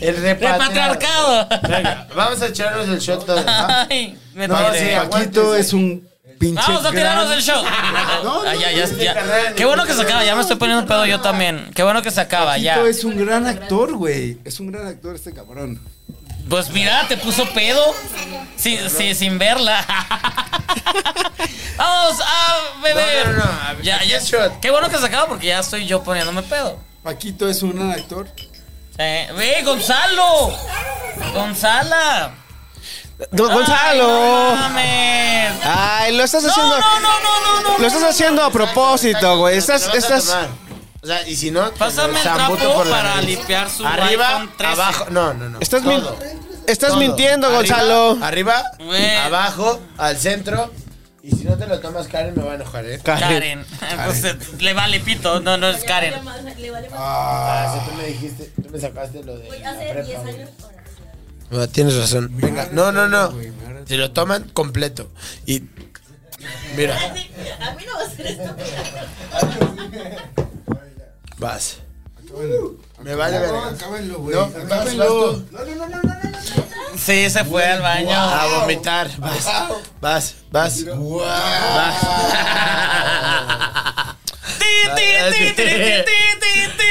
S5: El
S3: Repatriarcado.
S5: Venga, vamos a echarnos el shot todos, ¿no?
S3: <laughs> Ay, me
S1: No,
S3: tiré.
S1: sí, Paquito es un pinche.
S3: Vamos a tirarnos
S1: gran-
S3: del show. Ay, ya, ya, ya.
S1: carnal,
S3: Qué bueno que se acaba, ya me estoy poniendo pedo yo también. Qué bueno que se acaba, ya.
S1: Paquito es un gran actor, güey. Es un gran actor este cabrón.
S3: Pues mira, te puso pedo. Sí, sí, sin verla. Vamos a beber. Ya, ya. Qué bueno que se acaba porque ya estoy yo poniéndome pedo.
S1: Paquito es un gran actor.
S3: Eh, ¡Ve, Gonzalo! ¡Gonzala! Pues,
S4: Don Gonzalo.
S3: ¡Mames!
S4: Ay, lo estás haciendo.
S3: No, no, no, no, no.
S4: Lo estás haciendo a propósito, güey. Estás,
S5: Te lo vas a
S4: estás.
S5: tomar. O sea, y si no, te
S3: Pásame
S5: lo
S3: el
S5: zambuto
S3: trapo
S5: por la
S3: para
S5: nariz.
S3: limpiar su
S5: Arriba,
S3: iPhone 13.
S5: abajo. No, no, no.
S4: Estás, min-
S5: Todo.
S4: estás
S5: Todo.
S4: mintiendo,
S5: Arriba,
S4: Gonzalo.
S5: Arriba,
S3: Güey.
S5: abajo, al centro. Y si no te lo tomas, Karen me va a enojar, ¿eh?
S3: Karen. Pues, eh, le vale pito. No, no es Karen.
S9: Le vale más.
S5: Ah, o sea, tú me dijiste, tú me sacaste lo de.
S9: Güey,
S5: la
S9: hace
S5: prepa,
S9: 10
S5: güey.
S9: años.
S5: Ah, Tienes razón. Venga, no, no, no. Si lo toman completo. Y. Mira,
S9: Así, A mí no va a ser esto.
S5: vas. Me vale verga.
S1: Acábenlo, güey.
S5: No, vas, vas
S1: Acábenlo.
S5: tú.
S3: Sí, se fue al baño.
S5: A vomitar. Vas, vas, vas. Vas.
S3: Ti, ti, ti, ti, ti, ti, ti.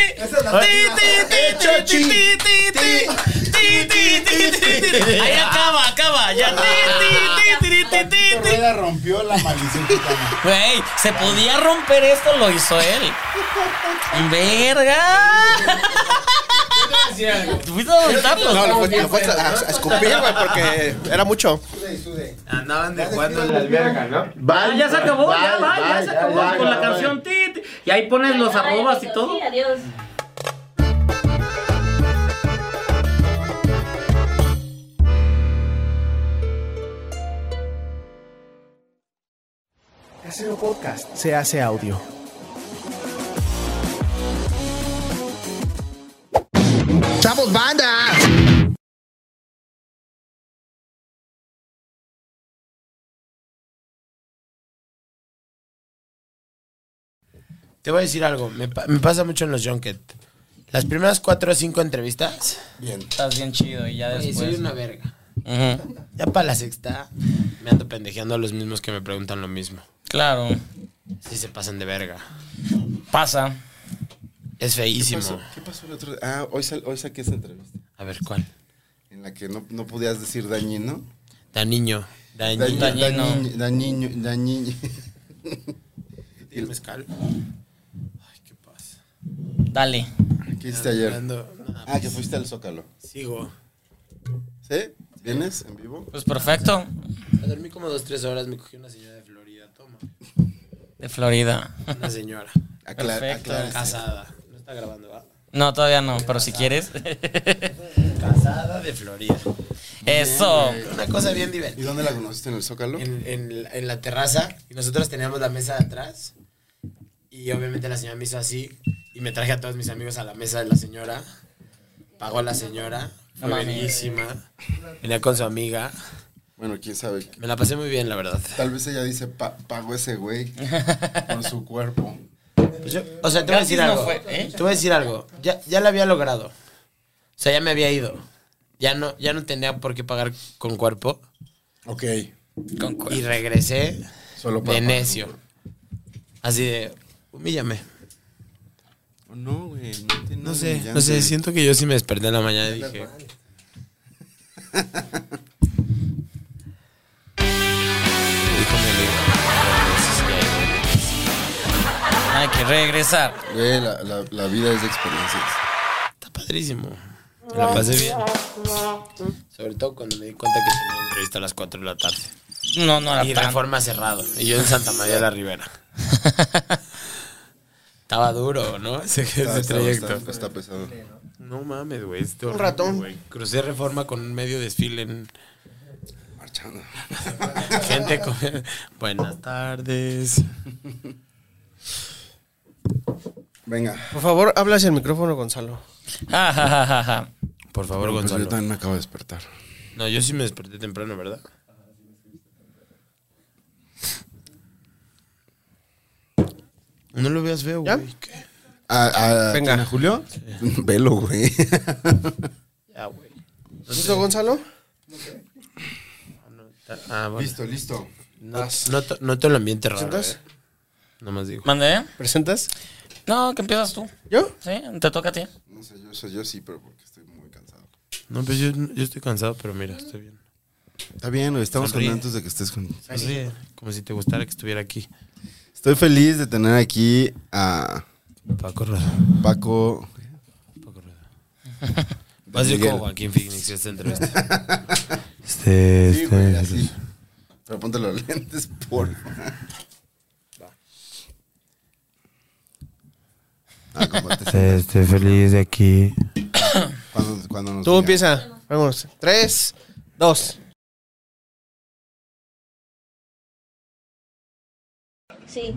S3: Ti, ti, ti, ti, ti, ti, ti. Ti, ti, ti, ti, ti, ti. Ahí acaba, acaba. Ya. Ti, ti, ti, ti, ti, ti, ti.
S1: Rueda rompió la maldición gitana.
S3: Güey, se podía romper esto, lo hizo él. ¡Verga! ¿Tú fuiste a vomitarlo?
S4: No, lo fue, lo fue a, a escupir, güey, porque era mucho.
S5: Andaban de jugando en la alberga, ¿no?
S3: Ah, ya se acabó, ya,
S5: Bye,
S3: va, ya
S5: bye,
S3: se
S5: ya,
S3: acabó
S5: ya,
S3: con
S5: ya,
S3: la
S5: bye.
S3: canción Tit. Y ahí pones los arrobas y todo.
S9: Sí, adiós.
S11: Casero Podcast se hace audio.
S2: ¡Chavos, banda!
S5: Te voy a decir algo, me, pa- me pasa mucho en los Junket. Las primeras cuatro o cinco entrevistas,
S1: Bien.
S3: Estás bien chido y ya
S5: güey,
S3: después.
S5: soy una verga.
S3: Ujú,
S5: Ya para la sexta, me ando pendejeando a los mismos que me preguntan lo mismo.
S3: Claro,
S5: Sí se pasan de verga.
S3: pasa.
S5: Es feísimo.
S1: ¿Qué pasó el otro día? Ah, hoy, sal- hoy saqué esa entrevista.
S5: A ver, ¿cuál?
S1: En la que no, no podías decir dañino.
S5: Da niño. Da
S1: Dañi-
S5: niño.
S3: Dañino.
S1: Dañino. Dañino. Dañino.
S5: el mezcal. Ay, ¿qué pasa?
S3: Dale.
S1: ¿Qué hiciste ayer?
S5: Ando- no,
S1: Ah, que fuiste al Zócalo.
S5: sigo.
S1: ¿Sí? ¿Vienes en vivo?
S3: Pues perfecto.
S5: Dormí como dos, tres horas, me cogí una señora de Florida. Toma.
S3: De Florida. <laughs>
S5: Una señora.
S1: Acla-
S3: Perfecto.
S1: aclara-
S5: Casada. No está grabando, ¿va?
S3: No, todavía no, pero si quieres. <laughs>
S5: Casada de Florida.
S3: Eso.
S5: Una cosa bien
S1: ¿Y
S5: divertida.
S1: dónde la conociste en el Zócalo?
S5: En, en la- en la terraza, y nosotros teníamos la mesa de atrás. Y obviamente la señora me hizo así y me traje a todos mis amigos a la mesa de la señora. Pagó la señora. Fue
S1: mames.
S5: bellísima. Venía con su amiga.
S1: Bueno, quién sabe.
S5: Me la pasé muy bien, la verdad.
S1: Tal vez ella dice, "Pa- pagó ese güey
S5: <laughs>
S1: por su cuerpo.
S5: Pues yo- o sea, te voy a decir algo. Te voy a decir algo. Ya, ya la había logrado. O sea, ya me había ido. Ya no, ya no tenía por qué pagar con cuerpo.
S1: Ok.
S5: Y regresé
S1: Solo para
S5: de
S1: pagar
S5: necio. Así de, humíllame.
S1: No, güey.
S5: No sé, no sé, siento que yo sí me desperté en la mañana y dije...
S3: Hay que regresar.
S1: Güey, la, la- la vida es de experiencias.
S5: Está padrísimo. Me la pasé bien. Sobre todo cuando me di cuenta que tenía entrevista a las 4 de la tarde.
S3: No, no era
S5: Y
S3: tan- <laughs>
S5: reforma cerrado. Y yo en Santa María de la Ribera. Estaba duro, ¿no? <laughs> Ese, ese
S1: Está- está-
S5: trayecto.
S1: está- está pesado.
S5: No mames, güey. estuvo
S4: Un
S5: horrible,
S4: ratón.
S5: güey. Crucé reforma con un medio desfile <laughs> en.
S1: Marchando.
S5: <laughs> Gente con. <laughs> Buenas tardes.
S1: Venga.
S4: Por favor, hablas el micrófono, Gonzalo.
S5: Por favor,
S1: Pues
S5: Gonzalo.
S1: yo también me acabo de despertar.
S5: No, yo sí me desperté temprano, ¿verdad? No lo veas feo, güey.
S1: ¿A, a,
S4: Venga.
S1: ¿quién, a Julio? Ah, <laughs> Velo, güey.
S5: Ya, güey.
S4: ¿Listo, Gonzalo?
S5: Ah, bueno.
S1: Listo, listo.
S5: No- Noto, noto el ambiente raro.
S4: ¿Presentas?
S5: eh. No más digo.
S3: ¿Mandé?
S4: ¿Presentas?
S3: No, que empiezas tú.
S4: ¿Yo?
S3: Sí, te toca a ti.
S1: No sé, yo, soy yo sí, pero porque estoy muy cansado.
S5: No, pues yo, yo estoy cansado, pero mira, estoy bien.
S1: Está bien, güey. Estamos
S5: Sonríe.
S1: contentos de que estés con...
S5: Sonríe, como si te gustara que estuviera aquí.
S1: Estoy feliz de tener aquí a
S5: Paco Roda.
S1: Paco...
S5: Paco Roda. Vas a ir
S1: Miguel.
S5: como Joaquín Phoenix esta entrevista.
S1: <laughs> Este... Sí, güey, así. Pero ponte los lentes, por... Ah, compártese.
S6: Estoy Este, feliz de aquí.
S1: Cuando, cuando nos
S4: Tú
S1: diga.
S4: empieza. Vamos. Tres, dos.
S9: Sí.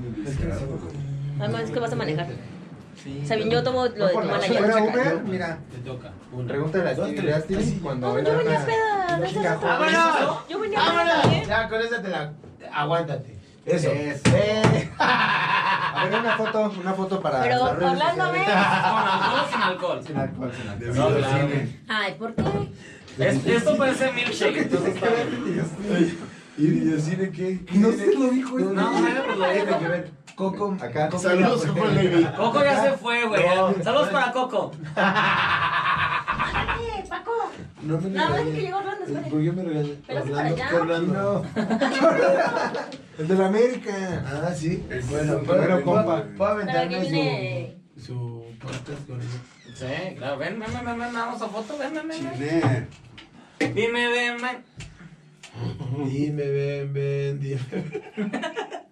S9: Además, es que vas a manejar. O sea, bien, yo tomo lo de tu manager.
S8: Uber, mira. Te toca. Pregúntale a Steve Steve cuando
S9: No,
S8: era
S9: yo venía
S8: una
S9: peda. No seas
S8: chica
S9: otro.
S8: joven.
S10: ¡Vámonos!
S9: Yo venía peda.
S10: ¡Vámonos!
S9: ¿eh?
S10: Ya, con esa te la. Aguántate.
S8: Eso.
S10: Eso. Eh.
S8: <laughs> A ver, una foto, una foto para.
S9: Pero
S8: las redes
S10: <laughs>
S9: hablándome.
S8: sociales.
S3: sin alcohol.
S8: Sin alcohol, sin alcohol.
S3: No, claro.
S8: Cine.
S9: Ay, ¿por qué?
S3: esto parece milkshake. Entonces,
S8: ¿Y videocine qué? No sé, lo dijo él.
S3: No, no, pues lo dijo.
S8: Que ver, Coco, acá.
S1: Saludos,
S8: Coco,
S1: Coco Levi.
S3: Coco ya se fue, güey. Saludos para Coco.
S9: Ándale, Eh, Paco.
S8: No me
S9: La verdad es que
S8: regañes.
S9: llegó Orlando, espérate.
S8: ¿Por qué me regañas?
S9: Pero es para allá.
S8: ¿qué Orlando? <laughs> El de la América. Ah, sí. Bueno,
S10: Puedo-
S8: pero
S10: puedo-
S8: compa.
S10: Puedo
S9: Pero que
S10: aventarme
S9: viene.
S10: su. Su podcast con él.
S3: Sí, claro. Ven, ven, ven, ven, ven, vamos a foto. Ven, ven, ven. ven.
S1: Cine.
S3: Dime, ven, ven.
S10: Dime, ven, ven, dime. ven.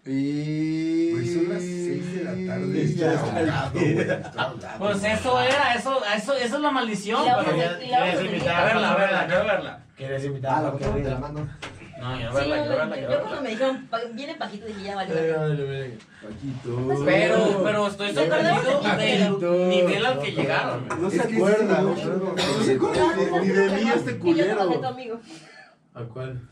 S8: Y.
S1: Güey, son las seis de la tarde. Estoy
S8: Ya.
S1: ahogado, güey. Estoy ahogado.
S3: Pues eso era, eso, eso, eso es la maldición.
S9: Y la
S3: pero
S9: otra-
S3: ya-
S9: y la otra-
S3: A verla, a verla, quiero verla.
S10: ¿Quieres
S8: Ah,
S10: invitar
S8: la
S10: a
S8: foto te la
S10: la
S8: mando.
S3: No, quiero
S9: Sí,
S3: verla, quiero verla,
S9: yo,
S3: quiero
S9: yo
S3: verla.
S9: cuando me dijeron, "Pa- viene Paquito, dije ya vale. verga.
S10: Paquito.
S3: Pero, pero estoy sorprendido del nivel al que llegaron.
S8: No se
S10: Es que
S8: acuerda,
S10: sí,
S8: güey.
S10: no,
S8: No se acuerda.
S9: No,
S1: Ni de mí este
S9: Que yo te
S1: culero.
S9: conté tu amigo.
S10: ¿A cuál?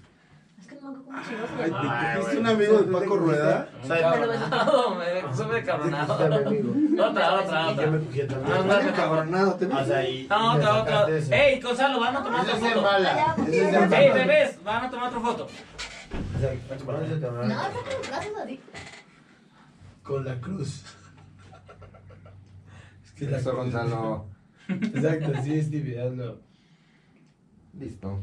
S9: Es que no me acuerdo cómo chingados se
S1: Ay,
S9: llama.
S1: ¿Te cogiste un amigo de Paco Rueda?
S9: Pero me supo-
S3: Cabronado, me súper cabronado.
S10: Está mi amigo.
S3: Otra, otra,
S10: Y yo
S3: otra.
S10: me cogí también.
S3: Ah,
S8: Estás encabronado, te
S10: O sea, y-
S3: No,
S10: y me
S3: otra, otra.
S10: sacaste eso.
S3: Ey, Gonzalo, van a tomar
S10: Esa
S3: otra
S10: es de
S3: foto.
S10: mala. Esa es de
S9: Ey,
S10: mala.
S3: Ey, bebés, van a tomar otra foto.
S10: O sea, ¿cuál es el camarón?
S9: No, no te brazos así.
S10: Con la cruz. Es que la
S8: Eso,
S10: cruz-
S8: Gonzalo.
S10: Exacto, sí, Stevie, hazlo.
S8: Listo.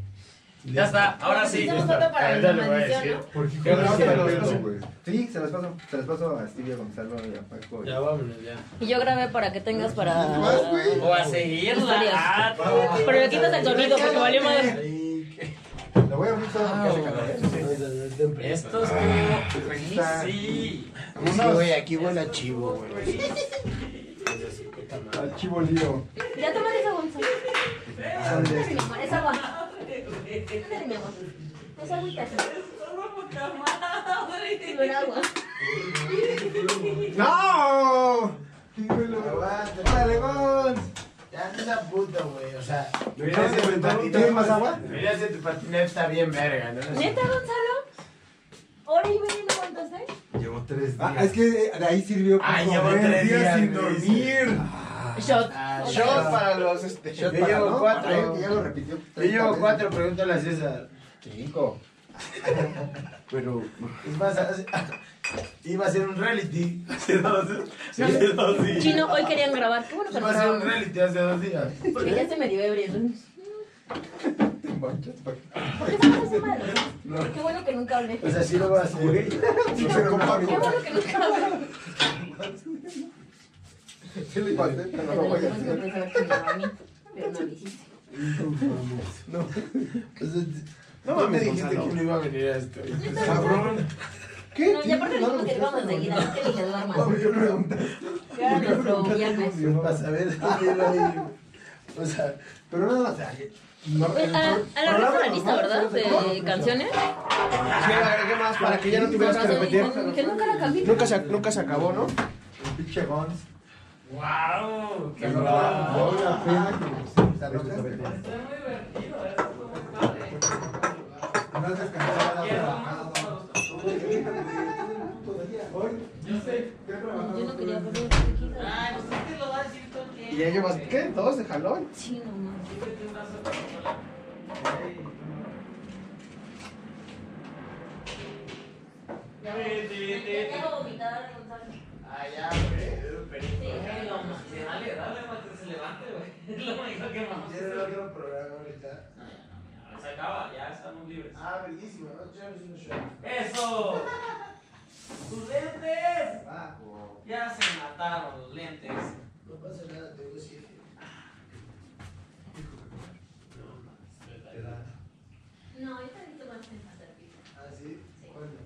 S3: Ya está, ahora sí.
S9: Hicimos foto para
S10: Ahorita
S9: la
S10: le voy a
S9: maldición,
S10: decir.
S9: ¿no?
S8: Porque
S10: Qué raro que lo veo,
S8: güey. Sí, se las paso. Se las paso a Stevie, a Gonzalo y a Paco.
S10: Ya vámonos, ya.
S9: Y yo grabé para que
S1: vas,
S9: tengas
S1: güey?
S9: para.
S3: O a seguirla.
S9: Historias.
S3: Ah,
S9: Pero le quitas el sonido porque valió madre.
S10: Ahí, que-
S8: Lo voy a abrir todo porque hace calor. ¿eh?
S10: Vamos a ver temprano.
S3: Esto estuvo.
S8: está.
S3: Sí.
S10: Sí, güey, aquí huele a chivo, güey.
S8: Al chivo lío.
S9: Ya tomaste esa Gonzalo.
S8: Ándale.
S9: Es agua. Es agua. Es agüita. agua.
S8: ¡No!
S10: Dale, Ya no seas puto, güey. O sea,
S8: Deberías de inventar un- ¿Tienes más
S4: Ah,
S8: agua?
S10: Deberías de tu patineta está bien verga, ¿no?
S9: ¿Neta, Gonzalo? ¿Hora y media no aguantaste?
S10: Llevo tres
S8: Ah, es que
S4: eh,
S8: de ahí sirvió como
S10: Ay, llevo
S8: tres
S10: tres días
S8: sin
S10: me
S8: dormir.
S9: Shot.
S10: Shot para los. Este,
S8: Shot
S10: yo
S8: para,
S10: llevo
S8: ¿no? Para él,
S10: cuatro.
S8: que ya lo repitió
S10: Yo llevo
S8: 30
S10: cuatro, pregúntale a César. Cinco. Pero. Es más, hace- iba a ser un reality. Hace dos, hace dos días.
S9: Chino, hoy querían grabar. Qué bueno que
S10: Iba a ser un
S9: grabaron.
S10: reality hace dos días.
S9: Porque ya se me dio ebrio. ¿Por qué estamos malos? Qué bueno que nunca hablé.
S10: O sea, sí lo voy a hacer.
S9: Qué bueno que nunca hablé.
S8: Sí, le pasé, pero no lo voy a hacer.
S9: Pero no lo hiciste.
S10: No mames, dijiste que no iba a venir a este. esto. Cabrón.
S8: ¿Qué?
S9: No, y aparte dijimos que íbamos de guida. Es que le quedó armado.
S10: Yo pregunté.
S9: Que era nuestro viernes.
S10: Para saber quién iba a ir. O sea, pero no, o sea, no.
S9: Pues, a- Alargaste la lista, ¿verdad? De canciones.
S4: Sí, agregué más para que ya no tuvieras que repetir.
S9: Que nunca la cambié.
S4: Nunca se, nunca se acabó, ¿no?
S10: Pinche Gons. ¡Wow! ¡Qué
S9: Yo no quería poner
S4: Y ya llevas, ¿qué? ¿Dos de jalón?
S9: chino, man.
S3: <laughs> Se acaba, ya estamos libres.
S10: Ah, bellísimo, ¿no? Ya me hizo un show.
S3: ¡Eso! ¡Sus lentes!
S10: Ah.
S3: Ya se mataron los lentes.
S10: No pasa nada, tengo siete.
S9: No, ahorita necesito más sensación.
S10: ¿Ah, sí? ¿Cuándo?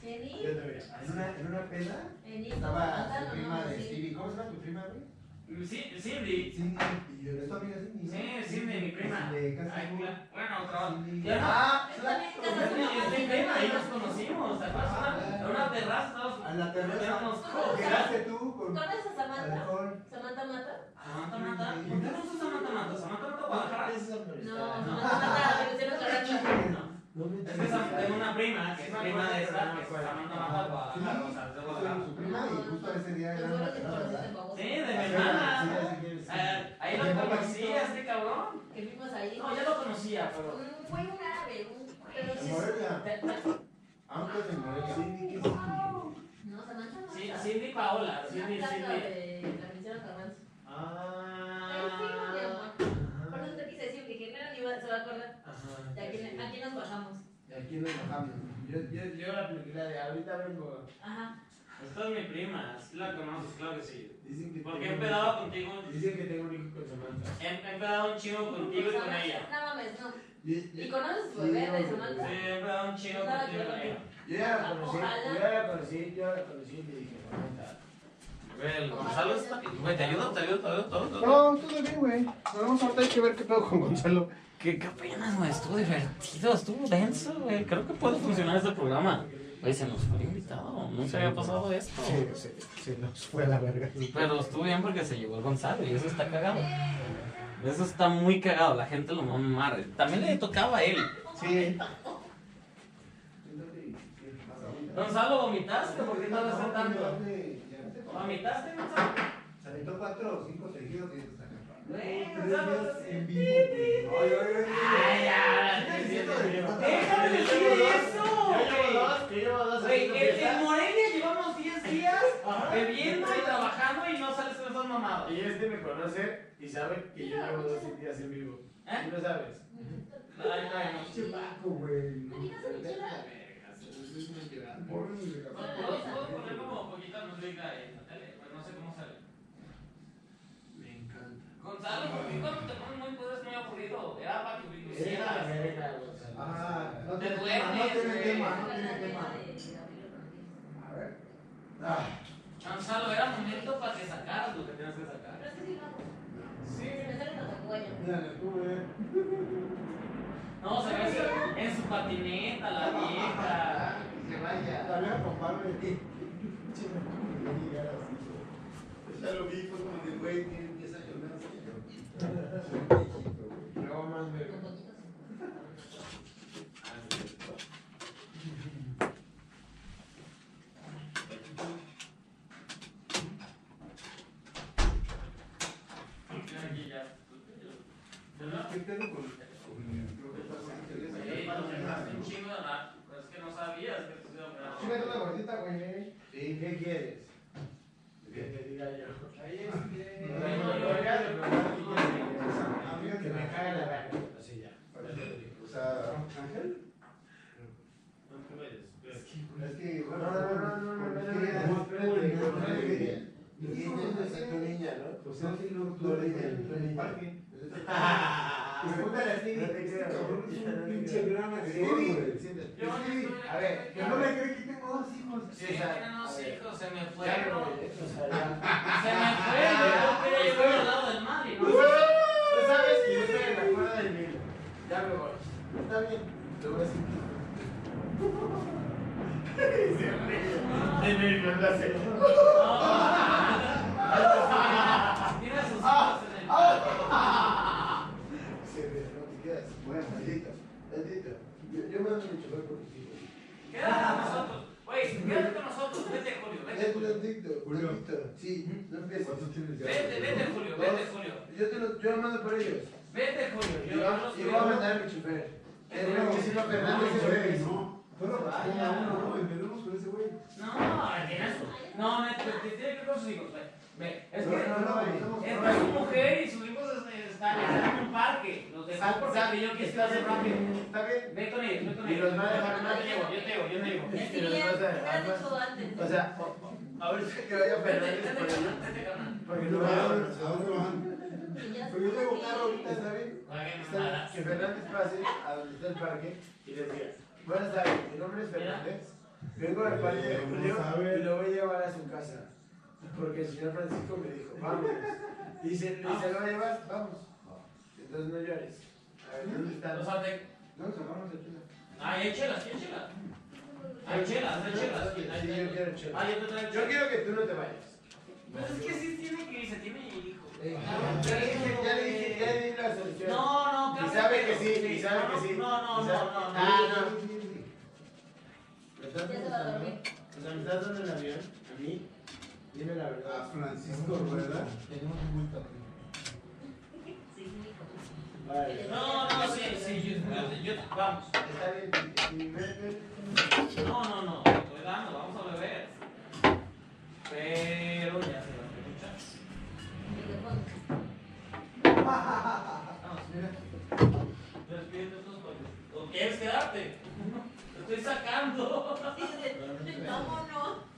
S9: Vení,
S10: Yo también. En una- En una peda
S9: vení,
S10: estaba
S9: Gonzalo,
S10: tu prima
S9: no,
S10: de
S9: sí.
S10: Stevie. ¿Cómo se llama tu prima, güey?
S3: Sí, sí,
S10: Cindy. ¿Y yo eres tu amiga Cindy?
S3: Sí, sí, mi- mi prima.
S10: De casa.
S3: Bueno, trabajo.
S10: Ah,
S3: Ahí nos conocimos, ¿te acuerdas? En una terraza estábamos.
S10: a la terraza. Llegaste tú con
S9: ¿Conoces a Samantha?
S10: alcohol.
S9: ¿Samantha Mata?
S3: Samantha Mata. ¿Por qué no usas Samantha Mata? Samantha Mata Guadalajara.
S10: Esa es la
S9: No,
S10: universidad.
S9: Samantha Mata, la que se carrera.
S10: No me
S3: Es que esa- tengo una prima que es prima de esta, que es Samantha Mata Guadalajara. o sea, es de Guadalajara.
S10: Su prima y justo ese día era una terraza, ¿verdad?
S3: Sí, de mi hermana. Ah, Ahí lo conocía, este cabrón.
S9: Que vimos ahí.
S3: No, ya lo conocía, pero.
S9: Un- Fue un árabe, un... pero sí-
S10: Morelia. Ah, Aunque de Morelia. Cindy, ¿qué
S9: No, Samantha Mata.
S3: Sí, Cindy Paola, Cindy,
S9: La casa
S3: Cindy.
S9: de Carnicero Carranza.
S3: Ah.
S9: Ay, sí, mi
S10: Ah.
S9: amor. Por eso te quise decir que Germán iba- se va a acordar.
S10: Ajá.
S9: De aquí, aquí nos bajamos.
S10: De aquí nos bajamos. Yo, yo, yo la película de ahorita vengo.
S9: Ajá.
S3: Esta es mi prima, sí la conoces, claro que sí.
S10: Dicen que
S3: Porque he
S10: tengo-
S3: empedado contigo,
S10: Dicen que tengo un hijo con Samantha.
S3: he, he empedado un chingo contigo y con ella.
S9: No mames, no.
S10: Yo-
S9: ¿Y
S10: yo-
S9: conoces tu
S10: Sí,
S9: bebé de
S10: no,
S3: Sí,
S9: Samantha?
S3: he empedado un chingo contigo y con ella.
S10: Yo ya la conocí,
S9: Ojalá.
S10: Ah, yo ya la conocí, yo ya la conocí y le dije, Samantha.
S3: Güey, el Gonzalo está. Güey, te ayudo, te ayudo, te ayudo, todo, todo.
S4: No, todo bien, güey. Pero vamos ahorita hay que ver qué pedo con Gonzalo.
S3: Qué, qué pena, güey, estuvo divertido, estuvo denso, güey. Creo que puede funcionar este programa. Güey, se nos fue el invitado, no se había pasado esto.
S4: Se, se nos fue a la verga.
S3: Pero estuvo bien porque se llevó el Gonzalo y eso está cagado. Eso está muy cagado, la gente lo va a mamar. También le tocaba a él.
S4: Sí.
S3: Gonzalo, ¿vomitaste? ¿Por qué no lo hace tanto?
S10: ¿Dónde? Ya no te conocí.
S3: ¿Vomitaste, Gonzalo?
S10: Se aventó cuatro o cinco tejidos que se sacan.
S3: Güey,
S10: Tres
S3: Gonzalo,
S10: días
S3: sí.
S10: en vivo, güey. Ay, ay, ay, ay.
S3: Ay, ya,
S10: Yo
S3: sí,
S10: llevo
S3: sí,
S10: dos.
S3: Déjame
S10: Yo
S3: decir
S10: llevo dos.
S3: eso,
S10: Yo llevo
S3: güey.
S10: dos, yo llevo dos
S3: Güey,
S10: haciendo
S3: en,
S10: fiesta.
S3: en Morelia llevamos 10 días bebiendo y trabajando y no sales con esos mamados.
S10: Y este me conoce y sabe que yo llevo dos días en vivo.
S3: ¿Eh?
S10: ¿Tú lo sabes?
S3: Ay, bueno.
S10: Che Paco, güey. No,
S9: ¿Me quitas una
S10: vete a
S9: chela?
S10: la verga, sí, sí, sí, me queda. Órale, cabrón.
S3: ¿Puedo, puedo poner como poquita música en la tele? Pues no sé cómo sale.
S10: Me encanta.
S3: Gonzalo, ¿por qué cuando te pones muy pedo es muy aburrido? Era para que
S10: Eres la
S3: hicieras.
S10: verga, Gonzalo. Ah, no
S3: Te
S10: tiene
S3: duermes,
S10: tema, no tiene
S3: güey.
S10: tema, no
S9: Una
S10: tiene tema.
S9: de Gabriel Rodríguez.
S10: A ver. Ah,
S3: Gonzalo, era momento para que sacaras lo que tenías que sacar.
S9: Pero es que sí, no. Se me sale la cogüeña.
S10: mira, la tuve.
S3: No, se ve en su patineta, la vieja.
S8: Ya lo vi, fue como de, güey, tiene 10 años menos que yo. No mames. Chúmate una gordita, güey. Sí, ¿qué quieres? Que te diga yo. Ahí este. No, no, ya de A mí que me cae la verga. Así ya. O sea, Ángel. Es que, no, no, no, no, no, no, y ella es tu niña, ¿no? Pues es que no, tú eres tu niña. Pregúntale así, un pinche gran A ver, que no me cree que tengo dos hijos.
S3: Sí, tienen dos hijos, se me fue.
S8: Ya,
S3: ¿no?
S8: güey, o
S3: Se
S8: sea,
S3: me
S8: ya.
S3: fue, yo quería llegar al lado del mar y no.
S8: Tú sabes que yo estoy en la cuerda de Milo. Ya me voy. Está bien. Te voy a decir que- Se ríe. Y me vio la serie.
S3: Tiene sus
S8: Ah,
S3: hijos en el
S8: ah. Se ve, no te quedas. Bueno, maldito. Maldito. Yo, yo me ando mucho mejor con tus hijos.
S3: Quédate con nosotros. Güey, quédate con nosotros. Vete, Julio, vete,
S8: Vete,
S3: Julio.
S8: tantito, tantito. Sí, no empieces.
S3: Vete, vete, Julio, vete, Julio.
S8: Yo te lo, yo lo mando por ellos.
S3: Vete, Julio, yo-
S8: Y
S3: yo
S8: va-
S3: los
S8: y voy a
S3: cuido.
S8: mandar a mi chofer. Es una bocina Fernández. No, no, empezamos con ese güey.
S3: No, tiene su- No, neta, te- te tiene que ir con sus hijos, güey. Ve, es
S8: No,
S3: que
S8: no, no, estamos-
S3: esta es su mujer y sus hijos es- están están en un parque. Los dejó
S8: Está-
S3: porque
S8: está-
S3: creyó que
S8: está
S3: estás en
S8: bien,
S3: rápido.
S8: está bien.
S3: Ve con ellos, ve con
S8: Y
S3: ellos.
S8: los va a dejar
S3: Yo te llevo, yo te llevo, yo te llevo.
S8: Y los vas a dejar más. O sea, o- ahorita que vaya Fernández por allá. Porque no van. ¿A dónde van? Porque yo tengo carro ahorita, ¿saben? Está- Que Fernández pase a donde está el parque y les diga, buenas tardes, mi nombre es Fernández. Vengo del parque de Julio y lo voy a llevar a su casa. Porque el señor Francisco me dijo, vamos. Y se, y se lo va a llevar, vamos. Entonces no llores. A ver, ¿dónde están?
S3: O sea, te-
S8: No, nos acabamos de chela.
S3: Ah, hay chelas, hay chelas. Hay chelas, hay chelas.
S8: Sí, yo quiero chelas.
S3: Ah, yo te traigo
S8: Yo
S3: chelas.
S8: quiero que tú no te vayas.
S3: Pues es que sí tiene que irse, tiene hijo.
S8: Ya le dije, ya le dije, ya le di la solución.
S3: No, no,
S8: Y
S3: cámbiate.
S8: sabe que sí, y sabe que sí.
S3: No, no,
S8: Y
S3: no,
S8: sabe-
S3: no, no.
S8: Ah, ¿Me estás molestando? O sea, ¿me estás dando el avión? ¿A mí? Dime la verdad. A Francisco Rueda. Tenemos un bulto. Vale.
S3: No, no, sí, sí, yo, yo, yo- vamos.
S8: Está bien.
S3: No, no, no, estoy dando, vamos a beber. Pero ya se las muchachos. Estoy pidiendo estos juegos. ¿O quieres quedarte? Te estoy sacando.
S9: Vámonos.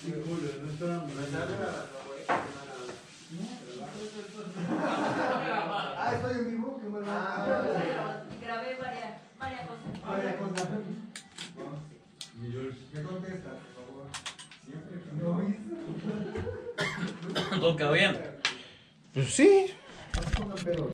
S12: si Julio es nuestro
S8: Pues,
S12: amigo.
S8: Ah, estoy en vivo, qué bueno.
S9: Grabé varias, varias cosas.
S8: Vaya cosa.
S12: Mi George.
S8: ¿Me contestas, por favor? Siempre que no hizo.
S13: Todo quedó bien.
S14: Pues sí.
S8: No se pongan pedos.